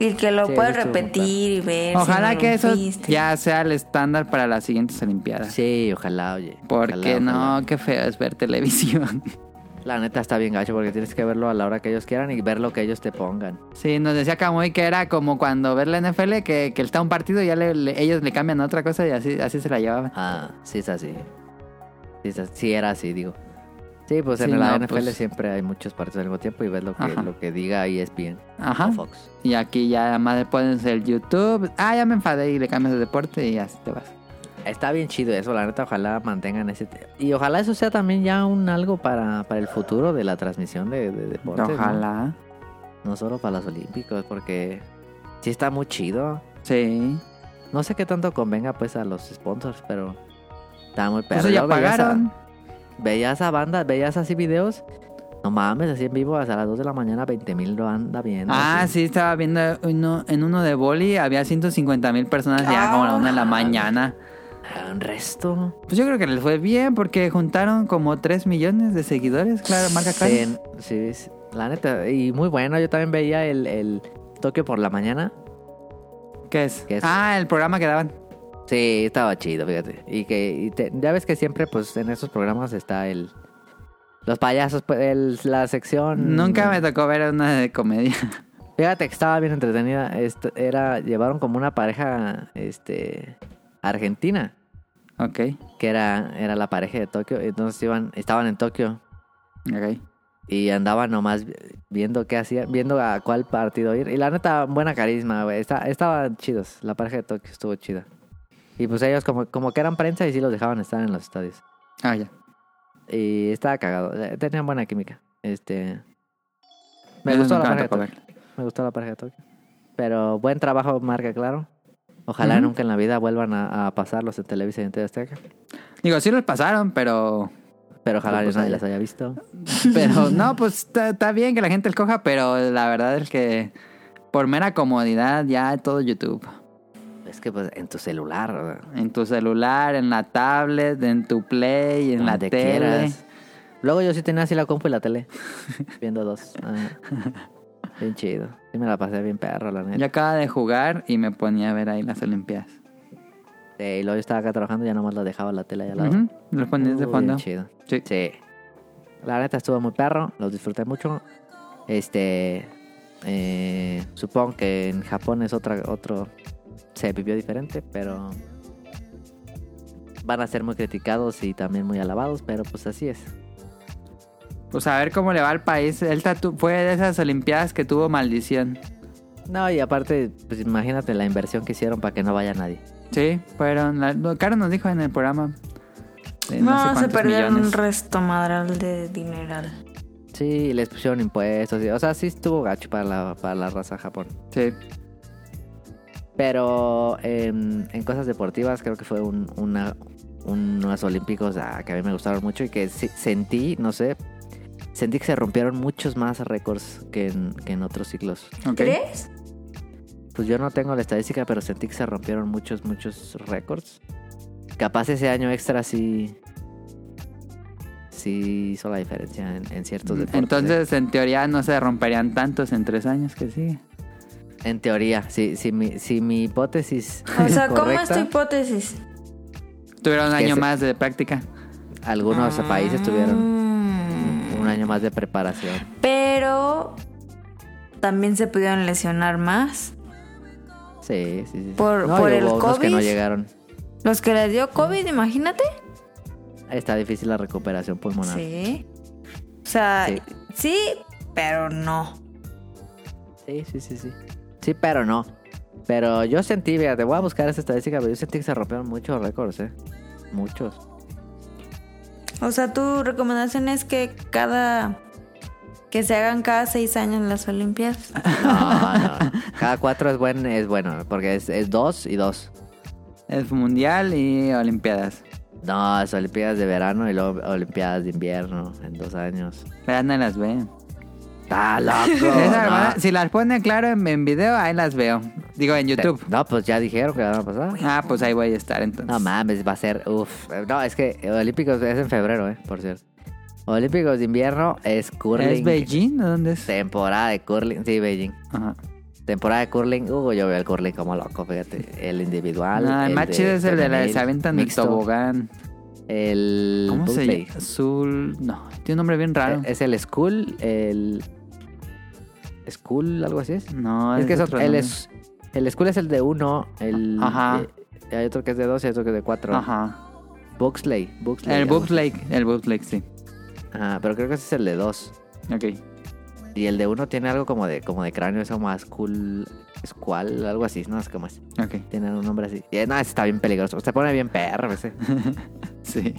A: Y que lo
B: Sí,
A: puedes
B: eso estuvo muy
A: repetir y ver. si
C: Ojalá
A: no lo
C: que eso
A: viste.
C: ya sea el estándar para las siguientes Olimpiadas.
B: Sí, ojalá, oye.
C: Porque
B: ojalá, ojalá.
C: no, qué feo es ver televisión.
B: La neta está bien gacho porque tienes que verlo a la hora que ellos quieran y ver lo que ellos te pongan.
C: Sí, nos decía Camuy que era como cuando ver la NFL, que, que está un partido y ya le- le- ellos le cambian a otra cosa y así, así se la llevaban.
B: Ah, sí es así. Sí, es así. Sí era así, digo. Sí, pues
C: Sí,
B: en la
C: no,
B: NFL
C: pues-
B: siempre hay muchos partidos al mismo tiempo y ves lo que,
C: Ajá.
B: lo que diga ESPN
C: Ajá.
B: o Fox.
C: Y aquí ya además le pones el YouTube. Ah, ya me enfadé y le cambias de deporte y así te vas.
B: Está bien chido eso, la neta, ojalá mantengan ese... te- Y ojalá eso sea también ya un algo para, para el futuro de la transmisión de, de deportes. ¿no?
C: Ojalá.
B: No solo para los olímpicos, porque sí está muy chido.
C: Sí.
B: No sé qué tanto convenga pues a los sponsors, pero está muy
C: Pero
B: perro.
C: Eso Pues ya
B: Yo veía esa-
C: pagaron.
B: veías a bandas, veías así videos. No mames, así en vivo hasta las 2 de la mañana, 20 mil lo anda viendo.
C: Ah,
B: así.
C: sí, estaba viendo uno, en uno de boli había 150 mil personas ya como a la una de la mañana.
B: Ah, Un resto.
C: Pues yo creo que les fue bien porque juntaron como 3 millones de seguidores, claro, marca claro.
B: Sí, sí, sí, la neta. Y muy bueno, yo también veía el, el Tokio por la mañana.
C: ¿Qué es?
B: ¿Qué es?
C: Ah, el programa que daban.
B: Sí, estaba chido, fíjate. Y que y te- ya ves que siempre, pues en esos programas está el. Los payasos, pues, el- la sección.
C: Nunca me tocó ver una de comedia.
B: Fíjate que estaba bien entretenida. Est- era, llevaron como una pareja este, argentina.
C: ok,
B: que era, era la pareja de Tokio. Entonces iban, estaban en Tokio
C: ok.
B: y andaban nomás vi- viendo qué hacían, viendo a cuál partido ir. Y la neta, buena carisma, güey. Esta- estaban chidos. La pareja de Tokio estuvo chida. Y pues ellos como, como que eran prensa y sí los dejaban estar en los estadios.
C: Ah, ya.
B: Y estaba cagado. Eh, Tenían buena química. Este. Me
C: Eso
B: gustó la
C: nunca me
B: pareja de
C: tocó
B: Tokio.
C: verla.
B: Me gustó la pareja de Tokio. Pero buen trabajo, marca, claro. Ojalá
C: Ujú.
B: nunca en la vida vuelvan a, a pasarlos en Televisa y en TV Azteca.
C: Digo, sí los pasaron, pero...
B: Pero ojalá
C: Pero pues
B: nadie
C: ahí-
B: las haya visto.
C: Pero no, pues está está bien que la gente escoja, pero la verdad es que por mera comodidad ya todo YouTube.
B: Es que pues en tu celular, o sea,
C: En tu celular, en la tablet, en tu play, en la
B: donde
C: tele.
B: quieras. Luego yo sí tenía así la compu y la tele, viendo dos. Ah, bien chido. Sí me la pasé bien perro, la
C: Yo
B: neta.
C: acaba de jugar y me ponía a ver ahí las Olimpiadas.
B: Sí, y luego yo estaba acá trabajando y ya nomás la dejaba la tele ahí al lado.
C: Ujú, Los ponías de
B: Uh,
C: fondo.
B: Bien chido.
C: Sí.
B: Sí. La neta estuvo muy perro, los disfruté mucho. Este, eh, supongo que en Japón es otra, otro, se vivió diferente, pero van a ser muy criticados y también muy alabados, pero pues así es.
C: Pues a ver cómo le va al país. Él tatu- fue de esas Olimpiadas que tuvo maldición.
B: No, y aparte, pues imagínate la inversión que hicieron para que no vaya nadie.
C: Sí, fueron. la- no, Caro nos dijo en el programa. de
A: No, se
C: cuántos
A: perdieron un
C: millones.
A: resto madral de dineral.
B: Sí, y les pusieron impuestos. y- o sea, sí estuvo gacho para la, para la raza de Japón.
C: Sí.
B: Pero em, en cosas deportivas creo que fue un, una, unos olímpicos ah, que a mí me gustaron mucho y que sí- sentí, no sé, sentí que se rompieron muchos más récords que en, que en otros ciclos.
C: Ok.
A: ¿Crees?
B: Pues yo no tengo la estadística, pero sentí que se rompieron muchos, muchos récords. Capaz ese año extra sí. Sí hizo la diferencia en, en ciertos deportes.
C: Mm,
B: ¿eh?
C: Entonces, en teoría, no se romperían tantos en tres años que sigue.
B: En teoría, si, si, mi, si mi hipótesis.
A: O sea, ¿cómo es
B: es
A: tu
B: correcta,
A: hipótesis?
C: Tuvieron un
B: Que
C: año
B: se-
C: más de práctica.
B: Algunos
A: Ah.
B: países tuvieron
A: Mm,
B: un año más de preparación.
A: Pero también se pudieron lesionar más.
B: Sí, sí, sí.
A: Por-
B: No, y
A: por el
B: hubo unos que no
A: COVID.
B: llegaron.
A: Los que les dio COVID, imagínate.
B: Está difícil la recuperación pulmonar.
A: Sí. O sea,
B: Sí.
A: sí, pero no.
B: Sí, sí, sí, sí. Sí, pero no. Pero yo sentí, vea, te voy a buscar esa estadística, pero yo sentí que se rompieron muchos récords, ¿eh? Muchos.
A: O sea, tu recomendación es que cada. que se hagan cada seis años las Olimpiadas.
B: No, no. Cada cuatro es, buen, es bueno, porque es, es dos y dos.
C: Es mundial y olimpiadas.
B: No, es Olimpiadas de verano y luego Olimpiadas de invierno en dos años.
C: Pero no las ve.
B: ¡Está ¡Ah, loco!
C: Esa,
B: Oh, no.
C: hermana, si las pone claro en, en video, ahí las veo. Digo, en
B: Te-
C: YouTube.
B: No, pues ya dijeron que la van a pasar.
C: Ah, pues ahí voy a estar entonces.
B: No mames, va a ser. Uf. No, es que Olímpicos es en febrero, ¿eh? Por cierto. Olímpicos de invierno es curling.
C: ¿Es Beijing o dónde es?
B: Temporada de curling. Sí, Beijing.
C: Ajá.
B: Temporada de curling. Uh, yo veo el curling como loco, fíjate. El individual.
C: No, el más
B: de
C: chido es el de la
B: femenil,
C: se aventan del
B: mixto.
C: tobogán.
B: El.
C: ¿Cómo se
B: bobsleigh.
C: llama? Azul. No, tiene un nombre bien raro.
B: Es el school. El. School, algo así es.
C: no,
B: es que es
C: otro
B: otro- el,
C: nombre.
B: es- el school es el de uno. El,
C: Ajá.
B: eh, hay otro que es de dos y hay otro que es de cuatro.
C: Ajá.
B: Bobsleigh, bobsleigh,
C: El
B: algo así.
C: Bobslake. El Bobslake, sí.
B: Ajá, Ah, pero creo que ese es el de dos.
C: Ok.
B: Y el de uno tiene algo como de, como de cráneo, eso más cool, squall, algo así, no sé cómo es.
C: Ok.
B: Tienen un nombre así. Y, no, ese está bien peligroso. Se pone bien perro ese.
C: Sí.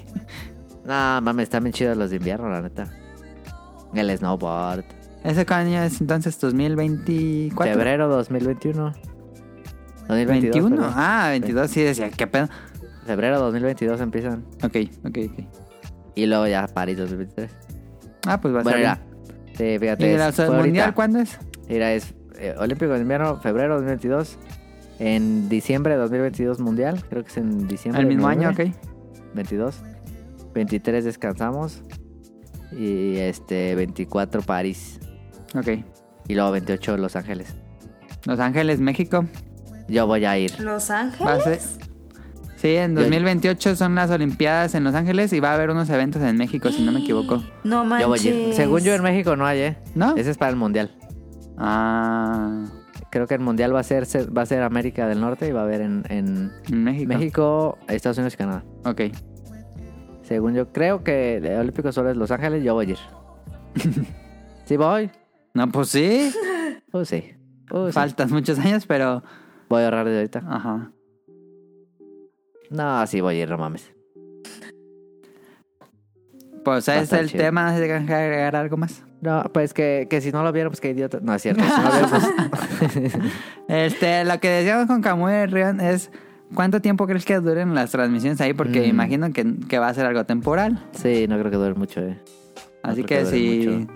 B: No, mames, están bien chidos los de invierno, la neta. El snowboard.
C: ¿Ese año es entonces 2024?
B: Febrero 2021. 2022,
C: 21.
B: perdón.
C: Ah, 22. Sí, decía, qué pedo.
B: Febrero 2022 empiezan.
C: Ok, ok, ok.
B: Y luego ya París 2023.
C: Ah, pues va a ser.
B: Bueno, mira. Sí,
C: ¿Y
B: fíjate.
C: el
B: es-
C: o sea,
B: fue
C: el mundial
B: ahorita.
C: cuándo es?
B: Mira, es eh, Olímpico de Invierno, febrero 2022. En diciembre de 2022 Mundial. Creo que es en diciembre.
C: El mismo año, ok.
B: noviembre, 22. 23 descansamos. Y este, 24 París.
C: Ok.
B: Y luego 28 Los Ángeles.
C: Los Ángeles, México.
B: Yo voy a ir.
A: Los
C: Va a
A: Ángeles.
C: ser- Sí, en
B: Yo-
C: 2028 son las Olimpiadas en Los Ángeles y va a haber unos eventos en México, si no me equivoco.
A: No
B: Yo voy
A: manches.
B: a ir. Según yo en México no hay, ¿eh?
C: ¿No?
B: Ese es para el Mundial.
C: Ah,
B: Creo que el Mundial va a ser, se- va a ser América del Norte y va a haber en, en
C: en México.
B: México, Estados Unidos y Canadá.
C: Ok.
B: Según yo, creo que el Olímpico solo es Los Ángeles, yo voy a ir. ¿Sí voy?
C: No, pues sí.
B: Pues sí. Pues sí.
C: Faltan muchos años, pero.
B: Voy a ahorrar de ahorita.
C: Ajá.
B: No, sí voy a ir, no mames.
C: Pues
B: Va
C: ese
B: a
C: es
B: estar
C: el
B: chido.
C: tema. ¿No se te deja agregar algo más?
B: No, pues que, que si no lo vieron, pues qué idiota. No, es cierto. Si no lo vieron, pues...
C: Este, lo que decíamos con Camuy y Rion es. ¿Cuánto tiempo crees que duren las transmisiones ahí? Porque
B: Mm.
C: imagino que, que va a ser algo temporal.
B: sí, no creo que dure mucho, eh. No
C: Así
B: creo
C: que
B: que
C: si.
B: dure mucho.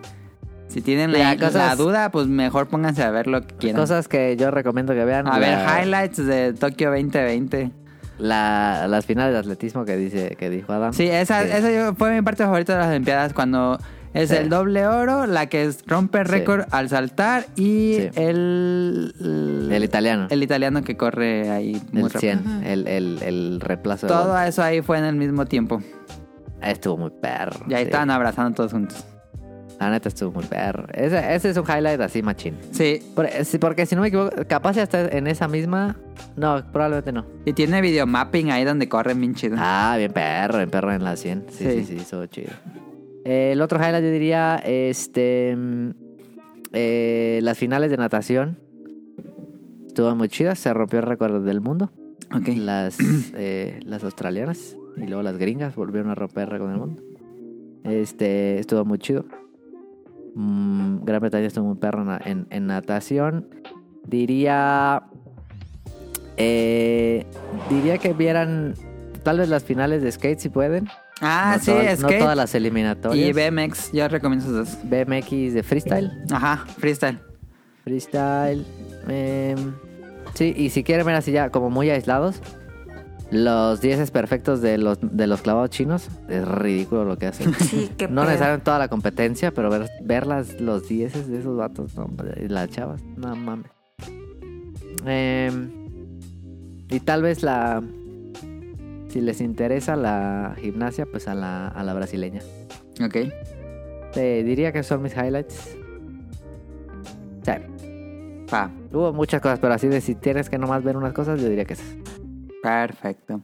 C: Si tienen
B: Mira,
C: la,
B: cosas-
C: la duda, pues mejor pónganse a ver lo que quieran.
B: Cosas que yo recomiendo que vean.
C: A ver,
B: la-
C: highlights de Tokio 2020.
B: la- las finales de atletismo que dice que dijo Adam.
C: Sí, esa,
B: Que-
C: esa yo- fue mi parte favorita de las Olimpiadas cuando es
B: Sí.
C: el doble oro, la que es- rompe récord al saltar y
B: Sí.
C: el, el,
B: El italiano. El,
C: el italiano que corre ahí muy rápido.
B: 100. El, el, el reemplazo. de
C: Todo
B: Bolt.
C: eso ahí fue en el mismo tiempo.
B: Estuvo muy perro.
C: Y ahí
B: sí.
C: estaban abrazando todos juntos.
B: La neta estuvo muy perro. Ese, ese es un highlight así, machín.
C: Sí,
B: Por- eh, sí, Porque si no me equivoco, capaz ya está en esa misma. No, probablemente no.
C: y tiene videomapping ahí donde corren bien chido.
B: Ah, bien perro, bien perro en la 100. Sí, sí,
C: Sí.
B: sí, estuvo chido. Eh, el otro highlight yo diría, este, mm, eh, las finales de natación. Estuvo muy chidas, se rompió el récord del mundo.
C: ok.
B: Las, eh, las australianas y luego las gringas volvieron a romper el récord del mundo. Este, estuvo muy chido. Mm, Gran Bretaña estuvo muy perro en, na- en- en natación. Diría, eh, diría que vieran Tal vez las finales de skate si pueden.
C: Ah,
B: No
C: sí,
B: todas-
C: skate.
B: No todas las
C: y
B: eliminatorias.
C: BMX, yo recomiendo esos dos.
B: BMX de freestyle.
C: Ajá, freestyle.
B: Freestyle. em, sí, y si quieren ver así ya como muy aislados, los 10 perfectos de los, de los clavados chinos, es ridículo lo que hacen.
A: Sí, qué
B: no
A: pedo.
B: necesariamente toda la competencia, pero ver, ver las, los 10 de esos vatos, no, hombre, y las chavas, no mames. Em, y tal vez la... Si les interesa la gimnasia, pues a la, a la brasileña.
C: Ok.
B: Te diría que son mis highlights. Sí.
C: Pa.
B: Hubo muchas cosas, pero así de si tienes que nomás ver unas cosas, yo diría que esas.
C: Perfecto.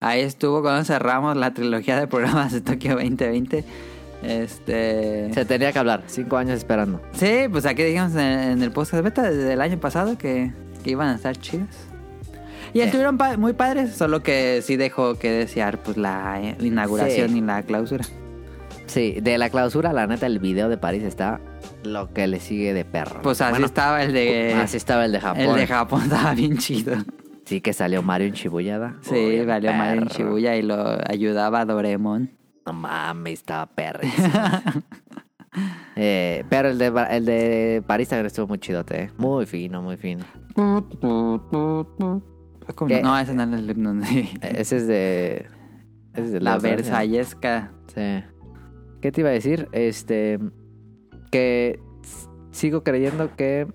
C: Ahí estuvo cuando cerramos la trilogía de programas de Tokio 2020. Este.
B: Se tenía que hablar, cinco años esperando.
C: Sí, pues aquí dijimos en, en el podcast beta del año pasado que, que iban a estar chidos. Y estuvieron pa- muy padres, solo que sí dejó que desear pues la eh, inauguración
B: Sí.
C: y la clausura.
B: Sí, de la clausura, la neta, el video de París está lo que le sigue de perro.
C: Pues así
B: Bueno,
C: estaba el de
B: Así estaba el de Japón.
C: el de Japón estaba bien chido.
B: Sí, que salió Mario en Shibuya.
C: Sí,
B: Uy,
C: valió madre en
B: perro.
C: Shibuya y lo ayudaba a Doremon.
B: No mames, estaba perro. Eh, pero el de, Ba- el de París también estuvo muy chidote, eh. Muy fino, muy fino.
C: ¿Cómo?
B: ¿Qué?
C: No, ese no era el himno. sí.
B: Eh, Ese es de. Ese es de
C: La
B: Francia.
C: versallesca.
B: Sí. ¿Qué te iba a decir? Este. Que s- sigo creyendo que.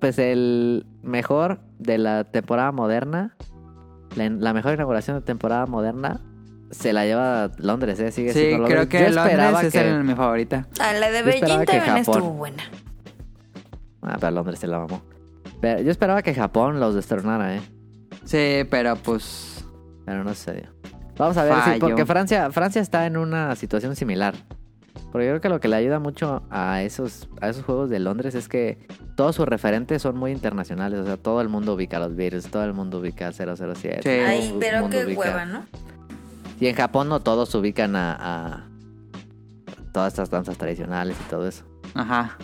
B: Pues el mejor de la temporada moderna. La, la mejor inauguración de temporada moderna. Se la lleva Londres, ¿eh? Sigue
C: Sí,
B: siendo
C: creo
B: Londres.
C: que
B: Yo esperaba
C: Londres es
B: que-
C: el- mi favorita.
A: Ah, la de
B: Yo esperaba
A: Beijing
B: que
A: también
B: Japón.
A: estuvo buena.
B: Ah, pero Londres se la mamó. Pero yo esperaba que Japón los destronara, ¿eh?
C: Sí, pero pues.
B: Pero no sucedió. Vamos a ver, sí,
C: Fallo.
B: porque Francia, Francia está en una situación similar. Porque yo creo que lo que le ayuda mucho a esos, a esos juegos de Londres es que todos sus referentes son muy internacionales. O sea, todo el mundo ubica a los Beatles, todo el mundo ubica a 007.
C: Sí.
B: todo
A: Ay,
B: el
A: pero
B: mundo
A: qué
B: ubica-
A: hueva, ¿no?
B: Y en Japón no todos ubican a, a todas estas danzas tradicionales y todo eso.
C: Ajá.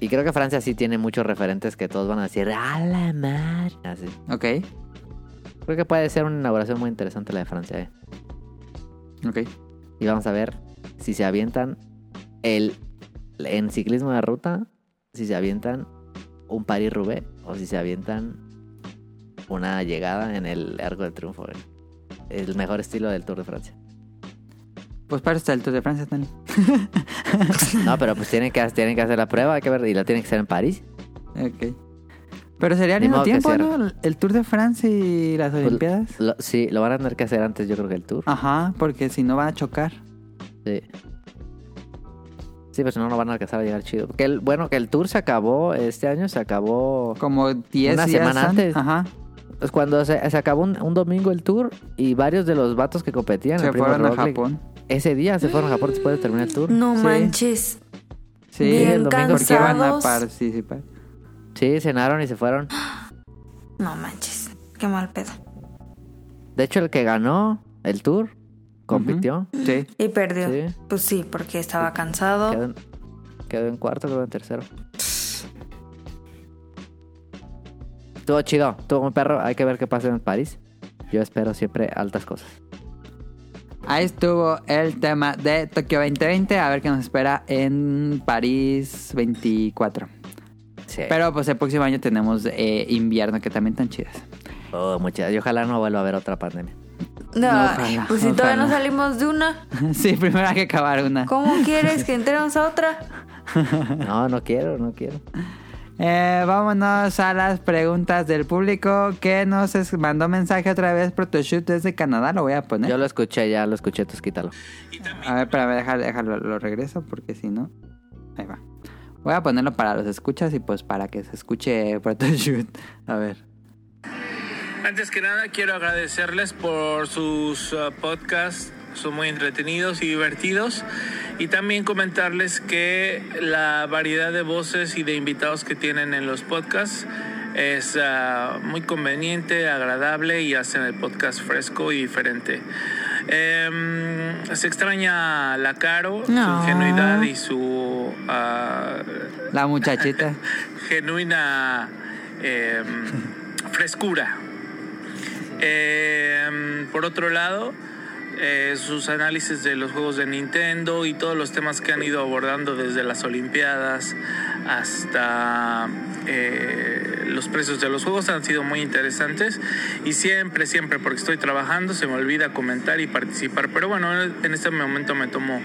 B: Y creo que Francia sí tiene muchos referentes que todos van a decir, ¡a la mar! Así.
C: Ok.
B: Creo que puede ser una inauguración muy interesante la de Francia, ¿eh?
C: Ok.
B: Y vamos a ver si se avientan el en ciclismo de ruta, si se avientan un París Roubaix o si se avientan una llegada en el Arco del Triunfo. eh. El mejor estilo del Tour de Francia.
C: Pues para está el Tour de Francia, Tony.
B: No, pero pues tienen que, tienen que hacer la prueba, hay que ver, y la tienen que hacer en París.
C: Ok. Pero sería al
B: Ni
C: mismo
B: modo que Pues
C: tiempo,
B: sea-
C: ¿no? El Tour de Francia y las Olimpiadas.
B: Lo- sí, lo van a tener que hacer antes, yo creo que el Tour.
C: Ajá, porque si no van a chocar.
B: Sí. Sí, pero si no, no van a alcanzar a llegar chido. Que el, bueno, que el Tour se acabó este año, se acabó
C: Como 10
B: Una
C: días
B: semana
C: an-
B: antes.
C: Ajá.
B: Pues cuando se, se acabó un, un domingo el tour y varios de los vatos que competían
C: Se
B: en Primo
C: fueron a
B: Rock League,
C: Japón.
B: Ese día se fueron a Japón después de terminar el tour.
A: No
C: Sí.
A: manches.
C: Sí.
B: Bien
C: el domingo, porque van a
A: cansados.
C: participar.
B: Sí, cenaron y se fueron.
A: No manches. Qué mal pedo.
B: De hecho, el que ganó el tour compitió.
C: Sí.
A: Y perdió.
B: Sí.
A: Pues sí, porque estaba cansado.
B: Quedó, en, quedó en cuarto, quedó en tercero. Estuvo chido, estuvo un perro. Hay que ver qué pasa en París. Yo espero siempre altas cosas.
C: Ahí estuvo el tema de Tokio 2020. A ver qué nos espera en París 24.
B: Sí.
C: Pero pues el próximo año tenemos eh, invierno, que también están chidas.
B: Oh, muchas. Y ojalá no vuelva a haber otra pandemia.
A: No,
C: No, ojalá,
A: pues si todavía no
C: ojalá.
A: salimos de una,
C: sí, primero hay que acabar una.
A: ¿cómo quieres que entremos a otra?
B: No, no quiero, no quiero.
C: Eh, vámonos a las preguntas del público que nos es- mandó mensaje otra vez Protoshoot desde Canadá. Lo voy a poner.
B: Yo lo escuché ya, lo escuché, tú quítalo.
C: A ver, para dejar, dejarlo, lo regreso porque si no. Ahí va. Voy a ponerlo para los escuchas y pues para que se escuche Protoshoot. A ver.
F: Antes que nada, quiero agradecerles por sus uh, podcasts. Son muy entretenidos y divertidos. Y también comentarles que la variedad de voces y de invitados que tienen en los podcasts es uh, muy conveniente, agradable y hacen el podcast fresco y diferente. Em, se extraña la Caro,
A: No.
F: su ingenuidad y su ah,
C: La muchachita.
F: em, genuina eh, frescura. Eh, por otro lado, eh, sus análisis de los juegos de Nintendo y todos los temas que han ido abordando desde las Olimpiadas hasta eh, los precios de los juegos han sido muy interesantes y siempre, siempre, porque estoy trabajando, se me olvida comentar y participar, pero bueno, en este momento me tomo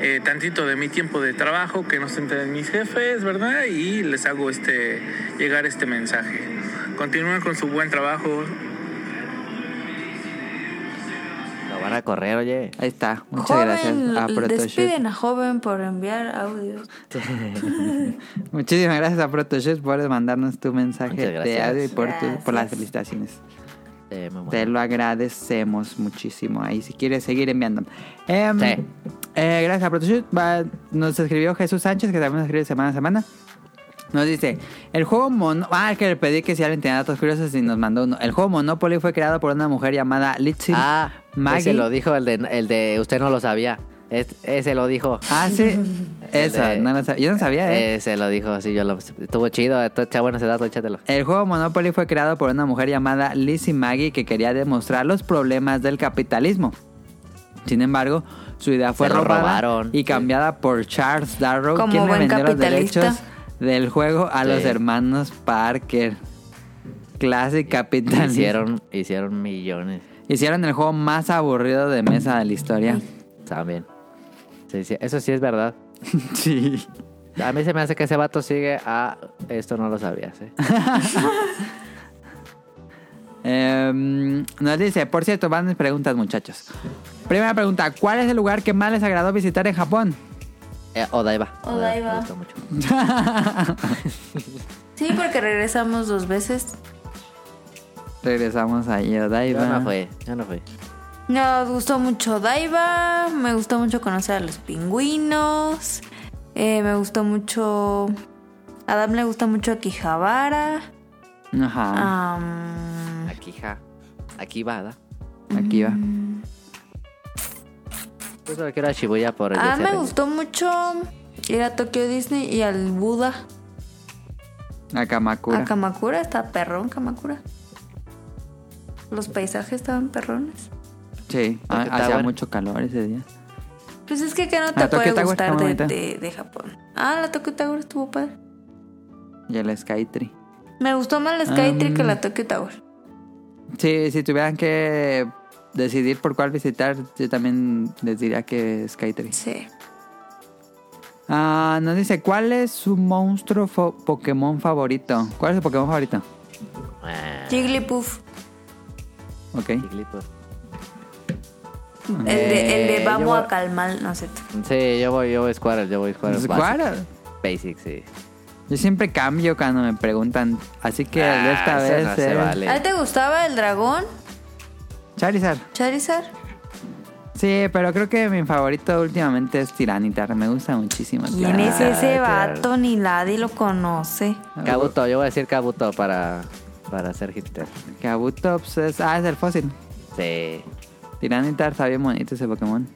F: eh, tantito de mi tiempo de trabajo que no se enteren mis jefes, ¿verdad? Y les hago este llegar este mensaje. Continúen con su buen trabajo,
B: Lo van a correr, oye.
C: Ahí está. Muchas
A: joven,
C: gracias Ah, a
A: l-
C: Protoshoot.
A: despiden a joven por enviar audios.
C: Muchísimas gracias a Protoshoot por mandarnos tu mensaje
B: Muchas
C: de
B: gracias.
C: audio y por, tu- por las
A: Gracias.
C: felicitaciones.
B: Eh, muy bueno.
C: Te lo agradecemos muchísimo. Ahí si quieres seguir enviando. Em,
B: Sí.
C: eh, gracias a Protoshoot. Va- Nos escribió Jesús Sánchez, que también nos escribe semana a semana. Nos dice, el juego Monopoly... Ah, que le pedí que si alguien tenía datos curiosos y nos mandó uno. El juego Monopoly fue creado por una mujer llamada Litzy
B: Ah,
C: Maggie.
B: ese lo dijo el de, el de usted no lo sabía. Es- ese lo dijo.
C: Ah, sí. Esa,
B: de-
C: no lo sabía. Yo no sabía, ¿eh?
B: Ese lo dijo, sí, yo lo... Estuvo chido, está bueno ese dato, échatelo.
C: El juego Monopoly fue creado por una mujer llamada Lizzie Maggie que quería demostrar los problemas del capitalismo. Sin embargo, su idea fue
B: Se lo
C: robada
B: robaron,
C: y
B: sí.
C: cambiada por Charles Darrow,
A: Como
C: quien le
A: buen
C: vendió los
A: capitalista.
C: derechos del juego a
B: Sí.
C: los hermanos Parker. Classic capitalismo.
B: Hicieron, hicieron millones
C: Hicieron el juego más aburrido de mesa de la historia.
B: también. Sí, sí, eso sí es verdad.
C: sí.
B: A mí se me hace que ese vato sigue a... Esto no lo sabías, ¿eh?
C: Eh, nos dice, por cierto, van mis preguntas, muchachos. Primera pregunta, ¿cuál es el lugar que más les agradó visitar en Japón?
B: Eh, Odaiba.
A: Odaiba.
B: Me gustó mucho.
A: Sí, porque regresamos dos veces.
C: Regresamos ahí a Odaiba.
B: Yo no fui, yo no fui.
A: Nos gustó mucho Daiba, me gustó mucho conocer a los pingüinos, eh, me gustó mucho... A Adam le gusta mucho Akihabara. Ah,
C: Ajá.
A: am,
B: Aquí, ja. Aquí va, ¿da?
C: Aquí va.
B: Yo solo quiero a Shibuya por el
A: ah,
B: deseo
A: me
B: de-
A: gustó mucho ir a Tokio Disney y al Buda.
C: A Kamakura.
A: A Kamakura, está perrón Kamakura. Los paisajes estaban perrones.
C: sí, ha-
B: Tokyo
C: hacía
B: Tower.
C: mucho calor ese día.
A: Pues es que ¿qué no
C: La
A: te puede
C: Tokyo Ah, Tower está
A: gustar
C: muy
A: de,
C: bonita.
A: de- de Japón. Ah, la Tokyo Tower estuvo padre.
C: Y el Skytree.
A: Me gustó más la Skytree
C: Am.
A: que la Tokyo Tower.
C: Sí, si tuvieran que decidir por cuál visitar, yo también les diría que Skytree.
A: Sí.
C: Ah, nos dice, ¿cuál es su monstruo fo- Pokémon favorito? ¿Cuál es su Pokémon favorito?
B: Ah,
A: Jigglypuff.
C: Ok.
B: Jigglypuff.
A: El de, el de
B: Eh,
A: vamos
B: yo-
A: a calmar, no sé.
B: Sí, yo voy, yo voy Squirrel, yo voy Squirrel.
C: ¿Squirtle?
B: Basic, basic, sí.
C: Pues, Yo siempre cambio cuando me preguntan, así que
B: Ah,
C: de esta
B: ese
C: vez
B: no se
C: es
B: vale.
A: ¿A ti te gustaba el dragón?
C: Charizard.
A: Charizard.
C: Sí, pero creo que mi favorito últimamente es Tiranitar. Me gusta muchísimo.
A: ¿Quién
C: Tiranitar.
A: es ese
B: claro.
A: vato? Ni nadie lo conoce.
B: Kabuto, yo voy a decir Kabuto para, para ser hipster.
C: Kabuto, pues, es- ah, es el fósil.
B: Sí.
C: Tiranitar está bien bonito ese Pokémon.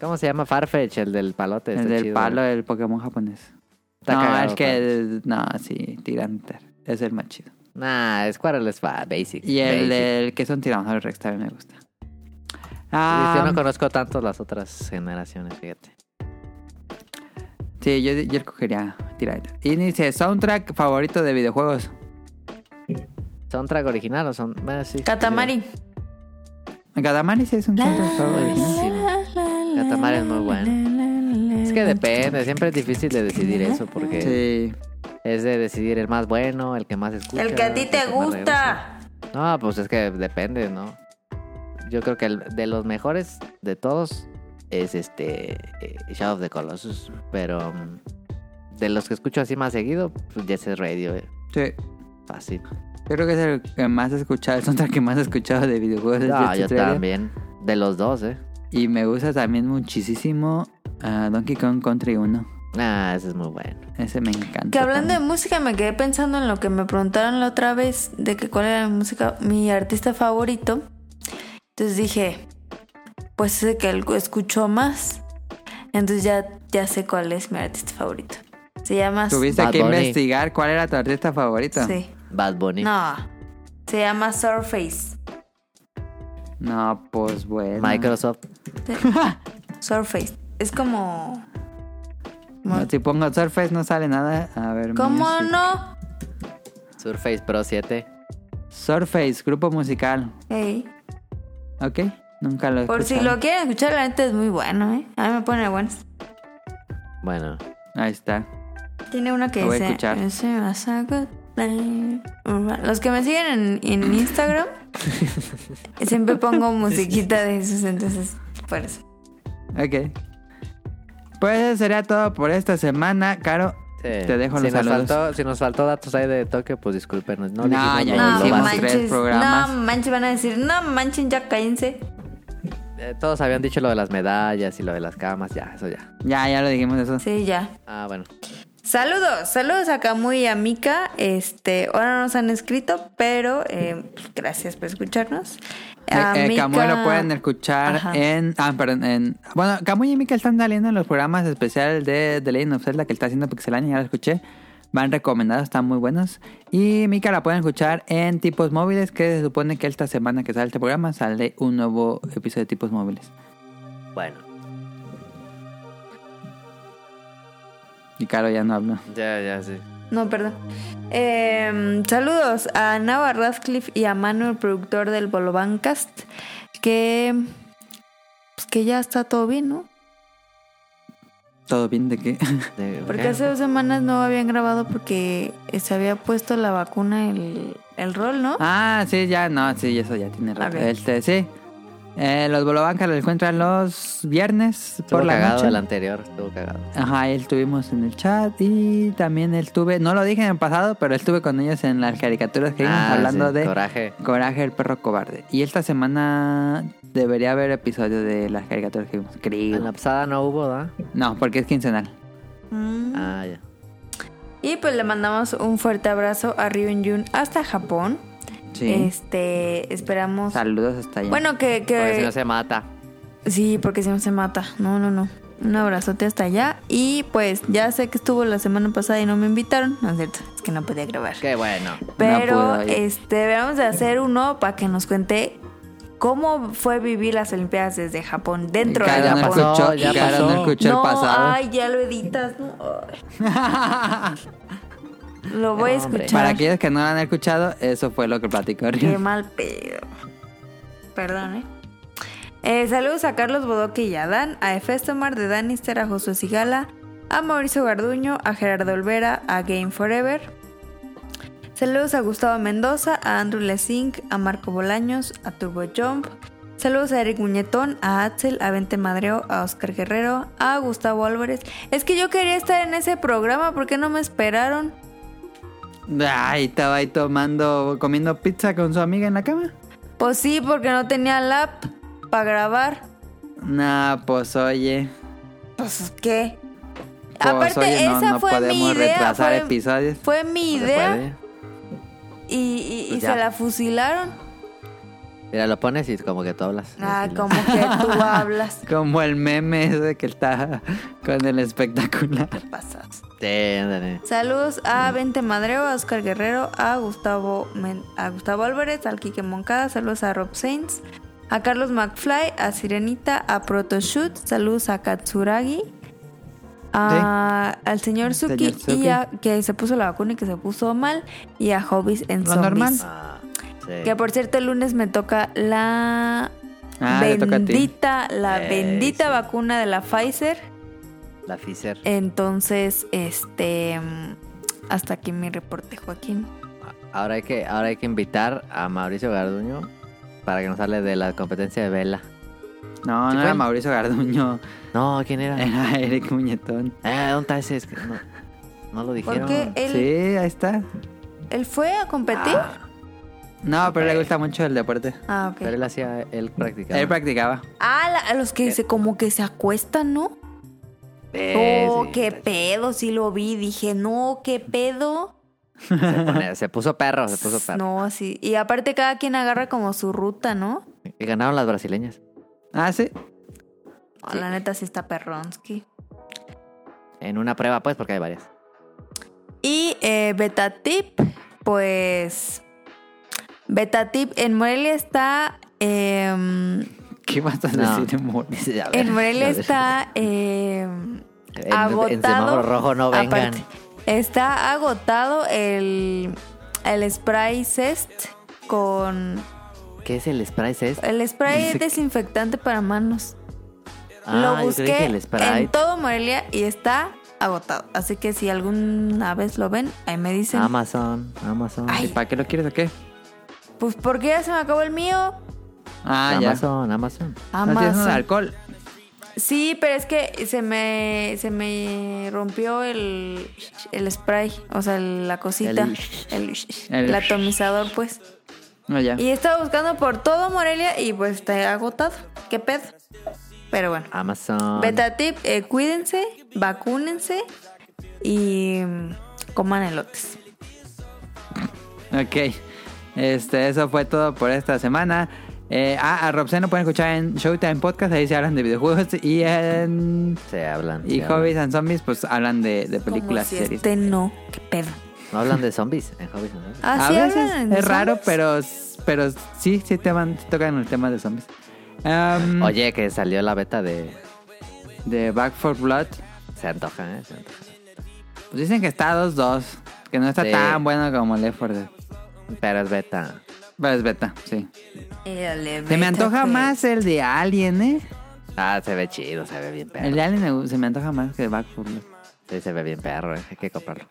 B: ¿Cómo se llama Farfetch? El del palote.
C: El
B: está
C: del
B: chido.
C: palo del Pokémon japonés.
B: Está
C: no,
B: cagado, pues.
C: el que... No, sí, Tiranitar. Es el más chido.
B: Nah, Squirrel es fa- basic.
C: Y el,
B: basic.
C: del que son Tiranosaurus Rex también me gusta.
B: Yo
C: Ah,
B: no conozco tanto las otras generaciones, fíjate.
C: sí, yo, yo escogería Tiranitar. Y dice, soundtrack favorito de videojuegos.
B: ¿Son track original o son...? bueno, sí,
A: Katamari.
C: Katamari sí es un soundtrack favorito.
B: Buenísimo. Katamari es muy bueno. Es que depende, siempre es difícil de decidir eso porque
C: Sí.
B: es de decidir el más bueno, el que más escucha.
A: El que a ti te
B: más regresa.
A: gusta.
B: No, pues es que depende, ¿no? Yo creo que el, de los mejores de todos es este eh, Shadow of the Colossus, pero mm, de los que escucho así más seguido, pues Jet Set Radio, eh,
C: Sí.
B: fácil.
C: Yo creo que es el que más he escuchado, el soundtrack que más he escuchado de videojuegos. es
B: No,
C: Jet
B: Ah, yo
C: Set Radio.
B: también. De los dos, ¿eh?
C: Y me gusta también muchísimo ah, Donkey Kong Country 1.
B: Ah, ese es muy bueno.
C: Ese me encanta.
A: Que hablando de música me quedé pensando en lo que me preguntaron la otra vez de que cuál era mi música, mi artista favorito. Entonces dije, pues ese que el- escuchó más. Entonces ya, ya sé cuál es mi artista favorito. Se llama
C: Tuviste
B: Bad
C: que
B: Bunny.
C: investigar cuál era tu artista favorito.
A: Sí.
B: Bad Bunny.
A: No. Se llama Surface.
C: No, pues bueno.
B: Microsoft.
A: Surface. Es como.
C: No, si pongo Surface no sale nada. A ver.
A: ¿Cómo
C: music.
A: no?
B: Surface Pro 7.
C: Surface, grupo musical.
A: Ey,
C: Ok, nunca lo he
A: Por si
C: escuchado.
A: lo quieren escuchar, la neta es muy bueno, ¿eh? A mí me pone buenas.
B: Bueno,
C: Ahí está.
A: Tiene una que
C: Lo voy a
A: dice.
C: escuchar.
A: "Ese vas a gustar". Los que me siguen en, en Instagram, siempre pongo musiquita de esos, entonces, por eso.
C: Ok. Pues eso sería todo por esta semana, Caro.
B: sí.
C: Te dejo
B: si
C: los
B: nos
C: saludos.
B: faltó, Si nos faltó datos ahí de toque, pues discúlpenos. No,
C: No, ya,
B: dijimos lo-
C: ya,
A: No,
B: lo
C: sí,
B: básico.
C: tres
A: manches. No,
C: programas.
A: manches, van a decir, no, manchen, ya cállense.
B: Eh, todos habían dicho lo de las medallas y lo de las camas, ya, eso ya.
C: Ya, ya lo dijimos eso.
A: Sí, ya.
B: Ah, bueno.
A: Saludos, saludos a Camu y a Mika. Este, ahora no nos han escrito, pero eh, gracias por escucharnos. A
C: Eh, eh,
A: Mika-
C: Camuy lo pueden escuchar
A: Ajá.
C: en. Ah, perdón, en. Bueno, Camuy y Mika están saliendo en los programas especiales de The Legend of Zelda que está haciendo Pixelania, ya lo escuché. Van recomendados, están muy buenos. Y Mika la pueden escuchar en Tipos Móviles, que se supone que esta semana que sale este programa sale un nuevo episodio de Tipos Móviles.
B: Bueno.
C: Y Caro ya no habla.
B: Ya, ya, sí.
A: No, perdón. Eh, saludos a Nava Radcliffe y a Manuel, productor del Bolobancast, que pues que ya está todo bien, ¿no?
C: ¿Todo bien de qué?
B: De-
A: Porque
B: ¿qué?
A: hace dos semanas no habían grabado porque se había puesto la vacuna el, el rol, ¿no?
C: ah, sí, ya, no, sí, eso ya tiene rato.
A: Ok.
C: Este, sí. Eh, los Bolobancas los encuentran los viernes
B: Estuvo
C: por la
B: cagado
C: noche.
B: el anterior, estuvo cagado.
C: Ajá, él tuvimos en el chat y también él tuve, no lo dije en el pasado, pero él estuve con ellos en las caricaturas que vimos
B: Ah,
C: hablando
B: sí,
C: de coraje.
B: Coraje.
C: el perro cobarde. Y esta semana debería haber episodio de las caricaturas que vimos,
B: En Ah, la
C: creo.
B: pasada no hubo, ¿da?
C: No, porque es quincenal.
A: Mm.
B: Ah, ya.
A: Y pues le mandamos un fuerte abrazo a Ryun Jun hasta Japón.
C: Sí.
A: Este, esperamos.
C: Saludos hasta allá.
A: Bueno, que, que-
B: Porque si no se mata.
A: Sí, porque si no se mata. No, no, no. Un abrazote hasta allá. Y pues ya sé que estuvo la semana pasada y no me invitaron. No es cierto, es que no podía grabar.
B: Qué bueno.
A: Pero
C: pudo ir.
A: este, deberíamos de hacer uno para que nos cuente cómo fue vivir las Olimpiadas desde Japón, dentro de
C: Cara
B: ya
C: no
A: Japón.
B: pasó,
C: escuchó,
B: ya
C: Cara no
B: pasó.
C: escuchó el
A: No,
C: pasado.
A: ay, ya lo editas. no, ay. Lo voy a
B: No, hombre.
A: escuchar.
C: Para aquellos que no lo han escuchado, eso fue lo que platicó
A: Qué
C: Rin.
A: mal pedo. Perdón, ¿eh? Eh, saludos a Carlos Bodoque y a Dan, a Efestomar de Danister, a Josué Sigala, a Mauricio Garduño, a Gerardo Olvera, a Game Forever. Saludos a Gustavo Mendoza, a Andrew Lessing, a Marco Bolaños, a Turbo Jump. Saludos a Eric Muñetón, a Axel, a Vente Madreo, a Oscar Guerrero, a Gustavo Álvarez. Es que yo quería estar en ese programa, ¿por qué no me esperaron?
C: Ay, estaba ahí tomando, comiendo pizza con su amiga en la cama.
A: Pues sí, porque no tenía la app para grabar.
C: Nah, pues oye.
A: Pues qué.
C: Pues,
A: Aparte,
C: oye, no,
A: esa
C: no
A: fue mi
C: podemos
A: idea.
C: retrasar
A: Fue,
C: episodios.
A: fue mi
B: No se
A: idea
B: puede.
A: y, y- y
B: Pues ya.
A: se la fusilaron.
B: Mira, lo pones y como que tú hablas.
A: Ah,
B: Así lo-
A: como que tú hablas.
C: Como el meme ese que está con el espectacular.
A: Pasados.
B: Sí, ándale.
A: Saludos
C: Mm.
A: a Vente Madreo, a Oscar Guerrero, a Gustavo, Men- a Gustavo Álvarez, al Quique Moncada. Saludos a Rob Sainz, a Carlos McFly, a Sirenita, a Protoshoot. Saludos a Katsuragi. a- al señor Suki,
C: Señor Suki.
A: y a que se puso la vacuna y que se puso mal y a Hobbies en
C: Lo
A: Zombies.
C: normal.
B: Ah, sí.
A: Que por cierto, el lunes me toca la
C: Ah, le toca a ti.
A: bendita, la
B: Ey,
A: bendita
B: sí.
A: vacuna de la Pfizer.
B: La Fisher.
A: Entonces, este. mm, Hasta aquí mi reporte, Joaquín.
B: Ahora hay que, ahora hay que invitar a Mauricio Garduño para que nos hable de la competencia de vela.
C: No, no
B: ¿Sí fue
C: era
B: él?
C: Mauricio Garduño,
B: No, ¿quién era? Eh,
C: era Eric Muñetón.
B: ¿dónde está ese? Es que no, no lo dijeron.
A: Porque él,
C: Sí, ahí está.
A: él fue a competir.
C: No, pero le gusta mucho el deporte.
A: Ah,
B: Ah. Pero
A: ok.
B: él Eh. hacía, él practicaba.
C: Él practicaba.
A: Ah, la- a los que se como que se acuestan, ¿no?
B: Eh,
A: oh,
B: sí.
A: qué pedo, sí lo vi. Dije, no, qué pedo.
B: Se, pone- se puso perro, se puso perro.
A: No, sí. Y aparte, cada quien agarra como su ruta, ¿no?
B: Y ganaron las brasileñas.
C: Ah, sí.
A: Ah, La neta, sí está perronsky.
B: En una prueba, pues, porque hay varias.
A: Y eh, Beta Tip, pues. Beta Tip en Morelia está Em,
C: ¿Qué vas a
B: No.
C: decir, amor?
B: Dice, a ver,
A: en Morelia
B: a ver.
A: está em,
B: En- en
A: agotado.
B: semáforo rojo no vengan.
A: está agotado el, el spray cest con
B: ¿Qué es el spray? ¿Es este?
A: el spray
B: Dice-
A: desinfectante para manos.
B: Ah,
A: eh, Lo
B: yo creí que
A: busqué
B: el spray.
A: en todo Morelia y está agotado. Así que si alguna vez lo ven, ahí me
B: Ah,
A: dicen.
B: Amazon, Amazon.
A: Ay,
C: ¿Y para qué lo quieres o qué?
A: Pues porque ya se me acabó el mío.
C: Ah, ya.
B: Amazon, Amazon.
C: ¿No tienes nada de
A: Amazon.
C: alcohol?
A: Sí, pero es que se me se me rompió el, el spray, o sea, el- la cosita,
B: El-
A: el,
C: El-
A: el atomizador, pues.
C: No, ya.
A: Y estaba buscando por todo Morelia y pues está agotado. ¿Qué pedo? Pero bueno.
C: Ah.
B: Amazon.
A: Beta tip, eh, cuídense, vacúnense y mm, coman elotes.
C: Ok. Este, eso fue todo por esta semana. Eh, ah, a Robson lo pueden escuchar en Showtime Podcast, ahí se hablan de videojuegos y en...
B: Se hablan.
C: Y
B: se hablan.
C: Hobbies and Zombies, pues hablan de, de películas
A: Como
C: y
A: si
C: series.
A: Este no, qué pedo.
B: No hablan de zombies en Hobbies and Zombies.
A: Ah,
C: a
A: sí
C: veces
A: hablan,
C: es raro,
A: ¿sabes?
C: pero, pero sí, sí te van- te tocan el tema de zombies. Em,
B: Oye, que salió la beta de.
C: De Back for Blood,
B: Se antoja, ¿eh? Se antoja.
C: pues dicen que está 2-2, que no está
B: Sí.
C: tan bueno como Left 4 Dead.
B: Pero es beta.
C: Pero es beta, sí.
A: Eh, dale,
C: Se me
A: beta,
C: antoja
A: pues.
C: más el de Alien, ¿eh?
B: Ah, se ve chido, se ve bien
C: El
B: perro.
C: de Alien me- se me antoja más que Back for Blood.
B: Sí, se ve bien perro, ¿eh? Hay que comprarlo.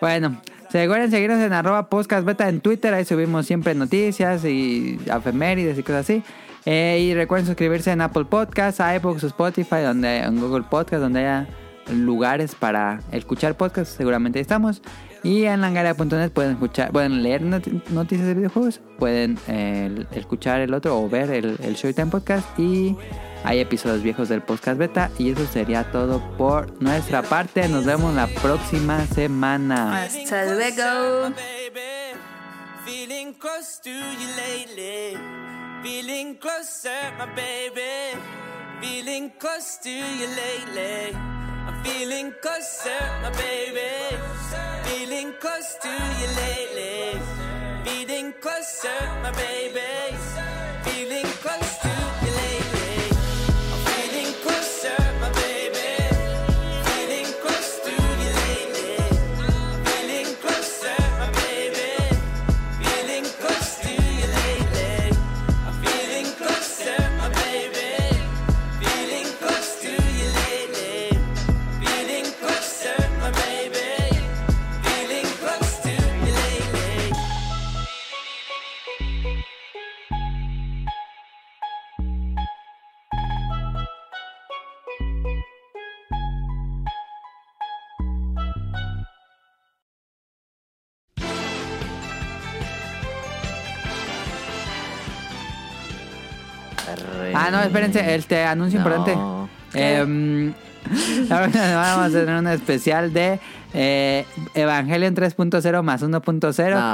C: Bueno, se recuerden seguirnos en arroba podcast beta en Twitter, ahí subimos siempre noticias y efemérides y cosas así. Eh, y recuerden suscribirse en Apple Podcasts, iBooks, Spotify, donde, en Google Podcast, donde haya lugares para escuchar podcasts, seguramente ahí estamos. Y en langaria.net pueden escuchar, pueden leer not- noticias de videojuegos, pueden eh, el- escuchar el otro o ver el, el Showtime Podcast y hay episodios viejos del podcast beta. Y eso sería todo por nuestra parte. Nos vemos la próxima semana.
A: Hasta luego.
G: baby. Feeling close to you lately. Feeling closer, my baby. Feeling close to you lately. I'm feeling closer, my baby. Feeling close to you lately. Feeling closer, my baby. Feeling close to you lately. I'm feeling closer, my baby. Feeling close to you lately. Feeling closer, my baby. Feeling close to you lately. I'm feeling closer, my baby. Feeling close to you lately. Feeling closer, my baby. Feeling close to you lately.
C: Ah, no, espérense, este anuncio
B: No.
C: importante. Em, la próxima semana vamos a tener un especial de eh, Evangelion 3.0 más 1.0.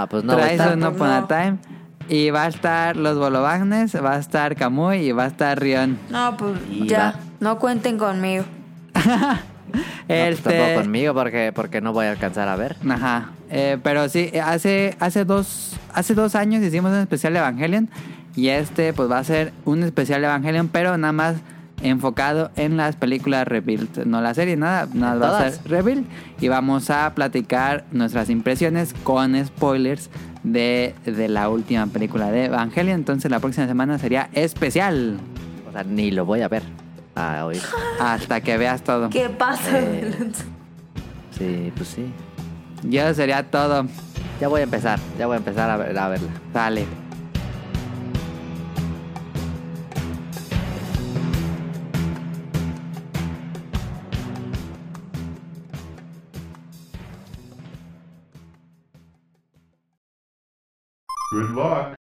B: No, pues no va a
C: Traes
B: estar.
C: un Upon a Time. Y va a estar los Bolobagnes, va a estar Kamui y va a estar Rion.
A: No, pues
B: Y
A: ya,
B: va.
A: no cuenten conmigo.
B: No, pues tampoco
C: este,
B: conmigo porque, porque no voy a alcanzar a ver.
C: ajá. Eh, pero sí, eh, hace, hace, dos, hace dos años hicimos un especial de Evangelion. Y este, pues va a ser un especial de Evangelion, pero nada más enfocado en las películas Rebuild. No la serie, nada. Nada
B: ¿En
C: va a
B: todas?
C: ser Rebuild. Y vamos a platicar nuestras impresiones con spoilers de, de la última película de Evangelion. Entonces, la próxima semana sería especial.
B: O sea, ni lo voy a ver. Ah, oír.
C: Hasta que veas todo.
A: ¿Qué pasa?
B: Eh. Sí, pues sí.
C: Y eso sería todo.
B: Ya voy a empezar, ya voy a empezar a, ver- a verla.
C: Dale.
H: Good luck.